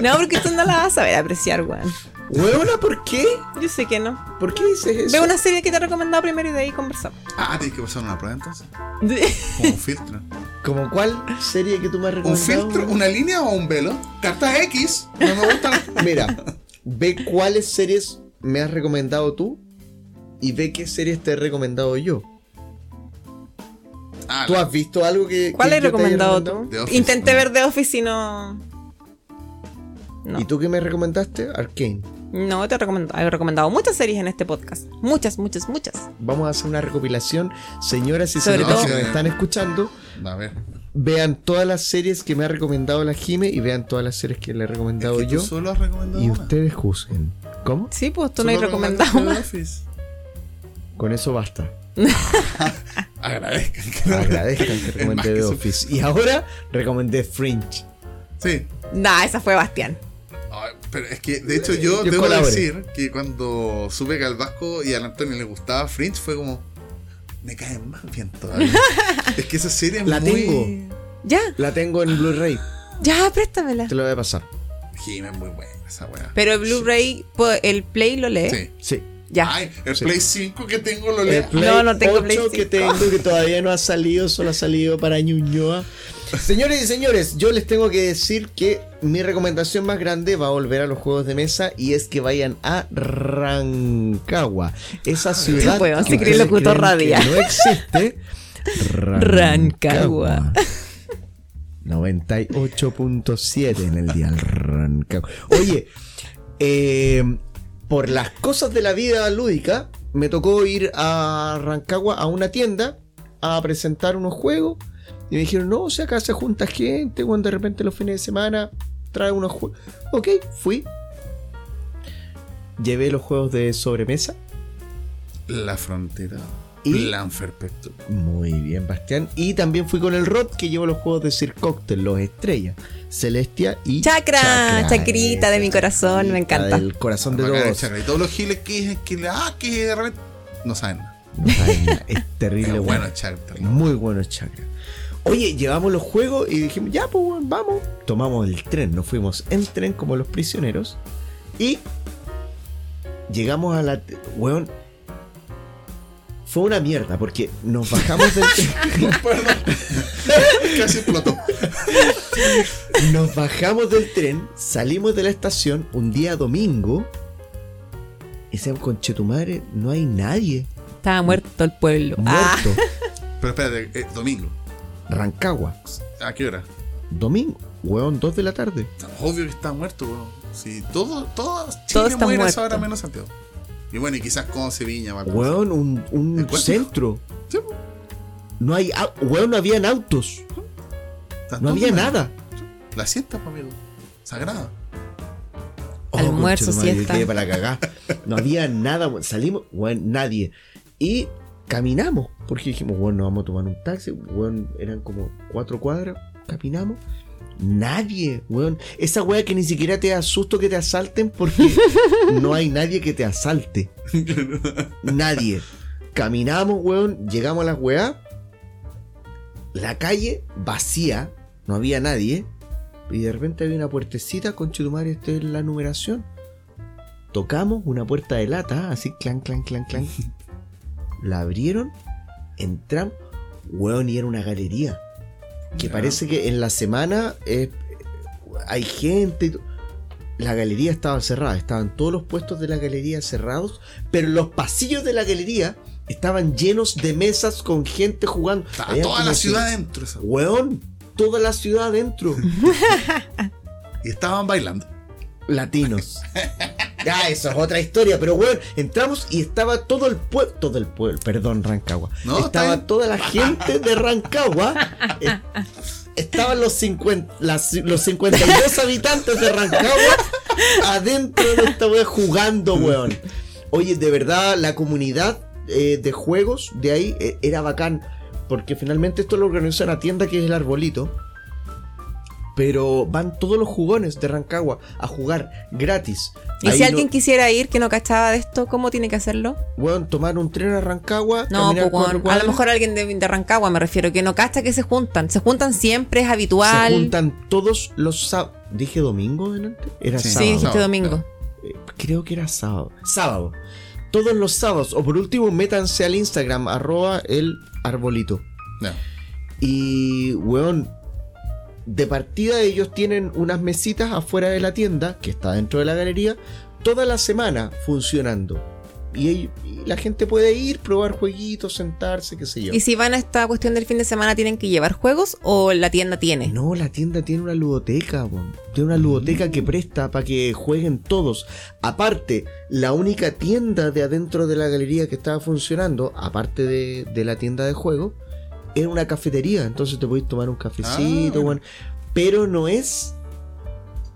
S3: No, porque tú no la vas a saber apreciar, weón.
S2: ¿Huevona por qué?
S3: Yo sé que no.
S2: ¿Por qué dices eso?
S3: Ve una serie que te he recomendado primero y de ahí conversamos. *laughs*
S1: Ah, tienes que pasar una prueba entonces. Como un filtro.
S2: ¿Como cuál serie que tú me has
S1: ¿Un
S2: recomendado?
S1: filtro, una línea o un velo? Cartas X. No me gustan.
S2: *laughs* Mira, ve cuáles series me has recomendado tú y ve qué series te he recomendado yo.
S1: Ah,
S2: ¿Tú has visto algo que.
S3: ¿Cuál
S2: que yo
S3: he
S2: te haya
S3: recomendado
S1: The
S3: tú?
S1: Office,
S3: Intenté
S1: ¿no?
S3: ver The Office y no. No.
S2: ¿Y tú qué me recomendaste? Arkane.
S3: No, te he recomendado, he recomendado muchas series en este podcast. Muchas, muchas, muchas.
S2: Vamos a hacer una recopilación. Señoras y
S3: Sobre
S2: señores
S1: todo-
S2: que nos están escuchando,
S1: A ver.
S2: vean todas las series que me ha recomendado la Jime y vean todas las series que le he
S1: Es
S2: recomendado
S1: que tú
S2: yo.
S1: solo has recomendado
S2: Y
S1: una.
S2: ustedes juzguen. ¿Cómo?
S3: Sí, pues tú
S1: Solo
S3: no has
S1: recomendaste
S3: recomendado
S1: The
S3: más.
S1: Office.
S2: Con eso basta.
S1: Agradezcan *laughs* que lo-
S2: Agradezcan
S1: Es
S2: que
S1: más que
S2: recomendé The
S1: su-
S2: Office. Y ahora recomendé Fringe.
S1: Sí.
S3: Nah, esa fue Bastián.
S1: Ay, pero es que, de hecho, yo,
S2: Yo
S1: debo
S2: colaboré.
S1: decir que cuando supe que al Vasco y al Antonio le gustaba Fringe, fue como. Me caen más bien todavía. es que esa serie es
S2: La
S1: muy.
S2: tengo.
S3: Ya,
S2: La tengo en Blu-ray.
S3: ya, préstamela.
S2: Te lo voy a pasar.
S1: Jimena es muy buena esa weá.
S3: Pero el Blu-ray, po- el Play lo lee.
S1: Sí.
S2: Sí.
S3: Ya.
S1: Ay, el
S2: eh, Sí.
S1: Play 5 que tengo lo
S2: El
S1: leo.
S2: Play
S3: No, no tengo
S2: 8
S3: Play
S2: que
S3: 5.
S2: tengo que todavía no ha salido, solo ha salido para Ñuñoa. Señores y señores, yo les tengo que decir que mi recomendación más grande va a volver a los juegos de mesa y es que vayan a Rancagua, esa ciudad
S3: weón, se
S2: que
S3: cree
S2: ustedes
S3: locutor
S2: creen
S3: radial.
S2: que no existe.
S3: Rancagua.
S2: 98.7 en el día Rancagua. Oye, eh, por las cosas de la vida lúdica, me tocó ir a Rancagua a una tienda a presentar unos juegos. Y me dijeron, no, o sea, acá se junta gente, cuando de repente los fines de semana trae unos juegos. Ok, fui. Llevé los juegos de sobremesa.
S1: La frontera.
S2: Y-
S1: Lanfer Pector.
S2: Muy bien, Bastián. Y también fui con el Rod, que llevo los juegos de Sir Cocktail, los estrellas, Celestia y.
S3: Chakra, chacrita de mi corazón, me
S2: chacrita
S3: encanta.
S2: Del corazón de
S1: Bacana,
S2: todos.
S1: chacra. Y todos los giles que dicen que le- ah, que de repente no saben. nada.
S2: No, vaina, es terrible,
S1: Es
S2: weón.
S1: bueno, Chacra.
S2: Muy bueno el Chakra. Oye, llevamos los juegos y dijimos, ya, pues, weón, vamos. Tomamos el tren, nos fuimos en tren como los prisioneros. Y. Llegamos a la. te- Weón. Fue una mierda, porque nos bajamos del tren.
S1: *laughs* Perdón. Casi explotó.
S2: Nos bajamos del tren, salimos de la estación un día domingo. Y decíamos, conche tu madre, no hay nadie
S3: Estaba muerto el pueblo. Ah,
S2: muerto.
S1: Pero espérate, eh, domingo.
S2: Rancagua.
S1: ¿A qué hora?
S2: Domingo, hueón, 2 de la tarde.
S1: Obvio que está muerto, weón. Si todo, todo Chile
S3: Todo está
S1: muere a
S3: muerto.
S1: esa hora menos Santiago. Y bueno, y quizás con Sevilla, Valparaíso.
S2: Hueón, un, un
S1: ¿El cuarto?
S2: centro.
S1: Sí, po.
S2: No hay, au- hueón, no habían autos.
S1: Está
S2: No
S1: todo
S2: había
S1: mal.
S2: nada.
S1: La siesta, pues, amigo. Sagrada.
S2: conche
S3: Almuerzo,
S2: tu madre, yo
S3: siesta.
S2: quedé Oh, para cagar. No había nada, weón. salimos, weón, nadie. Y caminamos, porque dijimos, bueno, nos vamos a tomar un taxi, weón, eran como cuatro cuadras, caminamos. Nadie, weón. Esa weá que ni siquiera te asusto que te asalten
S3: *laughs*
S2: porque no hay nadie que te asalte. Nadie. Caminamos, weón, llegamos a la weá. La calle vacía, no había nadie. Y de repente había una puertecita con Chitumari, esta es la numeración. Tocamos una puerta de lata, así clan, clan, clan,
S1: *laughs*
S2: clan. La abrieron, entramos, weón, y era una galería. Que
S1: Ya.
S2: parece que en la semana eh, hay gente. y to- La galería estaba cerrada, estaban todos los puestos de la galería cerrados, pero los pasillos de la galería estaban llenos de mesas con gente jugando.
S1: Estaba
S2: Habían
S1: toda
S2: como
S1: la
S2: si-
S1: ciudad dentro. esa-
S2: Weón, toda la ciudad adentro.
S1: Y estaban bailando.
S2: Latinos. *laughs* Ya, eso es otra historia, pero weón, entramos y estaba todo el pueblo, todo el pueblo, perdón, Rancagua.
S1: No, está
S2: estaba
S1: bien.
S2: toda la gente de Rancagua. eh, estaban los, 50, las- los 52 habitantes de Rancagua adentro de esta weón jugando, weón. Oye, de verdad, la comunidad eh, de juegos de ahí eh, era bacán. Porque finalmente esto lo organiza una tienda que es el arbolito. Pero van todos los jugones de Rancagua a jugar gratis.
S3: y
S2: Ahí
S3: si
S2: no-
S3: alguien quisiera ir que no cachaba de esto, ¿cómo tiene que hacerlo?
S2: Weón, tomar un tren a Rancagua.
S3: No,
S2: caminar
S3: pues,
S2: cuatro
S3: weón, a
S2: cuadras,
S3: lo mejor alguien de, de Rancagua me refiero, que no cacha que se juntan. Se juntan siempre, es
S2: Se
S3: habitual.
S2: juntan todos los sábados. ¿Dije domingo delante? Era
S1: Sí.
S3: sí,
S2: sábado.
S3: dijiste
S1: Sábado,
S3: domingo.
S2: Eh, creo que era sábado. Sábado. Todos los sábados. O por último, métanse al Instagram, arroba el arbolito.
S1: Ya.
S2: Y, weón, de partida ellos tienen unas mesitas afuera de la tienda, que está dentro de la galería, toda la semana funcionando. y, ahí- y la gente puede ir, probar jueguitos, sentarse, qué sé yo.
S3: Y si van a esta cuestión del fin de semana, ¿tienen que llevar juegos o la tienda tiene?
S2: No, la tienda tiene una ludoteca, weón. tiene una ludoteca que presta para que jueguen todos. Aparte, la única tienda de adentro de la galería que estaba funcionando, aparte de, de la tienda de juego, era una cafetería. Entonces te podéis tomar un cafecito,
S1: Ah.
S2: weón. Pero no es.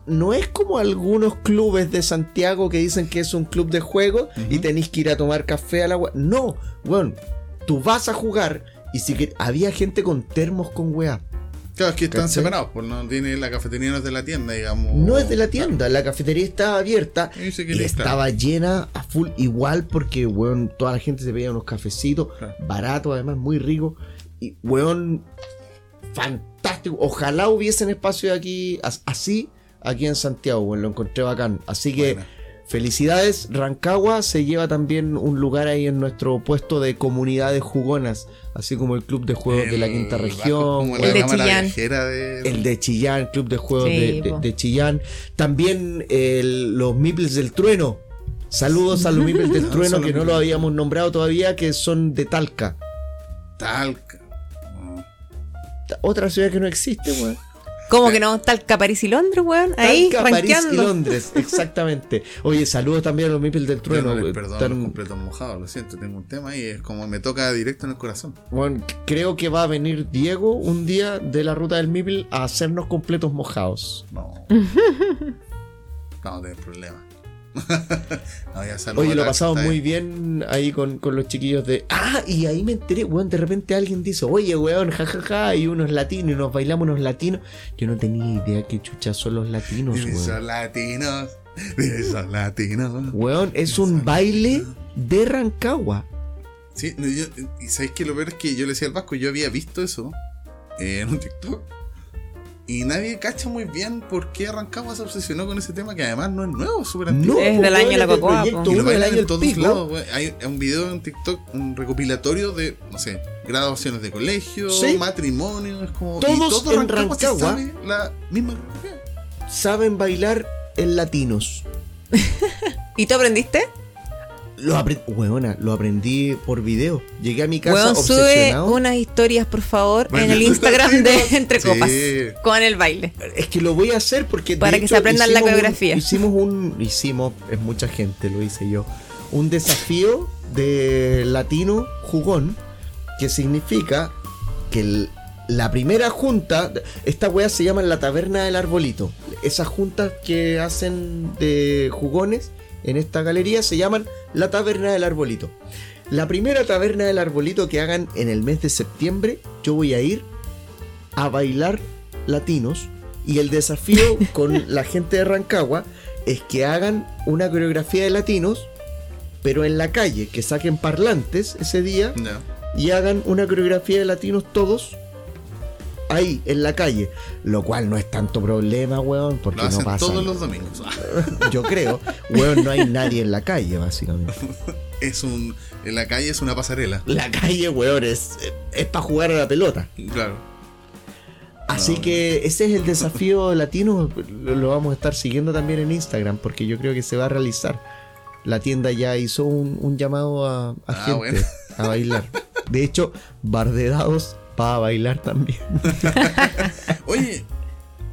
S2: No es como algunos clubes de Santiago que dicen que es un club de juego y
S1: Ujú.
S2: tenéis que ir a tomar café al agua. No, weón. Tú vas a jugar y si que había gente con termos con weá.
S1: Claro, es que están
S2: ¿Cachai?
S1: separados, pues no tiene la cafetería no es de la tienda, digamos.
S2: No es de la tienda, la cafetería estaba abierta
S1: Y se
S2: y
S1: quería estar.
S2: estaba llena a full igual porque, weón, toda la gente se pedía unos cafecitos,
S1: Claro.
S2: baratos además, muy ricos. Y, weón, fantástico. Ojalá hubiesen espacio aquí, as- así, aquí en Santiago, weón, lo encontré bacán. Así que,
S1: Buena.
S2: felicidades, Rancagua se lleva también un lugar ahí en nuestro puesto de comunidades jugonas, así como el Club de Juegos de la
S1: El-
S2: Quinta
S1: bajo
S2: Región.
S1: como
S3: El
S1: la
S3: de
S1: cámara
S3: Chillán.
S1: viajera de-
S2: El de Chillán, Club de Juegos
S3: Sí,
S2: de, de-
S3: po.
S2: de Chillán. También el- los Meeples del Trueno. Saludos a los Meeples
S1: *laughs*
S2: del
S1: Ah,
S2: Trueno
S1: son
S2: que
S1: los
S2: no lo
S1: Meeples.
S2: habíamos nombrado todavía, que son de Talca.
S1: Talca.
S2: Ta- Otra ciudad que no existe, weón.
S3: ¿Cómo que no? Talca, París y Londres, weón. Ahí,
S2: Talca, París y
S3: rankeando. *laughs*
S2: Londres, exactamente. Oye, saludos también a los Meeples del
S1: Yo
S2: Trueno.
S1: no les
S2: weón.
S1: perdono
S2: Tan-
S1: los completos mojados, lo siento, tengo un tema y es como me toca directo en el corazón.
S2: weón, creo que va a venir Diego un día de la ruta del Meeple a hacernos completos mojados. *laughs*
S1: No. no, tengo problema. *laughs* no, ya saludo
S2: Oye,
S1: a
S2: lo
S1: la-
S2: pasamos
S1: está
S2: muy
S1: bien.
S2: bien ahí con, con los chiquillos de. Ah, y ahí me enteré, weón. De repente alguien dice, oye, weón, jajaja, y unos latinos, y nos bailamos unos latinos. Yo no tenía idea qué chuchas son los latinos,
S1: Dime,
S2: weón.
S1: son latinos. Dime, son latinos.
S2: Weón, es un baile de Rancagua.
S1: Sí, no, yo, y sabéis que lo peor es que yo le decía al Vasco, yo había visto eso eh, en un TikTok. Y nadie cacha muy bien por qué Rancagua se obsesionó con ese tema que además no es nuevo, es súper antiguo.
S2: No,
S3: Es del
S2: weón,
S3: año la
S2: del
S3: Cocoa,
S2: proyecto
S3: po.
S1: Y
S2: uno
S1: lo
S2: del
S1: bailan
S2: año
S1: en
S2: el
S1: todos
S2: pico.
S1: lados, güey. Hay un video en TikTok, un recopilatorio de, no sé, graduaciones de colegio,
S2: Sí.
S1: matrimonio, es como.
S2: Todos en
S1: se
S2: Rancagua.
S1: sabe la misma coreografía.
S2: Saben bailar en latinos.
S3: ¿Y tú aprendiste?
S2: Lo aprendí, weona, lo aprendí por video. Llegué a mi casa
S3: Weón, sube
S2: obsesionado.
S3: unas historias, por favor, en
S1: Bailando
S3: el Instagram de
S1: latinos.
S3: Entre
S1: Sí.
S3: Copas. Con el baile.
S2: Es que lo voy a hacer porque. de
S3: Para que se aprendan la
S2: hicimos un-
S3: coreografía.
S2: hicimos un. Hicimos, es mucha gente, lo hice yo. Un desafío de latino jugón que significa que el- la primera junta. Esta wea se llama la taberna del arbolito. Esas juntas que hacen de jugones en esta galería se llaman la taberna del arbolito. La primera taberna del arbolito que hagan en el mes de septiembre, yo voy a ir a bailar latinos y el desafío con la gente de Rancagua es que hagan una coreografía de latinos, pero en la calle, que saquen parlantes ese día
S1: No.
S2: y hagan una coreografía de latinos todos ahí, en la calle. Lo cual no es tanto problema, weón, porque
S1: Lo
S2: no
S1: hacen
S2: pasa.
S1: todos los domingos.
S2: Yo creo, weón, no hay nadie en la calle, básicamente.
S1: Es un. En la calle es una pasarela.
S2: *laughs* La calle, weón, es, es para jugar a la pelota.
S1: Claro.
S2: Así
S1: No.
S2: que ese es el desafío *laughs* latino. Lo, lo vamos a estar siguiendo también en Instagram porque yo creo que se va a realizar. La tienda ya hizo un, un llamado a, a
S1: Ah,
S2: gente
S1: bueno.
S2: a bailar. De hecho, Bardedados va a bailar también.
S1: Oye,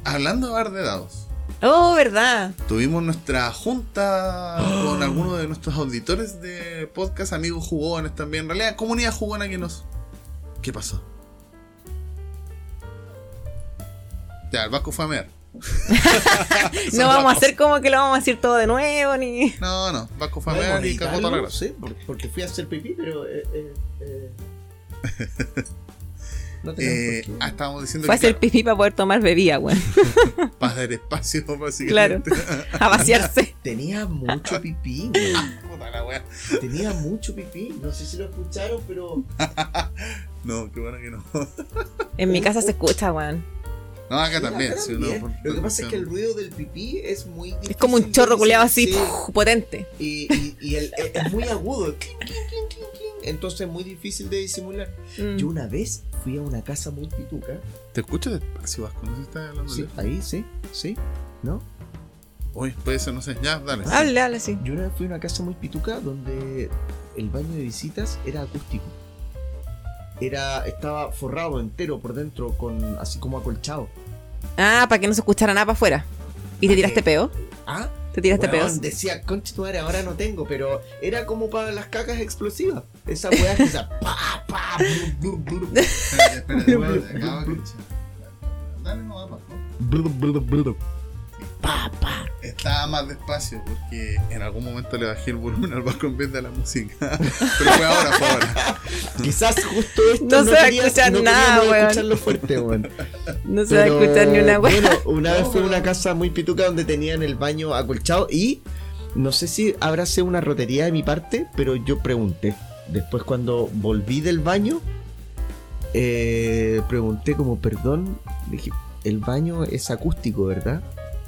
S1: hablando de bar de dados,
S3: Oh, ¿verdad?
S1: tuvimos nuestra junta con algunos de nuestros auditores de podcast, amigos jugones también. En realidad, comunidad jugona que nos. ¿Qué pasó? Ya, el Vasco fue a mear. Son
S3: No vamos a
S1: ratos.
S3: hacer como que lo vamos a decir todo de nuevo, ni.
S1: No, no, Vasco fue a mear y cagó toda la gracia.
S2: porque fui a hacer pipí, pero. eh, no
S1: *laughs* Eh, ah, estábamos diciendo
S3: Fue a
S1: que
S3: hacer
S1: claro,
S3: pipí para poder tomar bebida, weón.
S1: para dar espacio, *laughs* básicamente.
S3: Claro. A vaciarse.
S2: Tenía mucho pipí,
S1: *laughs* Puta la wea.
S2: Tenía mucho pipí. No sé si lo escucharon, pero.
S1: No, qué bueno que no.
S3: En mi casa se escucha, weón.
S1: No, acá
S2: Sí,
S1: también.
S2: acá
S1: sí,
S2: también.
S1: no, por-
S2: Lo que pasa es que el ruido del pipí es muy
S3: Es como un
S2: difícil
S3: chorro
S2: de
S3: culeado así,
S2: sí,
S3: ¡puf! potente.
S2: y, y- y el- es es muy agudo. Clink, clink, clink, clink, clink. Entonces es muy difícil de disimular.
S3: Mm.
S2: Yo una vez fui a una casa muy pituca.
S1: Te escucho despacio, Vasco. No sé si estás hablando
S2: Sí,
S1: lejos.
S2: ahí, sí, sí, ¿no?
S1: Uy, puede ser, no sé. Ya, dale.
S3: Hable, hable, sí.
S2: Yo una vez fui a una casa muy pituca donde el baño de visitas era acústico. Era, estaba forrado entero por dentro, con así como acolchado.
S3: Ah, para que no se escuchara nada para afuera. ¿Y te tiraste peo?
S2: Ah,
S3: ¿Te tiraste peo?
S2: weón, decía, concha tu madre, ahora no tengo, pero era como para las cacas explosivas. Esa weá que esa pa, pa, blub, blub, blub, blub.
S1: Espérate, espérate, espérate, acaba de escuchar. Dale, no va pa' favor.
S2: Pa, pa.
S1: Estaba más despacio porque en algún momento le bajé el volumen al bajo en vez de la música. *laughs* Pero fue ahora, fue ahora.
S2: Quizás justo esto
S3: No
S2: no,
S3: se va a
S2: querías-
S3: escuchar
S2: no
S3: nada,
S2: queríamos
S3: weón.
S2: escucharlo fuerte, weón.
S3: No se va a
S2: Pero,
S3: escuchar ni una wea.
S2: Bueno, una vez fue a una casa muy pituca donde tenían el baño acolchado y no sé si habrá sido una rotería de mi parte, pero yo pregunté. Después cuando volví del baño, eh, pregunté como, perdón, dije, el baño es acústico, ¿verdad?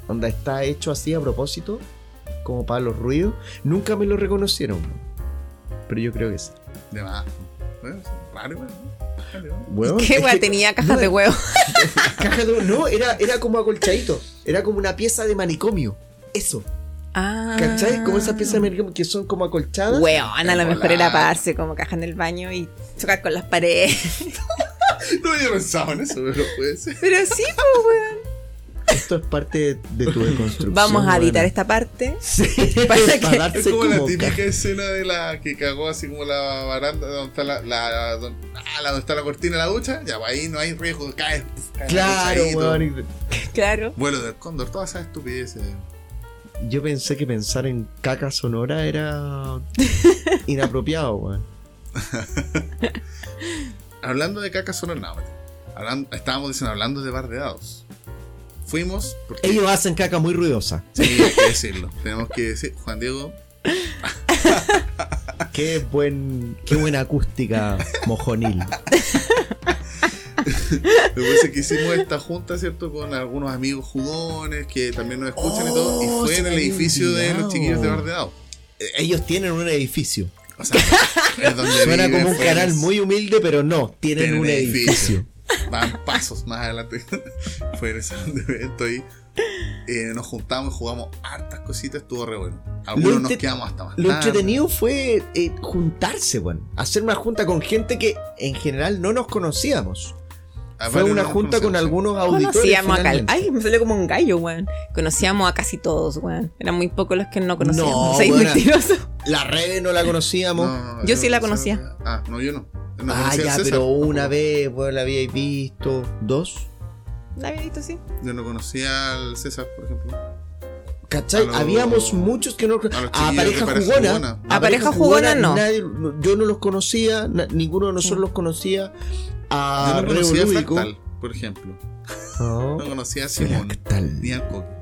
S2: Onda está hecho así a propósito, como para los ruidos. Nunca me lo reconocieron, pero yo creo que sí.
S1: De más. Bueno, es raro, igual, ¿no? Dale, vamos.
S2: Weón,
S3: ¿Qué
S2: es
S3: wea
S2: que-
S3: tenía cajas
S2: no,
S3: de huevo?
S2: Caja de- no, era, era como acolchadito. Era como una pieza de manicomio. Eso.
S3: Ah.
S2: ¿Cachai? Como esas piezas de manicomio que son como acolchadas.
S3: Weón, a lo mejor era
S1: Hola.
S3: para darse como caja en el baño y chocar con las
S2: *laughs*
S3: paredes.
S1: No había pensado en eso, pero puede ser.
S3: Pero sí, pues, weón.
S2: Esto es parte de tu deconstrucción.
S3: *laughs* Vamos a editar
S2: weón.
S3: esta parte.
S2: Sí, *laughs*
S3: Para
S2: para,
S3: que-
S2: darse
S1: Es como, la
S2: como
S1: típica
S2: ca-
S1: escena de la que cagó así como la baranda donde está la, la- don- ah, la- donde está la cortina de la ducha, ya pues ahí no hay riesgo, cae. cae la
S2: Claro,
S1: ducha ahí, todo.
S2: weón. y-
S3: Claro.
S1: Vuelo del cóndor, todas esas estupideces.
S2: Yo pensé que pensar en caca sonora *laughs* era inapropiado, weón.
S1: Hablando de caca sonora, no, mentira. Hablan- estábamos diciendo, hablando de bar de dados. Fuimos *laughs* porque
S2: Ellos hacen caca muy ruidosa.
S1: sí, hay que decirlo. Tenemos que decir, Juan Diego,
S2: Qué buen, qué buena acústica mojonil.
S1: Lo que pasa es que hicimos esta junta, ¿cierto? Con algunos amigos jugones que también nos escuchan y todo.
S2: Oh,
S1: Y fue
S2: se
S1: en el
S2: me
S1: edificio de
S2: olvidado.
S1: los chiquillos de Bardeado.
S2: Ellos tienen un edificio.
S1: O sea, *laughs* es donde
S2: Suena
S1: vive
S2: como un
S1: Fueres.
S2: canal muy humilde, pero no, tienen
S1: Tienen
S2: un edificio.
S1: Van pasos más adelante. *laughs* fue en el salón de *laughs* evento ahí. Eh, nos juntamos y jugamos hartas cositas, estuvo re bueno. Algunos
S2: Lo
S1: nos
S2: inte-
S1: quedamos hasta más
S2: Lo
S1: tarde.
S2: entretenido fue eh, juntarse, weón. Hacer una junta con gente que en general no nos conocíamos.
S1: A
S2: fue
S1: varios
S2: una
S1: Ah, nos
S2: junta con
S1: conocemos, sí.
S2: algunos auditores.
S3: Conocíamos a Cal.
S2: finalmente.
S3: Ay, me salió como un gallo, weón. Conocíamos a casi todos, weón. Eran muy pocos los que no conocíamos.
S2: No,
S3: o sea,
S2: weón.
S3: mentiroso. *laughs*
S2: La red no la conocíamos.
S1: No,
S3: Yo sí la
S1: no sé.
S3: conocía.
S1: Ah, no, yo no. No
S2: ah,
S1: conocía al
S2: ya,
S1: César,
S2: pero una
S1: tampoco.
S2: vez, weón, la habíais visto. ¿Dos?
S3: ¿La había visto, sí?
S1: Yo no conocía al César, por ejemplo.
S2: ¿Cachai?
S1: A los-
S2: Habíamos muchos que no. A
S1: chiquillos
S2: pareja
S1: de Pareja
S2: jugona.
S1: Jugona.
S3: A Ah, Pareja Jugona no.
S2: nadie- yo no los conocía, na- ninguno de nosotros los conocía. A Ah,
S1: Yo no conocía a
S2: Revolúdico.
S1: Fractal, por ejemplo.
S2: No.
S1: No conocía a Simón
S2: Fractal.
S1: ni al Coque.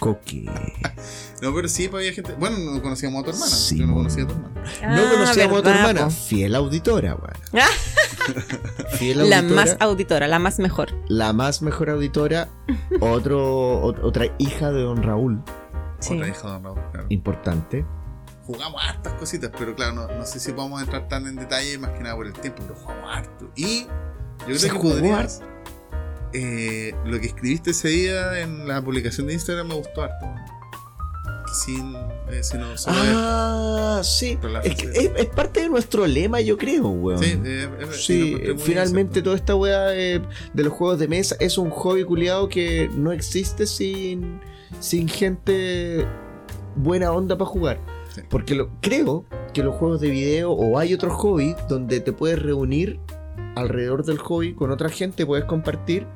S2: Coque.
S1: No, pero sí pues, había gente. Bueno, no conocíamos a tu hermana. Yo no
S2: Simón.
S1: conocía a tu hermana.
S2: No
S3: Ah,
S2: conocíamos a tu
S3: verdad,
S2: hermana.
S3: po.
S2: Fiel auditora, weón. *laughs* Fiel
S3: La
S2: auditora.
S3: más auditora, la más mejor.
S2: la más mejor *laughs* auditora. Otro, ot- otra hija de don Raúl.
S3: Sí.
S1: Otra hija de Don Raúl, claro.
S2: Importante.
S1: Jugamos hartas cositas, pero claro, no, no sé si vamos a entrar tan en detalle, más que nada por el tiempo, pero jugamos harto. Y yo
S2: Se
S1: creo que
S2: jugó
S1: podrías. eh, lo que escribiste ese día en la publicación de Instagram me gustó harto. Sin. eh, si no, solo es-
S2: Ah, sí.
S1: Relájate.
S2: Es, que es- es parte de nuestro lema, yo creo, weón.
S1: Sí, eh, eh, lo
S2: Sí,
S1: encontré muy
S2: finalmente
S1: exacto.
S2: toda esta weá eh, de los juegos de mesa es un hobby culiado que no existe sin, sin gente buena onda para jugar.
S1: Sí.
S2: Porque lo, creo que los juegos de video o hay otros hobbies donde te puedes reunir alrededor del hobby con otra gente, puedes compartir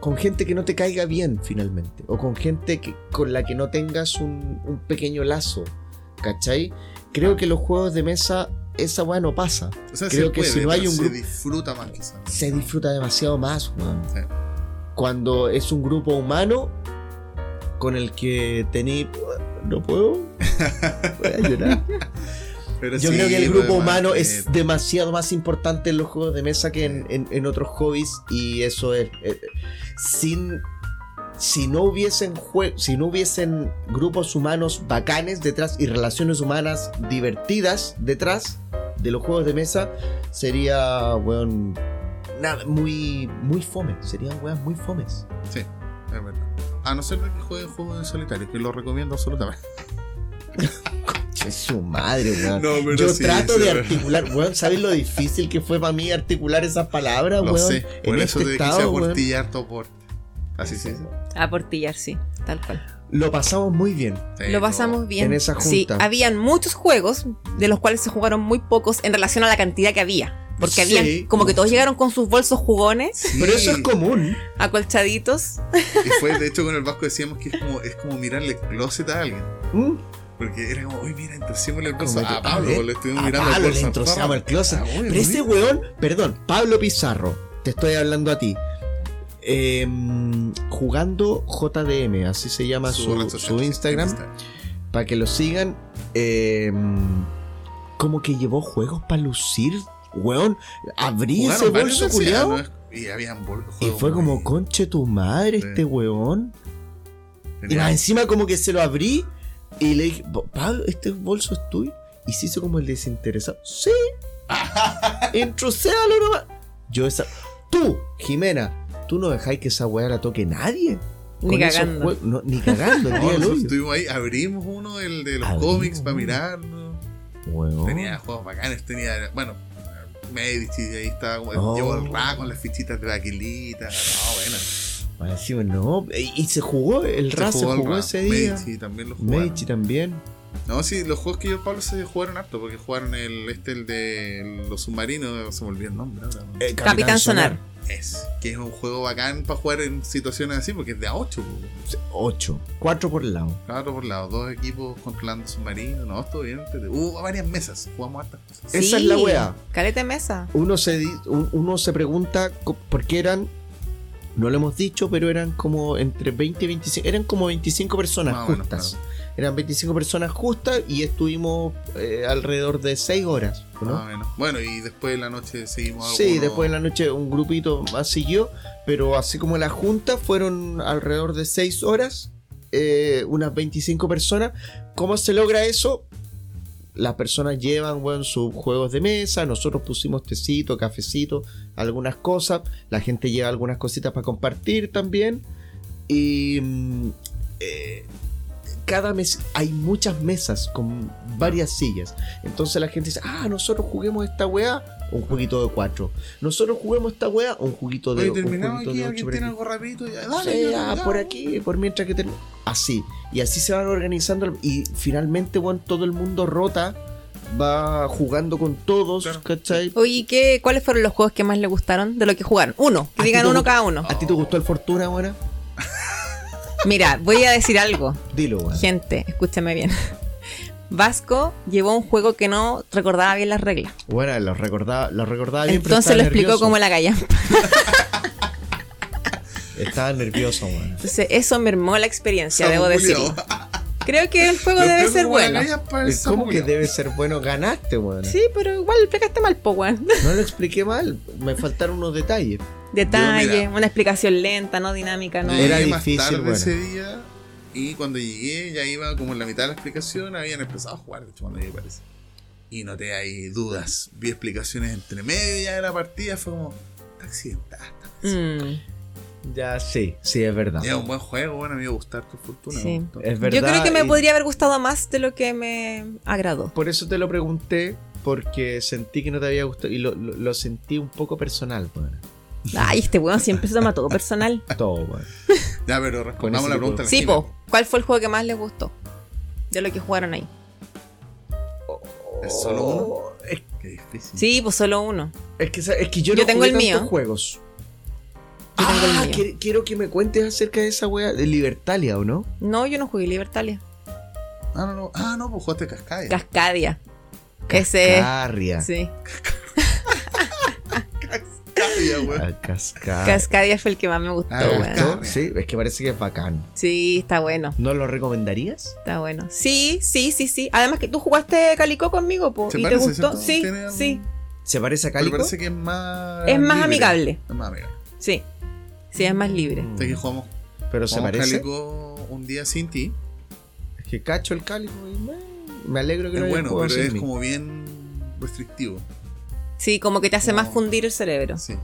S2: con gente que no te caiga bien finalmente o con gente que, con la que no tengas un, un pequeño lazo, ¿cachai?
S1: Ah.
S2: Creo que los juegos de mesa esa weá no pasa.
S1: O sea,
S2: Creo
S1: se
S2: que
S1: puede,
S2: si no hay
S1: pero
S2: un
S1: se
S2: grupo-
S1: disfruta más quizás.
S2: se disfruta demasiado más, weón.
S1: Sí.
S2: Cuando es un grupo humano con el que tení. No puedo. Voy a llorar.
S1: Pero
S2: Yo
S1: sí,
S2: creo que el
S1: lo
S2: grupo
S1: demás,
S2: humano
S1: eh,
S2: es demasiado más importante en los juegos de mesa que en, en- en otros hobbies. Y eso es. eh, sin. Si no hubiesen jue- si no hubiesen grupos humanos bacanes detrás y relaciones humanas divertidas detrás de los juegos de mesa, sería, weón, nada, muy, muy fome. Serían weas muy fomes.
S1: es verdad. A no ser de que juegue juegos en solitario, que lo recomiendo
S2: *laughs*
S1: absolutamente.
S2: Es su madre, weón.
S1: No, pero
S2: Yo
S1: sí,
S2: trato
S1: sí,
S2: de
S1: weón.
S2: articular, weón. ¿Sabes lo difícil que fue para mí articular esas palabras,
S1: Lo
S2: weón?
S1: sé. Por
S2: en
S1: eso
S2: este
S1: te quise
S2: estado, weón.
S1: aportillar tu aporte. Así sí. sí.
S3: A portillar, sí, tal cual.
S2: Lo pasamos muy bien.
S1: Sí,
S3: Lo
S1: no.
S3: pasamos bien.
S2: En esa
S3: Sí,
S2: junta.
S3: habían muchos juegos, de los cuales se jugaron muy pocos en relación a la cantidad que había. Porque
S2: Sí.
S3: habían, como que todos llegaron con sus bolsos jugones,
S1: Sí.
S2: Pero eso es común.
S3: acolchaditos.
S1: Y fue, de hecho, con el Vasco decíamos que es como, es como mirarle el closet a alguien.
S2: ¿Mm?
S1: Porque era como, uy, mira, entrosémosle el
S2: Como
S1: closet.
S2: que,
S1: A
S2: a
S1: Pablo,
S2: ver,
S1: le estuvimos
S2: a
S1: mirando
S2: Pablo
S1: el
S2: le
S1: closet.
S2: entrozamos el closet.
S1: Ah, bueno,
S2: Pero ese
S1: mira.
S2: weón, perdón, Pablo Pizarro, te estoy hablando a ti. Eh, jugando JDM, así se llama
S1: Su
S2: su,
S1: red social.
S2: su Instagram, para que lo sigan. eh, como que llevó juegos para lucir, weón. Abrí
S1: Jugaron
S2: ese
S1: varios
S2: bolso
S1: veces,
S2: culiado.
S1: ah, no, Y habían bol-
S2: Y
S1: juegos
S2: fue como,
S1: muy-
S2: conche tu madre,
S1: Sí.
S2: este weón. Y más
S1: tenían-
S2: encima como que se lo abrí y le dije, "Bo- Pablo, ¿este bolso es tuyo? Y se hizo como el desinteresado.
S1: *laughs*
S2: Sí. Introséalo nomás. Yo esa... Tú, Jimena, tú no dejáis que esa weá la toque nadie.
S3: Ni
S2: Con esos
S3: cagando.
S2: jue- no, ni cagando.
S1: *laughs*
S2: el
S1: No,
S2: día del
S1: nosotros
S2: hoyo.
S1: estuvimos ahí, abrimos uno, el de los
S2: Abrimos
S1: cómics, para
S2: uno. Oh.
S1: mirarlo.
S2: Weón.
S1: Tenía juegos bacanes, tenía, bueno, Medici, ahí estaba, como-
S2: Oh.
S1: llevó el Ra con las fichitas de Vaquilita. No, bueno.
S2: Más encima, no. Y, y se jugó, el
S1: Se
S2: Ra se
S1: el
S2: jugó,
S1: Ra.
S2: ese día.
S1: Medici también lo jugaron.
S2: Meichi también.
S1: No, sí, los juegos que yo Pablo se jugaron harto, porque jugaron el este, el de los submarinos, se me olvidó el nombre ahora.
S2: Eh,
S3: Capitán Sonar.
S1: Es, que es un juego bacán para jugar en situaciones así, porque es de a 8,
S2: 8. 4 por lado.
S1: claro, por lado, dos equipos controlando submarinos, no, estuvo bien, entrete- hubo varias mesas, jugamos hartas cosas.
S2: Esa
S3: Sí,
S2: es la weá.
S3: Caleta de mesa.
S2: uno se, di- un- uno se pregunta co- por qué eran, no lo hemos dicho, pero eran como entre 20 y 25, eran como 25 personas
S1: Más o menos,
S2: justas. Eran 25 personas justas y estuvimos eh, alrededor de 6 horas, ¿o ¿no?
S1: Más o menos. Bueno, y después de la noche seguimos
S2: sí, después en la noche un grupito más siguió, pero así como la junta fueron alrededor de 6 horas, eh, unas 25 personas. ¿Cómo se logra eso? Las personas llevan weón, sus juegos de mesa, nosotros pusimos tecito, cafecito, algunas cosas, la gente lleva algunas cositas para compartir también. Y mm, eh, cada mes hay muchas mesas con varias sillas. Entonces la gente dice, ah, nosotros juguemos esta weá, un juguito de cuatro. Nosotros juguemos esta weá, un juguito de,
S1: Oye,
S2: un
S1: terminamos
S2: juguito
S1: aquí,
S2: de ocho.
S1: alguien
S2: por
S1: tiene
S2: aquí.
S1: algo rapidito, ya,
S2: Sí,
S1: dale, ya,
S2: ah,
S1: ya,
S2: por
S1: ya.
S2: aquí, por mientras que termina. Así. Y así se van organizando. Y finalmente, bueno, todo el mundo rota. Va jugando con todos,
S1: Claro.
S2: ¿cachai?
S3: Oye, ¿y ¿qué, ¿cuáles fueron los juegos que más le gustaron de lo que jugaron? Uno,
S2: ¿A
S3: que
S2: ti
S3: digan
S2: te
S3: uno
S2: gust- *laughs*
S3: cada uno.
S2: ¿A ti te gustó el Fortuna, buena?
S3: Mira, voy a decir algo.
S2: Dilo, buena.
S3: Gente, escúchame bien. *laughs* Vasco llevó un juego que no recordaba bien las reglas.
S2: Bueno, lo recordaba, lo recordaba bien, pero
S3: Entonces
S2: estaba
S3: lo explicó
S2: nervioso.
S3: como la gallampa.
S2: Estaba nervioso,
S3: *laughs*
S2: weón.
S3: Entonces eso mermó la experiencia,
S1: Samu
S3: debo decirlo.
S1: culiao.
S3: Creo que el juego
S1: Lo ¿eh?
S3: debe
S1: tengo
S3: ser
S1: como la
S3: bueno.
S1: galla para el Samu
S2: ¿Cómo que
S1: culiao.
S2: debe ser bueno? Ganaste, weón.
S3: Sí, pero igual lo explicaste mal, po, weón.
S2: No lo expliqué mal, me faltaron unos detalles.
S3: Detalle,
S1: mira.
S3: una explicación lenta, no dinámica, no.
S2: Era
S1: Llegué más
S2: difícil,
S1: tarde
S2: bueno.
S1: ese día y cuando llegué ya iba como en la mitad de la explicación, habían empezado a jugar, de hecho, cuando llegué parece. Y noté ahí dudas, vi explicaciones entre medio ya de la partida, fue como, está accidentada. esta vez".
S3: Mm,
S2: Ya, sí, sí, es verdad.
S1: Ya, un buen juego, bueno, me iba a gustar tu fortuna.
S3: Sí.
S1: ¿no?
S2: Es verdad.
S3: Yo creo que me
S2: y-
S3: podría haber gustado más de lo que me agradó.
S2: Por eso te lo pregunté, porque sentí que no te había gustado y lo, lo- lo sentí un poco personal, weón.
S3: Ay, este weón siempre se toma todo personal.
S1: *laughs*
S2: Todo, weón.
S1: Ya, pero respondamos
S2: ese
S1: la
S2: tipo
S1: pregunta.
S2: de-
S1: a la
S3: Sí,
S1: Jime.
S3: po. ¿Cuál fue el juego que más les gustó? De lo que jugaron ahí.
S1: ¿Es solo uno?
S2: Oh, Es,
S1: Qué difícil.
S3: Sí, pues solo uno.
S2: es que, sa- es que yo,
S3: Yo
S2: no
S3: tengo
S2: jugué
S3: el mío.
S2: tantos juegos.
S3: Yo tengo el
S2: ah,
S3: mío.
S2: que- quiero que me cuentes acerca de esa wea de Libertalia, ¿o no?
S3: No, yo no jugué Libertalia.
S1: Ah, no, no. Ah, no, pues jugaste Cascadia.
S3: Cascadia. Ese es.
S1: Ah.
S2: Carria.
S3: Sí.
S1: Cascadia, weón.
S2: Ah, Cascar-
S3: Cascadia fue el que más me gustó,
S1: Ah,
S2: ¿Te
S3: weón.
S1: Cascadia.
S2: gustó? Sí, es que parece que es bacán.
S3: Sí, está bueno,
S2: ¿No lo recomendarías?
S3: está bueno. Sí, sí, sí, sí. Además que tú jugaste Calicó conmigo, po.
S1: ¿Se
S3: ¿Y te
S1: parece,
S3: gustó?
S1: cierto?
S3: Sí,
S1: Tiene un-
S3: sí.
S2: ¿Se parece a
S1: Pero
S2: Cálico?
S1: parece que es más.
S3: Es más
S1: libre.
S3: amigable.
S1: Es más amigable.
S3: Sí. Sí, es más libre.
S1: Este que jugamos,
S2: Mm. Pero se
S1: jugamos
S2: parece.
S1: Calico un día sin ti.
S2: Es que cacho el Cálico y me, me alegro que
S1: Es
S2: lo hayas
S1: bueno,
S2: jugado
S1: pero
S2: sin
S1: es
S2: mí.
S1: como bien restrictivo.
S3: Sí, como que te hace
S1: Como-
S3: más fundir el cerebro.
S1: Sí.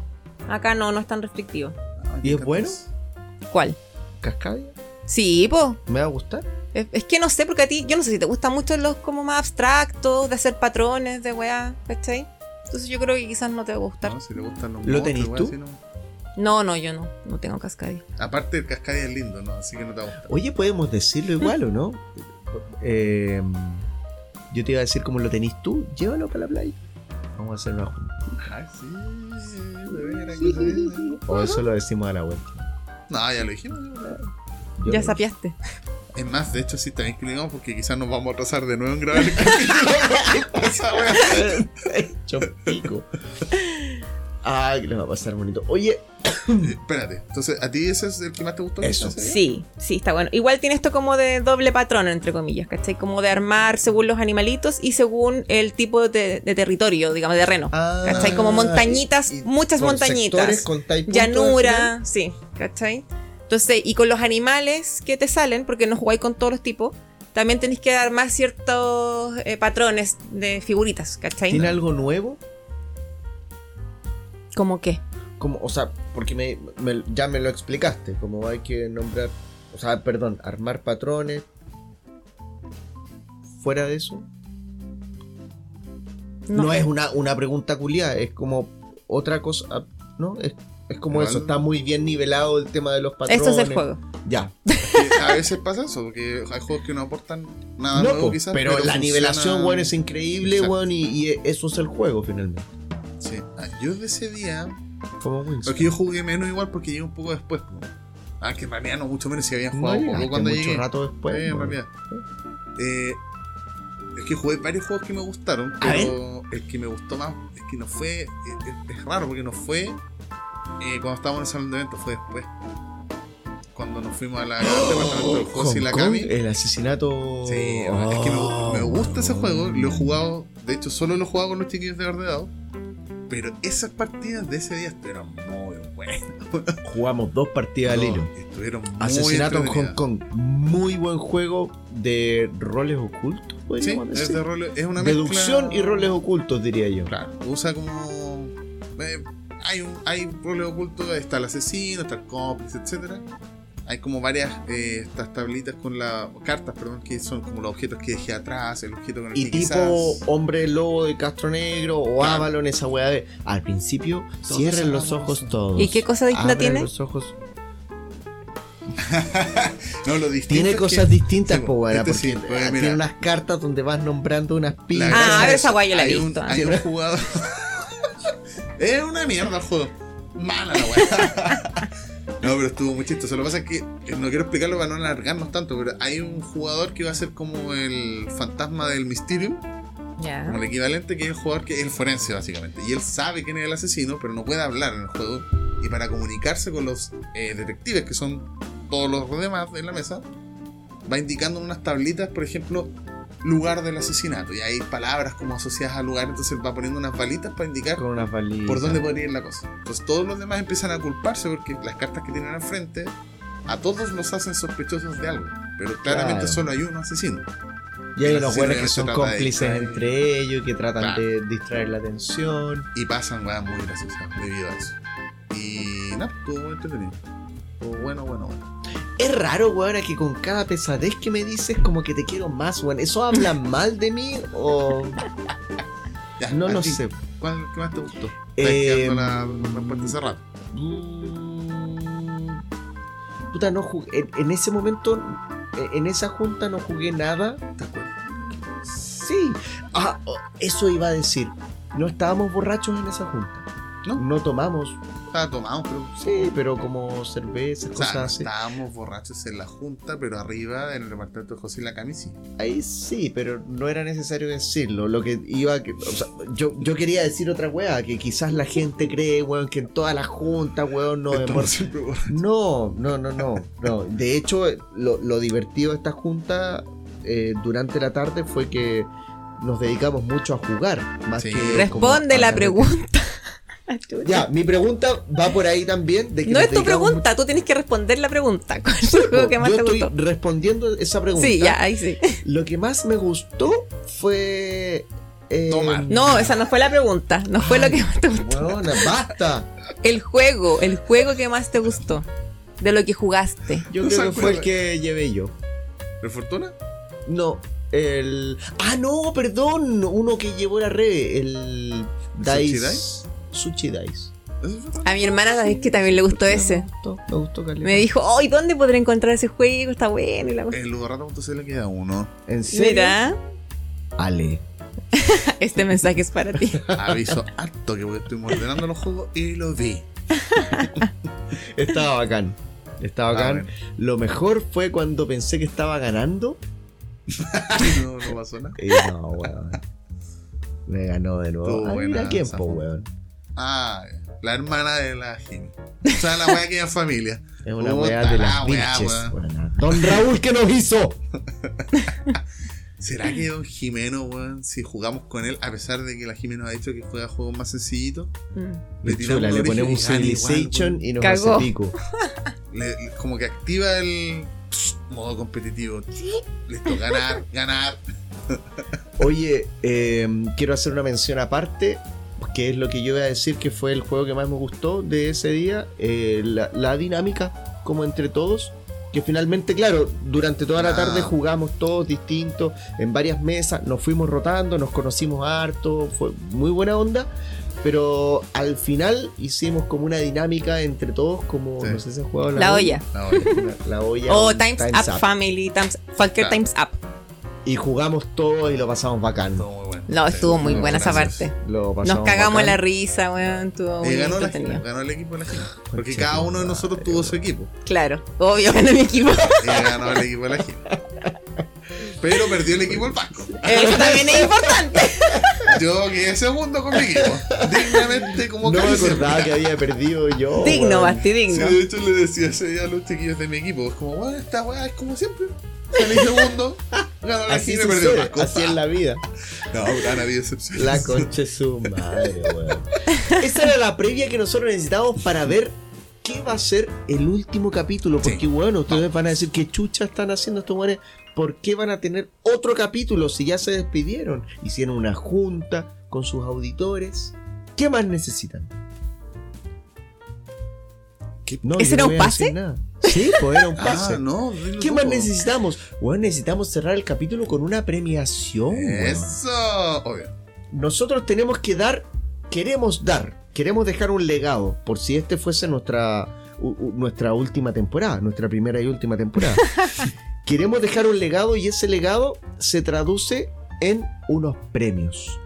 S3: Acá no, no es tan restrictivo.
S1: Ah,
S2: ¿Y es
S1: qué
S2: bueno?
S1: cosa.
S3: ¿Cuál?
S2: ¿Cascadia?
S3: Sí, po.
S2: ¿Me va a gustar?
S3: Es, es que no sé, porque a ti, yo no sé si te gustan mucho los como más abstractos, de hacer patrones, de weá, ¿cachai? Entonces yo creo que quizás no te va a gustar.
S1: No, si le gustan los
S2: ¿Lo
S1: monstruos,
S2: tenís
S1: weón,
S2: tú?
S1: si no-
S3: No, no, yo no. No tengo cascadia.
S1: Aparte el Cascadia es lindo, ¿no? Así que no te va a
S3: *laughs*
S1: gustar.
S2: Oye, podemos decirlo igual, ¿o no? Eh, yo te iba a decir como lo tenés tú, llévalo para la playa. Vamos a hacerlo juntos.
S1: Ay, sí, de veras que sí.
S2: O eso lo decimos a la vuelta.
S1: No, ya lo dijimos. ya.
S2: Yo
S3: ya
S2: lo-
S3: sapiaste.
S1: Es más, de hecho, sí, también que lo digamos porque quizás nos vamos a atrasar de nuevo en grabar el *laughs* capítulo. Esa wea.
S2: *laughs* Hecho pico. Ah, que les va a pasar bonito. Oye,
S1: Espérate, entonces, ¿a ti ese es el que más te gustó?
S2: Eso.
S1: ¿En serio?
S3: Sí, sí, está bueno. Igual tiene esto como de doble patrón, entre comillas, ¿cachai? Como de armar según los animalitos y según el tipo de, de territorio, digamos, de terreno.
S2: Ah,
S3: ¿Cachai? Como montañitas,
S2: y- y
S3: muchas
S2: por
S3: montañitas.
S2: sectores contáis puntos al
S3: llanura, sí, ¿cachai? Entonces, y con los animales que te salen, porque no jugáis con todos los tipos, también tenéis que dar más ciertos eh, patrones de figuritas, ¿cachai?
S2: ¿Tiene algo nuevo?
S3: ¿Cómo qué?
S2: Como, o sea, porque me, me- ya me lo explicaste, como hay que nombrar, o sea, perdón, armar patrones. Fuera de eso, no, es una, una pregunta culiada, es como otra cosa, ah, ¿no? Es, es como
S1: Igual-
S2: eso, está muy bien nivelado el tema de los patrones.
S3: Esto Este es el juego.
S2: Ya,
S1: Que A veces pasa eso, porque hay juegos que no aportan nada
S2: No,
S1: nuevo
S2: po,
S1: Ah, quizás.
S2: pero, la
S1: funciona-
S2: nivelación, weón, es increíble,
S1: Exacto.
S2: weón, y, y eso es el juego finalmente.
S1: Sí. Ah, Yo de ese día
S2: Como Winsor.
S1: Porque yo jugué menos igual porque llegué un poco después. po. Ah, que en realidad no mucho menos si habían
S2: No
S1: jugado
S2: llegaste
S1: poco cuando
S2: mucho
S1: llegué.
S2: rato después.
S1: Eh, en
S2: weón.
S1: realidad. Eh, es que jugué varios juegos que me gustaron,
S2: A
S1: pero el que me gustó más es que no fue. Es, es- es raro porque no fue eh, cuando estábamos en el salón de eventos, fue después. Cuando nos fuimos a
S2: *gasps*
S1: la al departamento del José y
S2: Hong
S1: la
S2: Kong,
S1: Cami.
S2: el asesinato.
S1: Sí, es que me, gu-
S2: Oh.
S1: me gusta ese juego, lo he jugado, de hecho solo lo he jugado con los chiquillos de Verdeado, pero esas partidas de ese día estuvieron muy buenas.
S2: Jugamos dos partidas al
S1: No,
S2: hilo.
S1: Estuvieron muy
S2: Asesinato en Hong
S1: entretenidas.
S2: Kong. Muy buen juego de roles ocultos,
S1: Sí,
S2: podríamos
S1: es,
S2: decir.
S1: de rol- es una
S2: Deducción
S1: mezcla-
S2: y roles ocultos, diría yo.
S1: Claro, usa como. eh, hay un hay roles ocultos, está el asesino, está el cómplice, etcétera Hay como varias eh, estas tablitas con las cartas, perdón, que son como los objetos que dejé atrás, el objeto con el
S2: Y
S1: que
S2: tipo
S1: quizás-
S2: hombre lobo de Castro Negro o
S1: Claro.
S2: Avalon, esa weá de. Al principio,
S1: Todos
S2: cierren los
S1: amamos.
S2: ojos todos.
S3: ¿Y qué cosa distinta
S2: Abran
S3: tiene?
S2: los ojos.
S1: No, lo distinto
S2: Tiene
S1: es que-
S2: cosas distintas,
S1: Sí,
S2: po, weá,
S1: este
S2: porque
S1: sí, porque
S2: ah,
S1: mira.
S2: tiene unas cartas donde vas nombrando unas pilas.
S3: Ah,
S1: cosa
S3: a ver,
S1: es-
S3: esa guay yo la he
S1: hay un-
S3: visto.
S1: hay un jugador. *laughs* es una mierda el juego. Mala la weá. *laughs* No, pero estuvo muy chistoso. Lo que pasa es que eh, no quiero explicarlo para no alargarnos tanto, pero hay un jugador que va a ser como el fantasma del Mysterium, como
S3: Ya.
S1: el equivalente, que es el jugador que es el forense, básicamente. Y él sabe quién es el asesino, pero no puede hablar en el juego. Y para comunicarse con los eh, detectives, que son todos los demás en la mesa, va indicando en unas tablitas, por ejemplo, lugar del asesinato. Y hay palabras como asociadas al lugar, entonces él va poniendo unas balitas para indicar
S2: Con unas balizas.
S1: por dónde podría ir la cosa. Entonces todos los demás empiezan a culparse porque las cartas que tienen al frente a todos los hacen sospechosos de algo. Pero claramente
S2: Claro.
S1: solo hay un asesino.
S2: Y hay
S1: El
S2: unos
S1: asesino
S2: buenos
S1: ya
S2: que
S1: no se
S2: son
S1: trata de
S2: cómplices
S1: distraer.
S2: entre ellos, que tratan
S1: Claro.
S2: de distraer la atención.
S1: Y pasan weas muy graciosas debido a eso. Y nada, estuvo muy entretenido. Estuvo bueno, bueno, bueno.
S2: Es raro, weón, que con cada pesadez que me dices, como que te quiero más, weón. ¿Eso
S1: *laughs*
S2: habla mal de mí o
S1: Ya,
S2: no
S1: a
S2: lo
S1: ti,
S2: sé?
S1: ¿Cuál qué más te gustó? Estás
S2: Eh,
S1: quedando la respuesta cerrada.
S2: Mm, Puta, no jugué. En, en ese momento, en- en esa junta, no jugué nada.
S1: ¿Te acuerdas?
S2: Sí. Ah, oh, eso iba a decir. No estábamos borrachos en esa junta.
S1: No.
S2: No tomamos,
S1: Estaba tomado, Ah, pero.
S2: sí, pero como cerveza,
S1: O sea,
S2: cosas
S1: no
S2: así.
S1: estábamos borrachos en la junta, pero arriba en el departamento de José y la camisi.
S2: Ahí sí, pero no era necesario decirlo. Lo que iba que, o sea, yo, yo quería decir otra weá, que quizás la gente cree, weón, que en todas las juntas, weón, no
S1: Estamos *laughs*
S2: demor- *laughs*
S1: siempre borrachos.
S2: No, no, no, no, no. De hecho, lo, lo divertido de esta junta eh, durante la tarde fue que nos dedicamos mucho a jugar. Más
S1: Sí.
S2: que como
S3: Responde
S2: a
S3: la
S2: carrete.
S3: pregunta. *laughs*
S2: Ya, mi pregunta va por ahí también. de que
S3: Ah, No
S2: nos
S3: es tu
S2: dedicamos
S3: pregunta, tú tienes que responder la pregunta. ¿Cuál *laughs* es el
S2: mucho-
S3: juego que más
S2: Yo
S3: te
S2: estoy
S3: gustó?
S2: respondiendo esa pregunta.
S3: Sí, ya, ahí sí.
S2: Lo que más me gustó fue. eh,
S1: Tomar.
S3: No, esa no fue la pregunta. No *laughs* fue lo que más te gustó.
S2: Weona, basta.
S3: El juego, el juego que más te gustó. de lo que jugaste.
S2: Yo
S1: No se
S2: creo que fue el
S1: acuerda.
S2: que llevé yo.
S1: ¿De fortuna?
S2: No, el. Ah, no, perdón. Uno que llevó la red. El.
S1: Sushi
S2: Dice. Sushi Dice.
S1: ¿Es verdad?
S3: A mi hermana sabes que también le gustó ese.
S2: Me gustó, me gustó caleta.
S3: Me dijo, "Ay, ¿dónde podré encontrar ese juego? Está bueno." Y la...
S1: En ludorrata.cl queda uno.
S2: ¿En serio?
S3: Mira, *laughs*
S2: Ale.
S3: este mensaje es para ti.
S2: *laughs*
S1: Aviso harto que porque estuvimos ordenando los juegos y los vi.
S2: Estaba bacán. Estaba
S1: Ah,
S2: bacán. Lo mejor fue cuando pensé que estaba ganando.
S1: Ah, *laughs* No, no pasó nada.
S2: Y no, weón. Me ganó de nuevo.
S1: Estuvo
S2: Ah,
S1: buena
S2: mira
S1: esa
S2: quién, po,
S1: foto.
S2: weón.
S1: Ah, la hermana de la Jimmy. O sea, la wea que es familia.
S2: Es una
S1: Puta
S2: weá de
S1: la
S2: las
S1: weá,
S2: biches,
S1: weón.
S2: weón. Don Raúl que nos hizo.
S1: ¿Será que Don Jimeno, weón, si jugamos con él, a pesar de que la Jimeno ha dicho que juega juegos más sencillitos,
S3: Mm.
S1: le tiramos
S2: Chula,
S1: un
S2: le ponemos un
S1: original igual,
S2: Civilization
S1: weón.
S2: y nos
S3: Cagó.
S2: hace pico.
S1: Le- le- como que activa el pss, modo competitivo. Listo,
S3: *laughs*
S1: ganar, ganar.
S2: Oye, eh, quiero hacer una mención aparte, que es lo que yo voy a decir que fue el juego que más me gustó de ese día, eh, la, la dinámica como entre todos, que finalmente, claro, durante toda la
S1: Ah.
S2: tarde jugamos todos distintos, en varias mesas, nos fuimos rotando, nos conocimos harto, fue muy buena onda. Pero al final hicimos como una dinámica entre todos, como
S1: Sí.
S2: no sé si han jugado
S3: La olla.
S1: No, weón.
S2: La, la olla.
S3: O
S2: un
S3: Times, Up,
S2: Up.
S3: Family, Times, Fucker
S1: Claro.
S3: Times Up.
S2: Y jugamos todos y lo pasamos bacán.
S1: Estuvo muy bueno.
S3: No,
S1: Sí,
S3: estuvo muy
S1: no,
S3: buena esa
S1: gracias.
S3: parte.
S2: Lo
S3: Nos
S2: pasamos
S3: cagamos
S2: bacán.
S3: la risa, weón. Estuvo
S1: Eh, ganó,
S3: muy
S1: la Jimeno,
S3: entretenido.
S1: ganó el equipo de la Jimeno. Porque
S2: Concha
S1: cada
S2: tu
S1: uno de nosotros
S2: madre,
S1: tuvo su
S2: weón.
S1: equipo.
S3: Claro, obvio, ganó mi equipo. *laughs*
S1: Y ganó el equipo de la Jimeno. Pero perdió el equipo el Paco.
S3: Eso también es importante.
S1: Yo quedé segundo con mi equipo. Dignamente como
S2: No me
S1: cabecera.
S2: acordaba que había perdido yo. weón.
S3: Digno, Basti,
S1: Sí,
S3: digno.
S1: de hecho le decía ese día a los chiquillos de mi equipo, es como, bueno, esta weá es como siempre. Salí segundo, ganó la
S2: Así
S1: Jimmy y perdió
S2: sucede,
S1: la cosa.
S2: así es la vida.
S1: No, pero han habido excepciones.
S3: *laughs*
S2: La concha es su madre, weón. Esa era la previa que nosotros necesitábamos para ver qué va a ser el último capítulo. Porque,
S1: Sí.
S2: bueno, ustedes van a decir qué chucha están haciendo estos weones. ¿Por qué van a tener otro capítulo si ya se despidieron? Hicieron una junta con sus auditores. ¿Qué más necesitan? No,
S3: ¿Ese
S2: yo
S3: era
S2: no
S3: un
S2: voy a decir
S3: pase?
S2: nada. Sí, pues era un
S1: *laughs*
S2: pase.
S1: Ah, no, dilo
S2: ¿Qué
S1: tú,
S2: más
S1: po.
S2: necesitamos? Bueno, necesitamos cerrar el capítulo con una premiación. weón.
S1: Eso, obvio.
S2: Nosotros tenemos que dar, queremos dar, queremos dejar un legado, por si este fuese nuestra, u- u- nuestra última temporada, nuestra primera y última temporada. queremos dejar un legado y ese legado se traduce en unos premios,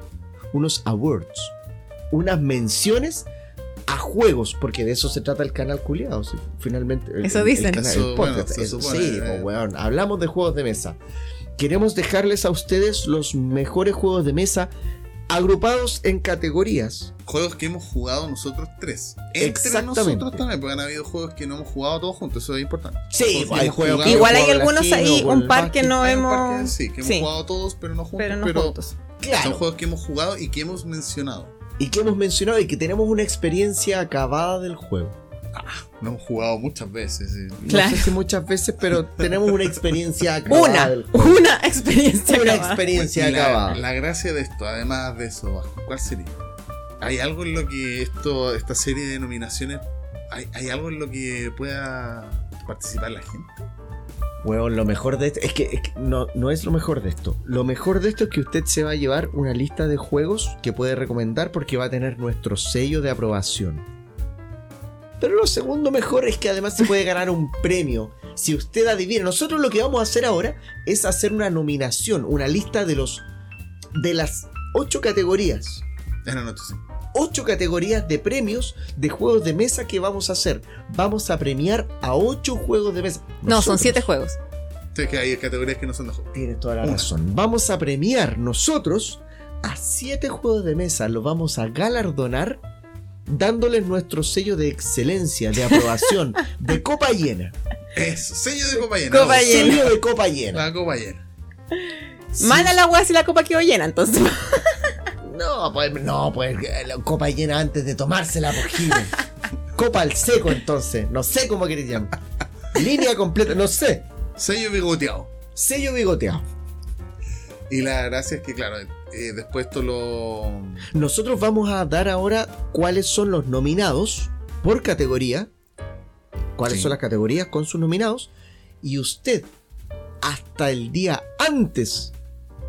S2: unos awards, unas menciones a juegos, porque de eso se trata el canal culiado, finalmente. el-
S3: Eso
S2: el-
S3: dicen.
S2: El, canal, el
S1: Eso, bueno,
S2: podcast,
S1: se
S2: es-
S1: supone,
S2: sí,
S1: eh.
S2: pues, weón, hablamos de juegos de mesa. Queremos dejarles a ustedes los mejores juegos de mesa agrupados en categorías.
S1: Juegos que hemos jugado nosotros tres. Entre
S2: Exactamente.
S1: nosotros también, porque han habido juegos que no hemos jugado todos juntos, eso es importante.
S2: Sí, pues,
S1: Porque hemos jugado-
S3: Igual hay
S2: Por el
S3: algunos
S2: ajeno,
S3: ahí,
S2: por el
S3: un par que
S2: básquet,
S3: no
S1: Hay un par que
S3: hemos.
S1: Sí, que hemos
S3: Sí,
S1: jugado todos, pero no juntos.
S3: pero no juntos.
S1: son
S2: Claro.
S1: juegos que hemos jugado y que hemos mencionado.
S2: Y que hemos mencionado y que tenemos una experiencia acabada del juego.
S1: Lo hemos jugado muchas veces. eh. sí.
S3: Claro.
S2: No sé si muchas veces, pero tenemos una *laughs* experiencia acabada
S3: Una,
S2: del juego.
S3: una experiencia.
S2: Una
S3: acabada.
S2: experiencia
S1: Y Pues, la,
S2: acabada.
S1: la gracia de esto, además de eso, Vasco, ¿cuál sería? ¿Hay algo en lo que esto, esta serie de nominaciones, hay, hay algo en lo que pueda participar la gente?
S2: Weón, lo mejor de esto es que, es que no, no es lo mejor de esto. Lo mejor de esto es que usted se va a llevar una lista de juegos que puede recomendar porque va a tener nuestro sello de aprobación. Pero lo segundo mejor es que además se *laughs* puede ganar un premio. Si usted adivina, nosotros lo que vamos a hacer ahora es hacer una nominación, una lista de los de las ocho categorías
S1: En la noche, sí.
S2: ocho categorías de premios de juegos de mesa que vamos a hacer. Vamos a premiar a ocho juegos de mesa.
S3: No, son
S2: Nosotros.
S3: siete juegos.
S1: Sí, que hay categorías que no son de juego.
S2: *laughs* Tienes toda la
S1: Una.
S2: razón. Vamos a premiar nosotros a siete juegos de mesa. Los vamos a galardonar dándoles nuestro sello de excelencia, de
S3: *laughs*
S2: aprobación, de copa llena.
S1: Eso, sello de copa llena.
S3: Copa
S1: Vamos,
S3: llena.
S2: Sello de copa llena.
S1: La copa llena.
S2: Sí.
S3: Mala la weá si la copa quedó llena, entonces. *laughs*
S2: No, pues, no, pues eh, la copa llena antes de tomársela, por
S3: *laughs*
S2: Jiménez. Copa al seco, entonces. No sé cómo querés llamar. Línea completa, no sé.
S1: Sello bigoteado.
S2: Sello bigoteado.
S1: Y la gracia es que, claro, eh, después esto lo.
S2: Nosotros vamos a dar ahora cuáles son los nominados por categoría cuáles
S1: Sí.
S2: son las categorías con sus nominados. Y usted, hasta el día antes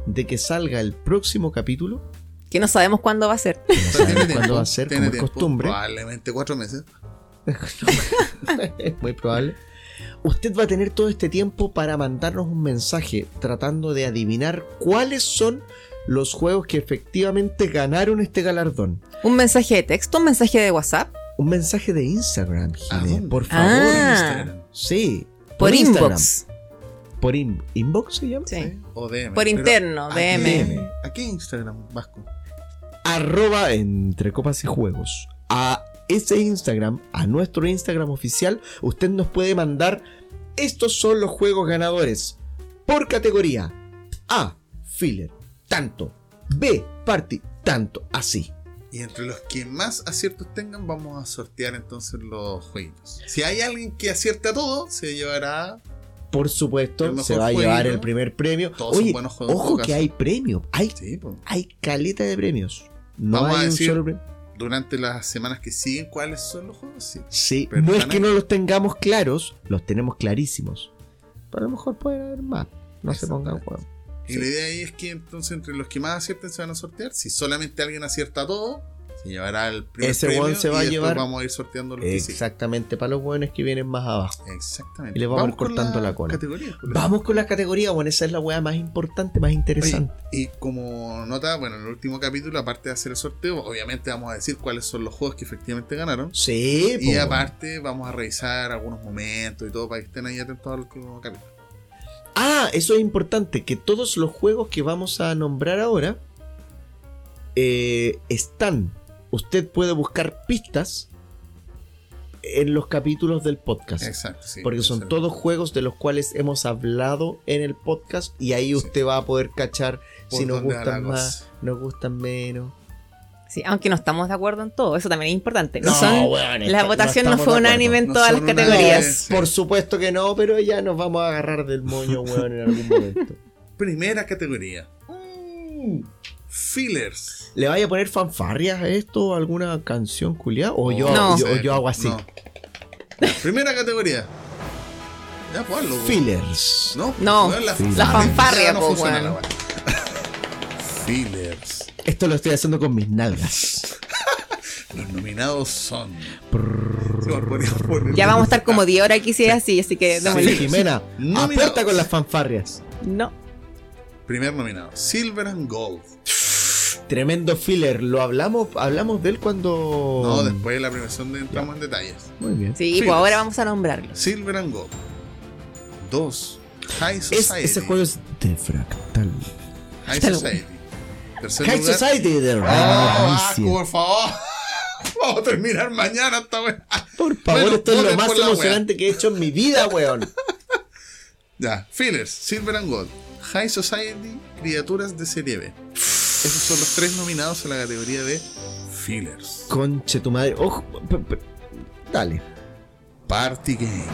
S2: de que salga el próximo capítulo,
S3: Que no sabemos cuándo va a ser.
S2: no
S1: Entonces, *laughs*
S2: sabemos
S1: tiene
S2: cuándo
S1: tiempo,
S2: va a ser,
S1: tiene
S2: como es
S1: tiempo,
S2: costumbre,
S1: Probablemente cuatro meses.
S2: es *laughs* muy probable. Usted va a tener todo este tiempo para mandarnos un mensaje tratando de adivinar cuáles son los juegos que efectivamente ganaron este galardón.
S3: Un mensaje de texto, un mensaje de WhatsApp.
S2: Un mensaje de Instagram, Jimé,
S1: ¿A dónde?
S2: por favor.
S3: Ah.
S1: Instagram.
S2: Sí.
S3: Por
S2: Instagram.
S3: inbox.
S2: Por in- inbox se llama. ¿eh?
S3: Sí.
S1: O DM.
S3: Por
S1: pero-
S3: interno,
S1: ¿a
S3: DM.
S1: qué ¿A qué Instagram, Vasco?
S2: Arroba entre copas y juegos. A ese Instagram, a nuestro Instagram oficial, usted nos puede mandar. Estos son los juegos ganadores. Por categoría. A. Filler. Tanto. B. Party. Tanto. Así.
S1: Y entre los que más aciertos tengan, vamos a sortear entonces los jueguitos. Si hay alguien que acierte a todo, se llevará.
S2: Por
S1: El
S2: supuesto,
S1: mejor
S2: se va a llevar
S1: juego.
S2: el primer premio.
S1: Todos son
S2: Oye,
S1: buenos juegos, en
S2: ojo
S1: todo
S2: que
S1: caso.
S2: hay premio. Hay,
S1: Sí, po.
S2: hay caleta de premios. No
S1: Vamos a
S2: hay un
S1: decir-
S2: solo premio.
S1: Durante las semanas que siguen, ¿cuáles son los juegos? Sí.
S2: Sí,
S1: Pero
S2: no es
S1: están
S2: que
S1: ahí.
S2: no los tengamos claros, los tenemos clarísimos. Pero a lo mejor puede haber más. No se pongan
S1: Exactamente.
S2: huevos.
S1: Y la idea ahí es que entonces entre los que más acierten se van a sortear. Si solamente alguien acierta a todo, se llevará el primer
S2: Ese
S1: premio
S2: weón se
S1: y
S2: va a
S1: después
S2: llevar-
S1: vamos a ir sorteando los
S2: Exactamente, para los hueones que vienen más abajo.
S1: que siguen. Exactamente.
S2: Y le vamos a ir
S1: con
S2: cortando
S1: las
S2: la cola.
S1: categorías, por
S2: Vamos con las categorías, bueno, esa es la hueá más importante, más
S1: Oye,
S2: interesante.
S1: y como nota, bueno, en el último capítulo, aparte de hacer el sorteo, obviamente vamos a decir cuáles son los juegos que efectivamente ganaron.
S2: Sí, pues,
S1: Y
S2: po.
S1: aparte vamos a revisar algunos momentos y todo para que estén ahí atentos al último capítulo.
S2: Ah, eso es importante, que todos los juegos que vamos a nombrar ahora eh, están. Usted puede buscar pistas en los capítulos del podcast.
S1: Exacto, sí.
S2: Porque son
S1: Entonces,
S2: todos juegos de los cuales hemos hablado en el podcast y ahí
S1: Sí.
S2: usted va a poder cachar
S1: por
S2: si nos
S1: dónde va la
S2: gustan más,
S1: cosa.
S2: nos gustan menos.
S3: Sí, aunque no estamos de acuerdo en todo, eso también es importante. No
S2: No,
S3: son-
S2: weón,
S3: la
S2: no
S3: votación no
S2: estamos
S3: fue
S2: de acuerdo.
S3: unánime en
S1: No
S3: todas las
S1: son unánime,
S3: categorías.
S1: sí.
S2: Por supuesto que no, pero ya nos vamos a agarrar del
S1: *laughs*
S2: moño, weón, en algún momento.
S1: Primera categoría. Mm, Fillers.
S2: ¿Le vaya a poner fanfarrias a esto o alguna canción culiada? O yo,
S3: No.
S2: yo, yo hago así.
S1: No. Primera categoría. Ya, pues, loco.
S2: Fillers.
S1: No, pues,
S3: No,
S1: weón,
S3: la fanfarria,
S1: no
S3: po,
S1: funciona la
S3: weón.
S1: weá. *laughs* Fillers.
S2: Esto lo estoy haciendo con mis nalgas.
S1: Los nominados son. Ya
S3: Ya vamos a estar como 10 horas aquí si es así, así que
S1: Sí.
S3: démosle.
S2: Sí, Jimena,
S1: Eh, No,
S2: aprieta
S1: mira.
S2: con las fanfarrias.
S3: No.
S1: Primer nominado, Silver and Gold.
S2: Tremendo filler. Lo hablamos, hablamos de él cuando.
S1: No, después de la premiación de entramos en detalles.
S2: Muy bien.
S3: Sí,
S1: Sí.
S3: pues ahora vamos a nombrarlos.
S1: Silver and Gold. 2. High
S2: Es-
S1: Society.
S2: ese juego es de fractal.
S1: High
S3: Hasta
S1: Society. Tercer
S2: High
S1: lugar.
S2: Society de
S1: Oh,
S2: Radice.
S1: Vasco, por favor. *laughs* Vamos a terminar mañana esta weá.
S2: Por favor,
S1: Bueno,
S2: esto es lo
S1: voten
S2: más
S1: por la
S2: emocionante que he hecho en mi vida,
S1: *laughs*
S2: weón.
S1: Ya, Fillers, Silver and Gold. High Society, Criaturas de Serie B. Esos son los tres nominados a la categoría de Fillers.
S2: Conche tu madre. Ojo. pe- pe- Dale.
S1: Party Game.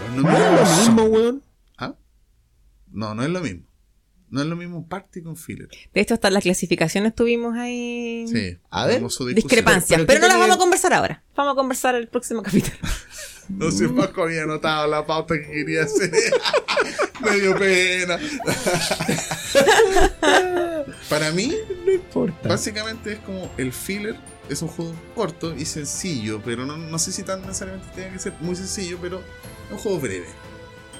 S1: Los
S2: ¿No
S1: nominados
S2: es lo
S1: son-
S2: mismo, weón?
S1: ¿Ah? No, no es lo mismo. No es lo mismo un party con filler.
S3: De hecho, hasta las clasificaciones tuvimos ahí
S1: Sí.
S2: Mm. A ver,
S1: famoso discusión.
S3: discrepancias,
S2: Pero- pero ¿qué
S3: pero, no las vamos a
S2: tenía-
S3: conversar ahora. Vamos a conversar el próximo capítulo.
S1: No sé, Paco había anotado la pauta que quería hacer. *laughs* Me dio pena. *laughs* Para mí,
S2: No importa.
S1: Pues, básicamente es como el filler. Es un juego corto y sencillo, pero no, no sé si tan necesariamente tenga que ser muy sencillo, pero es un juego breve.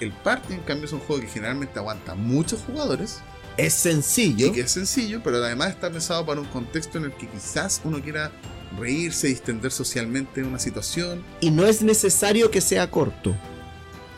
S1: El party, en cambio, es un juego que generalmente aguanta muchos jugadores.
S2: Es
S1: Y
S2: sencillo.
S1: que es sencillo, pero además está pensado para un contexto en el que quizás uno quiera reírse, distender socialmente una situación.
S2: Y no es necesario que sea corto.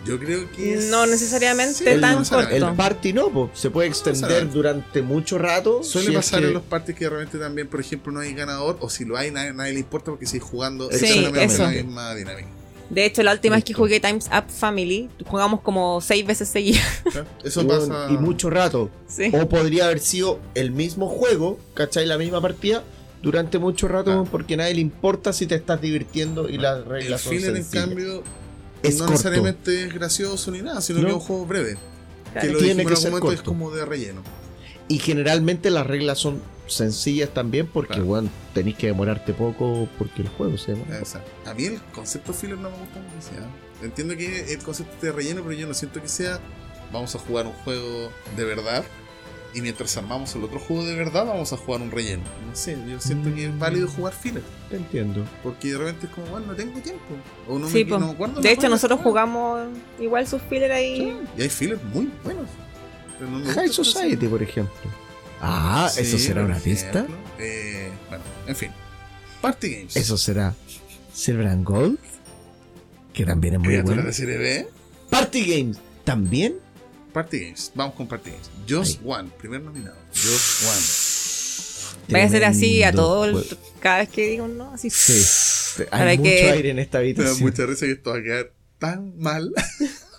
S1: Yo creo que es-
S3: No necesariamente
S1: no
S3: tan
S1: necesariamente.
S2: El
S3: Corto.
S2: party no, po. se puede extender
S1: sabe.
S2: durante mucho rato.
S1: Suele
S2: si es
S1: pasar
S2: que-
S1: en los partes que realmente también, por ejemplo, no hay ganador, o si lo hay, nadie, nadie le importa porque sigue jugando
S3: Sí,
S1: exactamente
S3: eso.
S1: la misma dinámica.
S3: De hecho, la última vez que
S2: Listo.
S3: jugué Times Up Family, jugamos como seis veces seguidas. *laughs*
S1: ¿Claro? Eso
S2: weón,
S1: pasa.
S2: Y mucho rato.
S3: Sí.
S2: O podría haber sido el mismo juego, ¿cachai? La misma partida durante mucho rato
S1: Claro.
S2: porque a nadie le importa si te estás divirtiendo y las
S1: El
S2: reglas son
S1: filler, en
S2: sencillas.
S1: cambio,
S2: es
S1: no
S2: corto.
S1: necesariamente es gracioso ni nada, sino
S2: No.
S1: que es un juego breve.
S3: Claro.
S1: Que lo
S2: Tiene
S1: dijimos en
S2: que
S1: algún
S2: ser
S1: momento, es
S2: corto.
S1: como de relleno.
S2: Y generalmente las reglas son sencillas también porque,
S1: Claro.
S2: bueno, tenéis que demorarte poco porque el juego se demora.
S1: Esa. A mí el concepto filler no me gusta mucho. sí, ¿eh? Entiendo que el concepto de relleno, pero yo no siento que sea. Vamos a jugar un juego de verdad. Y mientras armamos el otro juego de verdad, vamos a jugar un relleno. No sé, yo siento que
S2: Mm.
S1: es válido jugar filler.
S2: Te entiendo.
S1: Porque de repente es como, bueno, no tengo tiempo. O no,
S3: Sí,
S1: me,
S3: po.
S1: no me acuerdo.
S3: De
S1: la
S3: hecho,
S1: regla.
S3: nosotros jugamos igual sus filler ahí.
S1: Y hay fillers muy buenos. Pero no me gusta
S2: High
S1: el
S2: Society, por ejemplo. Ah,
S1: concepto.
S2: ¿eso
S1: Sí,
S2: será
S1: por
S2: una pista?
S1: ejemplo. Eh, bueno, en fin. Party Games.
S2: ¿Eso será Silver and Gold? Que también es muy
S1: Criatura
S2: bueno.
S1: de serie B.
S2: Party Games, también.
S1: Party Games. Vamos con Party Games. Just One, primer nominado. Just One.
S2: *laughs*
S3: Vaya a ser así a
S2: Tremendo
S3: todo, el-
S2: juego.
S3: cada vez que digo no, así.
S2: Sí. Hay
S3: Para
S2: mucho
S3: que-
S2: aire en esta
S1: Me da
S2: habitación.
S1: mucha risa que esto va a quedar tan mal. *laughs*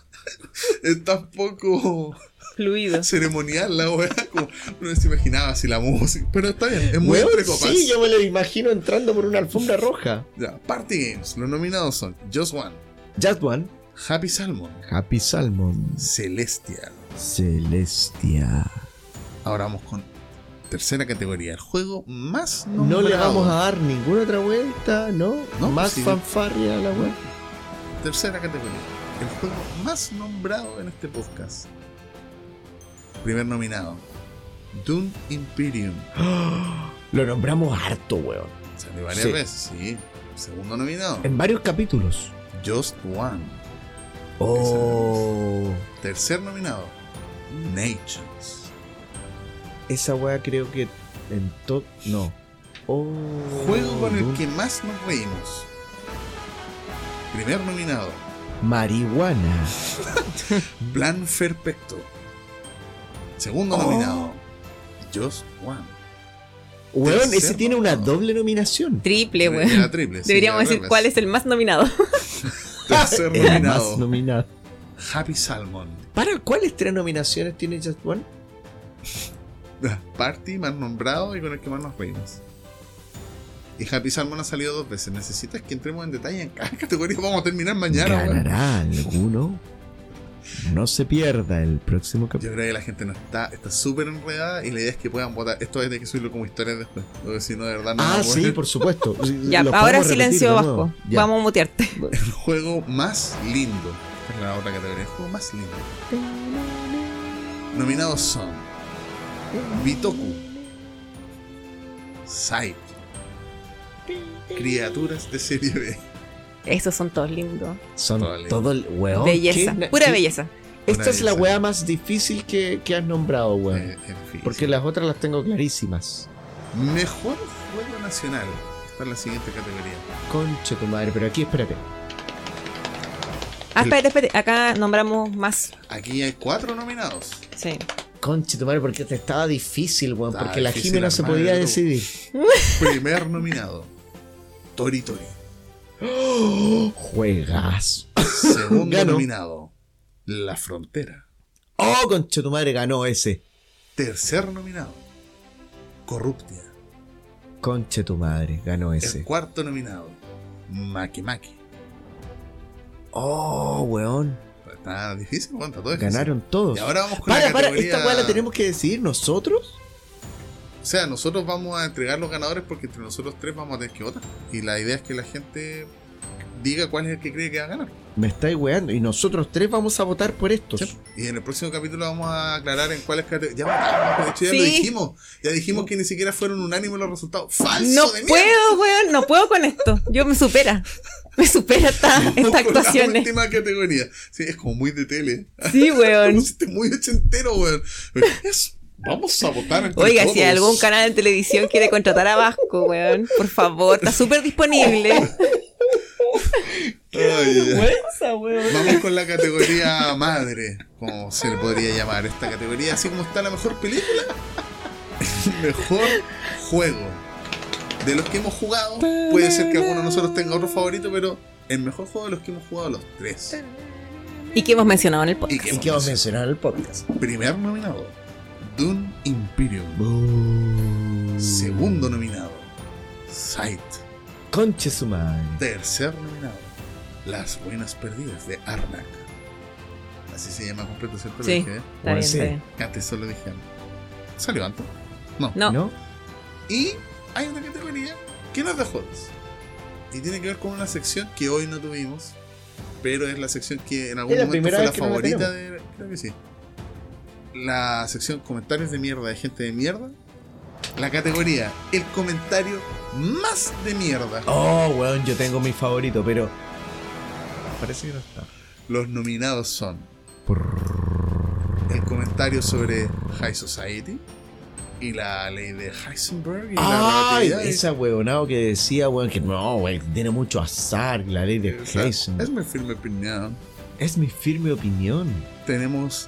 S1: es tan poco
S3: Fluido.
S1: ceremonial la weá. Como uno se imaginaba así la música. Pero está bien, es muy
S2: Weón,
S1: entre copas.
S2: Sí, yo me lo imagino entrando por una alfombra roja.
S1: Ya, Party Games. Los nominados son Just One,
S2: Just One,
S1: Happy Salmon,
S2: Happy Salmon,
S1: Celestia.
S2: Celestia.
S1: Ahora vamos con tercera categoría. El juego más
S2: No,
S1: nombrado.
S2: le vamos a dar ninguna otra vuelta, ¿no? pues
S1: No,
S2: Más
S1: sí.
S2: fanfarria a la web.
S1: Tercera categoría. El juego más nombrado en este podcast. Primer nominado. Doom Imperium.
S2: *gasps* Lo nombramos harto, weón.
S1: Salió varias
S2: Sí.
S1: veces, sí. Segundo nominado.
S2: En varios capítulos.
S1: Just One.
S2: Oh.
S1: Tercer nominado. Nations.
S2: Esa weá creo que en todo. No. Oh.
S1: Juego con el
S2: Doom.
S1: que más nos reímos. Primer nominado.
S2: Marihuana.
S1: Plan Perfecto. Segundo
S2: Oh.
S1: nominado. Just One.
S2: Weón,
S1: Tercero.
S2: ese tiene una doble nominación.
S3: Triple,
S1: Era
S3: *laughs* weón.
S1: triple, sí,
S3: Deberíamos
S1: era
S3: decir
S1: doble.
S3: cuál es el más nominado.
S1: Tercer
S2: *laughs* El más
S1: nominado.
S2: nominado.
S1: Happy Salmon.
S2: ¿Para cuáles tres nominaciones tiene Just One?
S1: *laughs* Party más nombrado y con el que más nos reímos. Y Happy Salmon ha salido dos veces. Necesitas que entremos en detalle en cada *laughs* categoría. Vamos a terminar mañana. weón.
S2: ¿Ganará alguno? No se pierda el próximo
S1: Yo
S2: capítulo.
S1: creo que la gente no está está súper enredada y la idea es que puedan votar. Esto es de que subirlo como historia después. Porque si no, de verdad, no van
S2: Ah,
S1: a poder.
S2: sí,
S1: *laughs*
S2: por supuesto.
S3: ya,
S2: Los
S3: ahora
S2: podemos repetir
S3: silencio
S2: de
S3: bajo.
S2: nuevo. Ya.
S3: Vamos a mutearte.
S1: El juego más lindo. Esta Es la otra categoría. El juego más lindo. Nominados son Bitoku, Sight, Criaturas de Serie B.
S3: Esos son todos lindos.
S2: Son
S1: Todo lindo.
S2: todo el weón.
S3: belleza,
S2: ¿Qué-
S3: pura
S2: qué-
S3: belleza.
S2: Esta es la
S1: Maravilla.
S2: weá más difícil que, que has nombrado, weón.
S1: Eh, en fin,
S2: porque las otras las tengo clarísimas.
S1: Mejor juego nacional. Esta es la siguiente categoría.
S2: Concha tu madre, pero aquí espérate.
S3: Ah,
S1: El-
S3: espérate, espérate. Acá nombramos más.
S1: Aquí hay cuatro nominados.
S3: Sí.
S2: Concha tu madre, porque te estaba difícil, weón.
S1: Estaba
S2: Porque la
S1: difícil
S2: Jimena se
S1: armar el
S2: podía
S1: grupo.
S2: decidir.
S1: Primer nominado, Tori Tori.
S2: ¡Oh! Juegas.
S1: Segundo
S2: Ganó.
S1: nominado, La Frontera.
S2: Oh, concha tu madre, ganó ese.
S1: Tercer nominado, Corruptia.
S2: Conche tu madre, ganó
S1: El
S2: ese.
S1: cuarto nominado, Maki Maki.
S2: Oh, weón.
S1: Está difícil, bueno, está todo difícil.
S2: Ganaron todos.
S1: Y ahora vamos con
S2: Para,
S1: la
S2: para,
S1: categoría-
S2: esta weá la tenemos que decidir nosotros.
S1: O sea, nosotros vamos a entregar los ganadores porque entre nosotros tres vamos a tener que votar. Y la idea es que la gente diga cuál es el que cree que va a ganar.
S2: Me estáis weando. Y nosotros tres vamos a votar por estos.
S1: Y en el próximo capítulo vamos a aclarar en cuáles categorías. Ya, votamos, de hecho, ya lo
S3: Sí.
S1: dijimos. Ya dijimos que ni siquiera fueron unánimes los resultados. ¡Falso!
S3: No
S1: de mierda!
S3: puedo, weón. No puedo con esto. Yo me supera. Me supera esta,
S1: Con *laughs*
S3: esta
S1: La
S3: actuación.
S1: última categoría. Sí, es como muy de tele.
S3: Sí,
S1: Un *laughs*
S3: weón.
S1: sistema muy ochentero, weón. Pero, ¿qué es? Vamos a votar. entre
S3: Oiga,
S1: todos.
S3: si algún canal de televisión quiere contratar a Vasco, weón, por favor, está súper disponible.
S1: Ay, ya.
S3: Vergüenza, weón.
S1: Vamos con la categoría madre, como se le podría llamar esta categoría, así como está la mejor película, *laughs* el mejor juego. De los que hemos jugado, puede ser que alguno de nosotros tenga otro favorito, pero el mejor juego de los que hemos jugado los tres.
S3: Y que hemos mencionado en el
S1: Y
S3: podcast.
S1: que
S2: ¿Y qué vamos a mencionar en el podcast?
S1: Primer nominado, Dune Imperium. Segundo nominado, Sight.
S2: Conche su madre.
S1: Tercer nominado, Las Ruinas Perdidas de Arnak. Así se llama completo, ¿cierto? Lo
S3: Sí.
S1: dije, ¿eh?
S3: Está bien, está bien.
S1: Antes solo dije. ¿Salió antes? No.
S3: No.
S2: ¿No?
S1: Y hay una categoría que no es de juegos. Y tiene que ver con una sección que hoy no tuvimos, pero es la sección que en algún
S2: Es la
S1: momento
S2: primera
S1: fue la
S2: vez que no la
S1: favorita de. Creo que sí. La sección comentarios de mierda de gente de mierda. La categoría, el comentario más de mierda.
S2: Oh, weón, yo tengo mi favorito, pero. Parece que no está.
S1: Los nominados son el comentario sobre High Society y la ley de Heisenberg y la
S2: Ay,
S1: relatividad.
S2: esa huevonao que decía, weón, que no, weón, tiene mucho azar y la ley de
S1: O sea,
S2: Heisenberg.
S1: Es mi firme opinión.
S2: Es mi firme opinión.
S1: Tenemos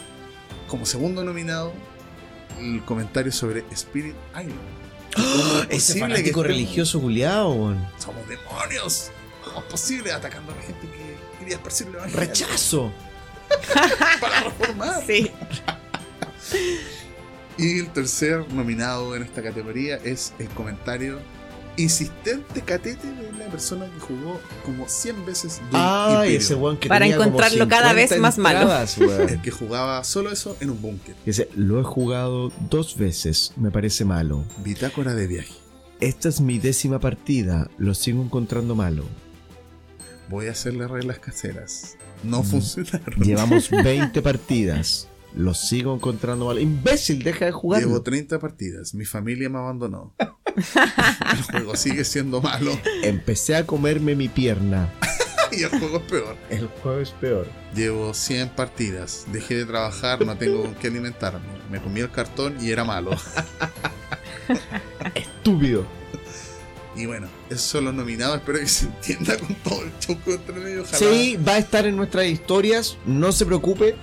S1: como segundo nominado el comentario sobre Spirit Island. ¿Cómo es
S2: *gasps* Ese
S1: posible que
S2: fanático
S1: estemos-
S2: religioso culiado, weón.
S1: Somos demonios. ¿Cómo es posible atacando a la gente que quería esparcir el evangelio
S2: Rechazo.
S1: para reformar?
S3: Sí.
S1: Y el tercer nominado en esta categoría es el comentario insistente catete de la persona que jugó como 100 veces Doom
S2: Ay,
S1: Imperium.
S2: Ah, ese weón que
S3: Para
S2: tenía como
S3: encontrarlo cada
S2: 50
S3: vez más malo.
S2: entradas, weón. *laughs*
S1: El que jugaba solo eso en un búnker.
S2: Dice, lo he jugado dos veces, me parece malo.
S1: Bitácora de viaje.
S2: Esta es mi décima partida, lo sigo encontrando malo.
S1: Voy a hacerle reglas caseras. No
S2: Mm.
S1: funcionaron.
S2: *laughs* Llevamos 20 partidas, lo sigo encontrando malo. Imbécil, deja de jugar.
S1: Llevo 30 partidas. Mi familia me abandonó. el juego sigue siendo malo. *laughs*
S2: Empecé a comerme mi pierna.
S1: Y el juego es peor.
S2: El juego es peor.
S1: Llevo 100 partidas. Dejé de trabajar, no tengo con qué alimentarme. Me comí el cartón y era malo.
S2: Estúpido.
S1: Y bueno, esos son los nominados. Espero que se entienda con todo el choco entre medio. Ojalá.
S2: Sí, va a estar en nuestras historias, no se preocupe.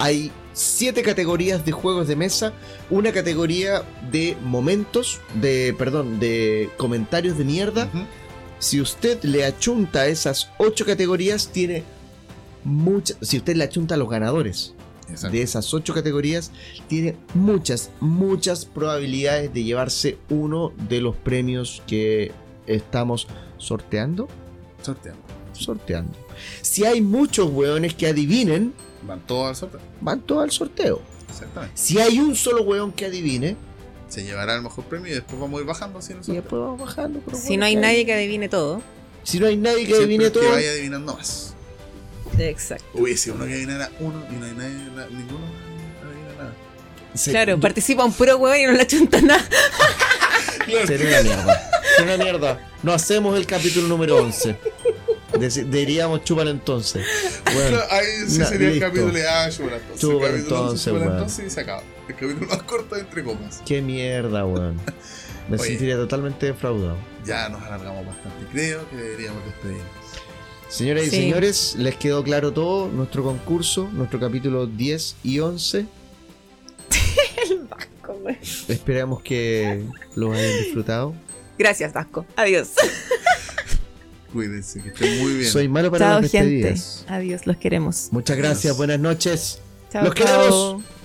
S2: Hay siete categorías de juegos de mesa, una categoría de momentos, de, perdón, de comentarios de mierda.
S1: Ujú.
S2: Si usted le achunta esas ocho categorías, tiene muchas. Si usted le achunta a los ganadores
S1: Exacto.
S2: de esas ocho categorías, tiene muchas, muchas probabilidades de llevarse uno de los premios que estamos sorteando.
S1: Sorteo.
S2: Sorteando. Si hay muchos hueones que adivinen,
S1: Van todos al sorteo.
S2: van todos al sorteo.
S1: Exactamente.
S2: Si hay un solo hueón que adivine,
S1: Se llevará el mejor premio y después vamos a ir bajando así en el
S2: y
S1: sorteo.
S2: después vamos bajando. pero
S3: Si
S2: bueno,
S3: no hay
S2: que
S3: nadie que adivine todo.
S2: Si no hay nadie que
S1: Siempre
S2: adivine
S1: el
S2: todo,
S1: Que vaya adivinando más.
S3: Exacto.
S1: Uy, si uno que adivinara uno y no hay nadie, na- ninguno adivina nada.
S2: se-
S3: Claro, participa un puro huevo y no le achunta nada.
S2: Sería una mierda. Sería una mierda. No hacemos el capítulo número 11. Deci- Deberíamos chupar entonces. Bueno,
S1: Ahí sí
S2: na-
S1: sería
S2: listo.
S1: el capítulo de Ah, Shubra entonces.
S2: Shubra
S1: el capítulo
S2: entonces,
S1: Shubra
S2: weón.
S1: entonces y se acaba. El capítulo más corto entre comas.
S2: qué mierda, weón. Me
S1: Oye.
S2: sentiría totalmente defraudado.
S1: Ya nos alargamos bastante. Creo que deberíamos despedirnos.
S2: Señoras y
S3: Sí.
S2: señores, les quedó claro todo. Nuestro concurso, nuestro capítulo 10 y 11.
S3: *laughs* El Vasco, güey.
S2: Esperamos que lo hayan disfrutado.
S3: Gracias, Vasco. Adiós.
S1: Cuídense, que estén muy bien.
S2: Soy malo para
S3: Chao,
S2: las
S3: gente.
S2: despedidas.
S3: Adiós, los queremos.
S2: Muchas gracias,
S1: Adiós.
S2: buenas noches.
S3: Chao,
S2: Los
S3: chao.
S2: queremos.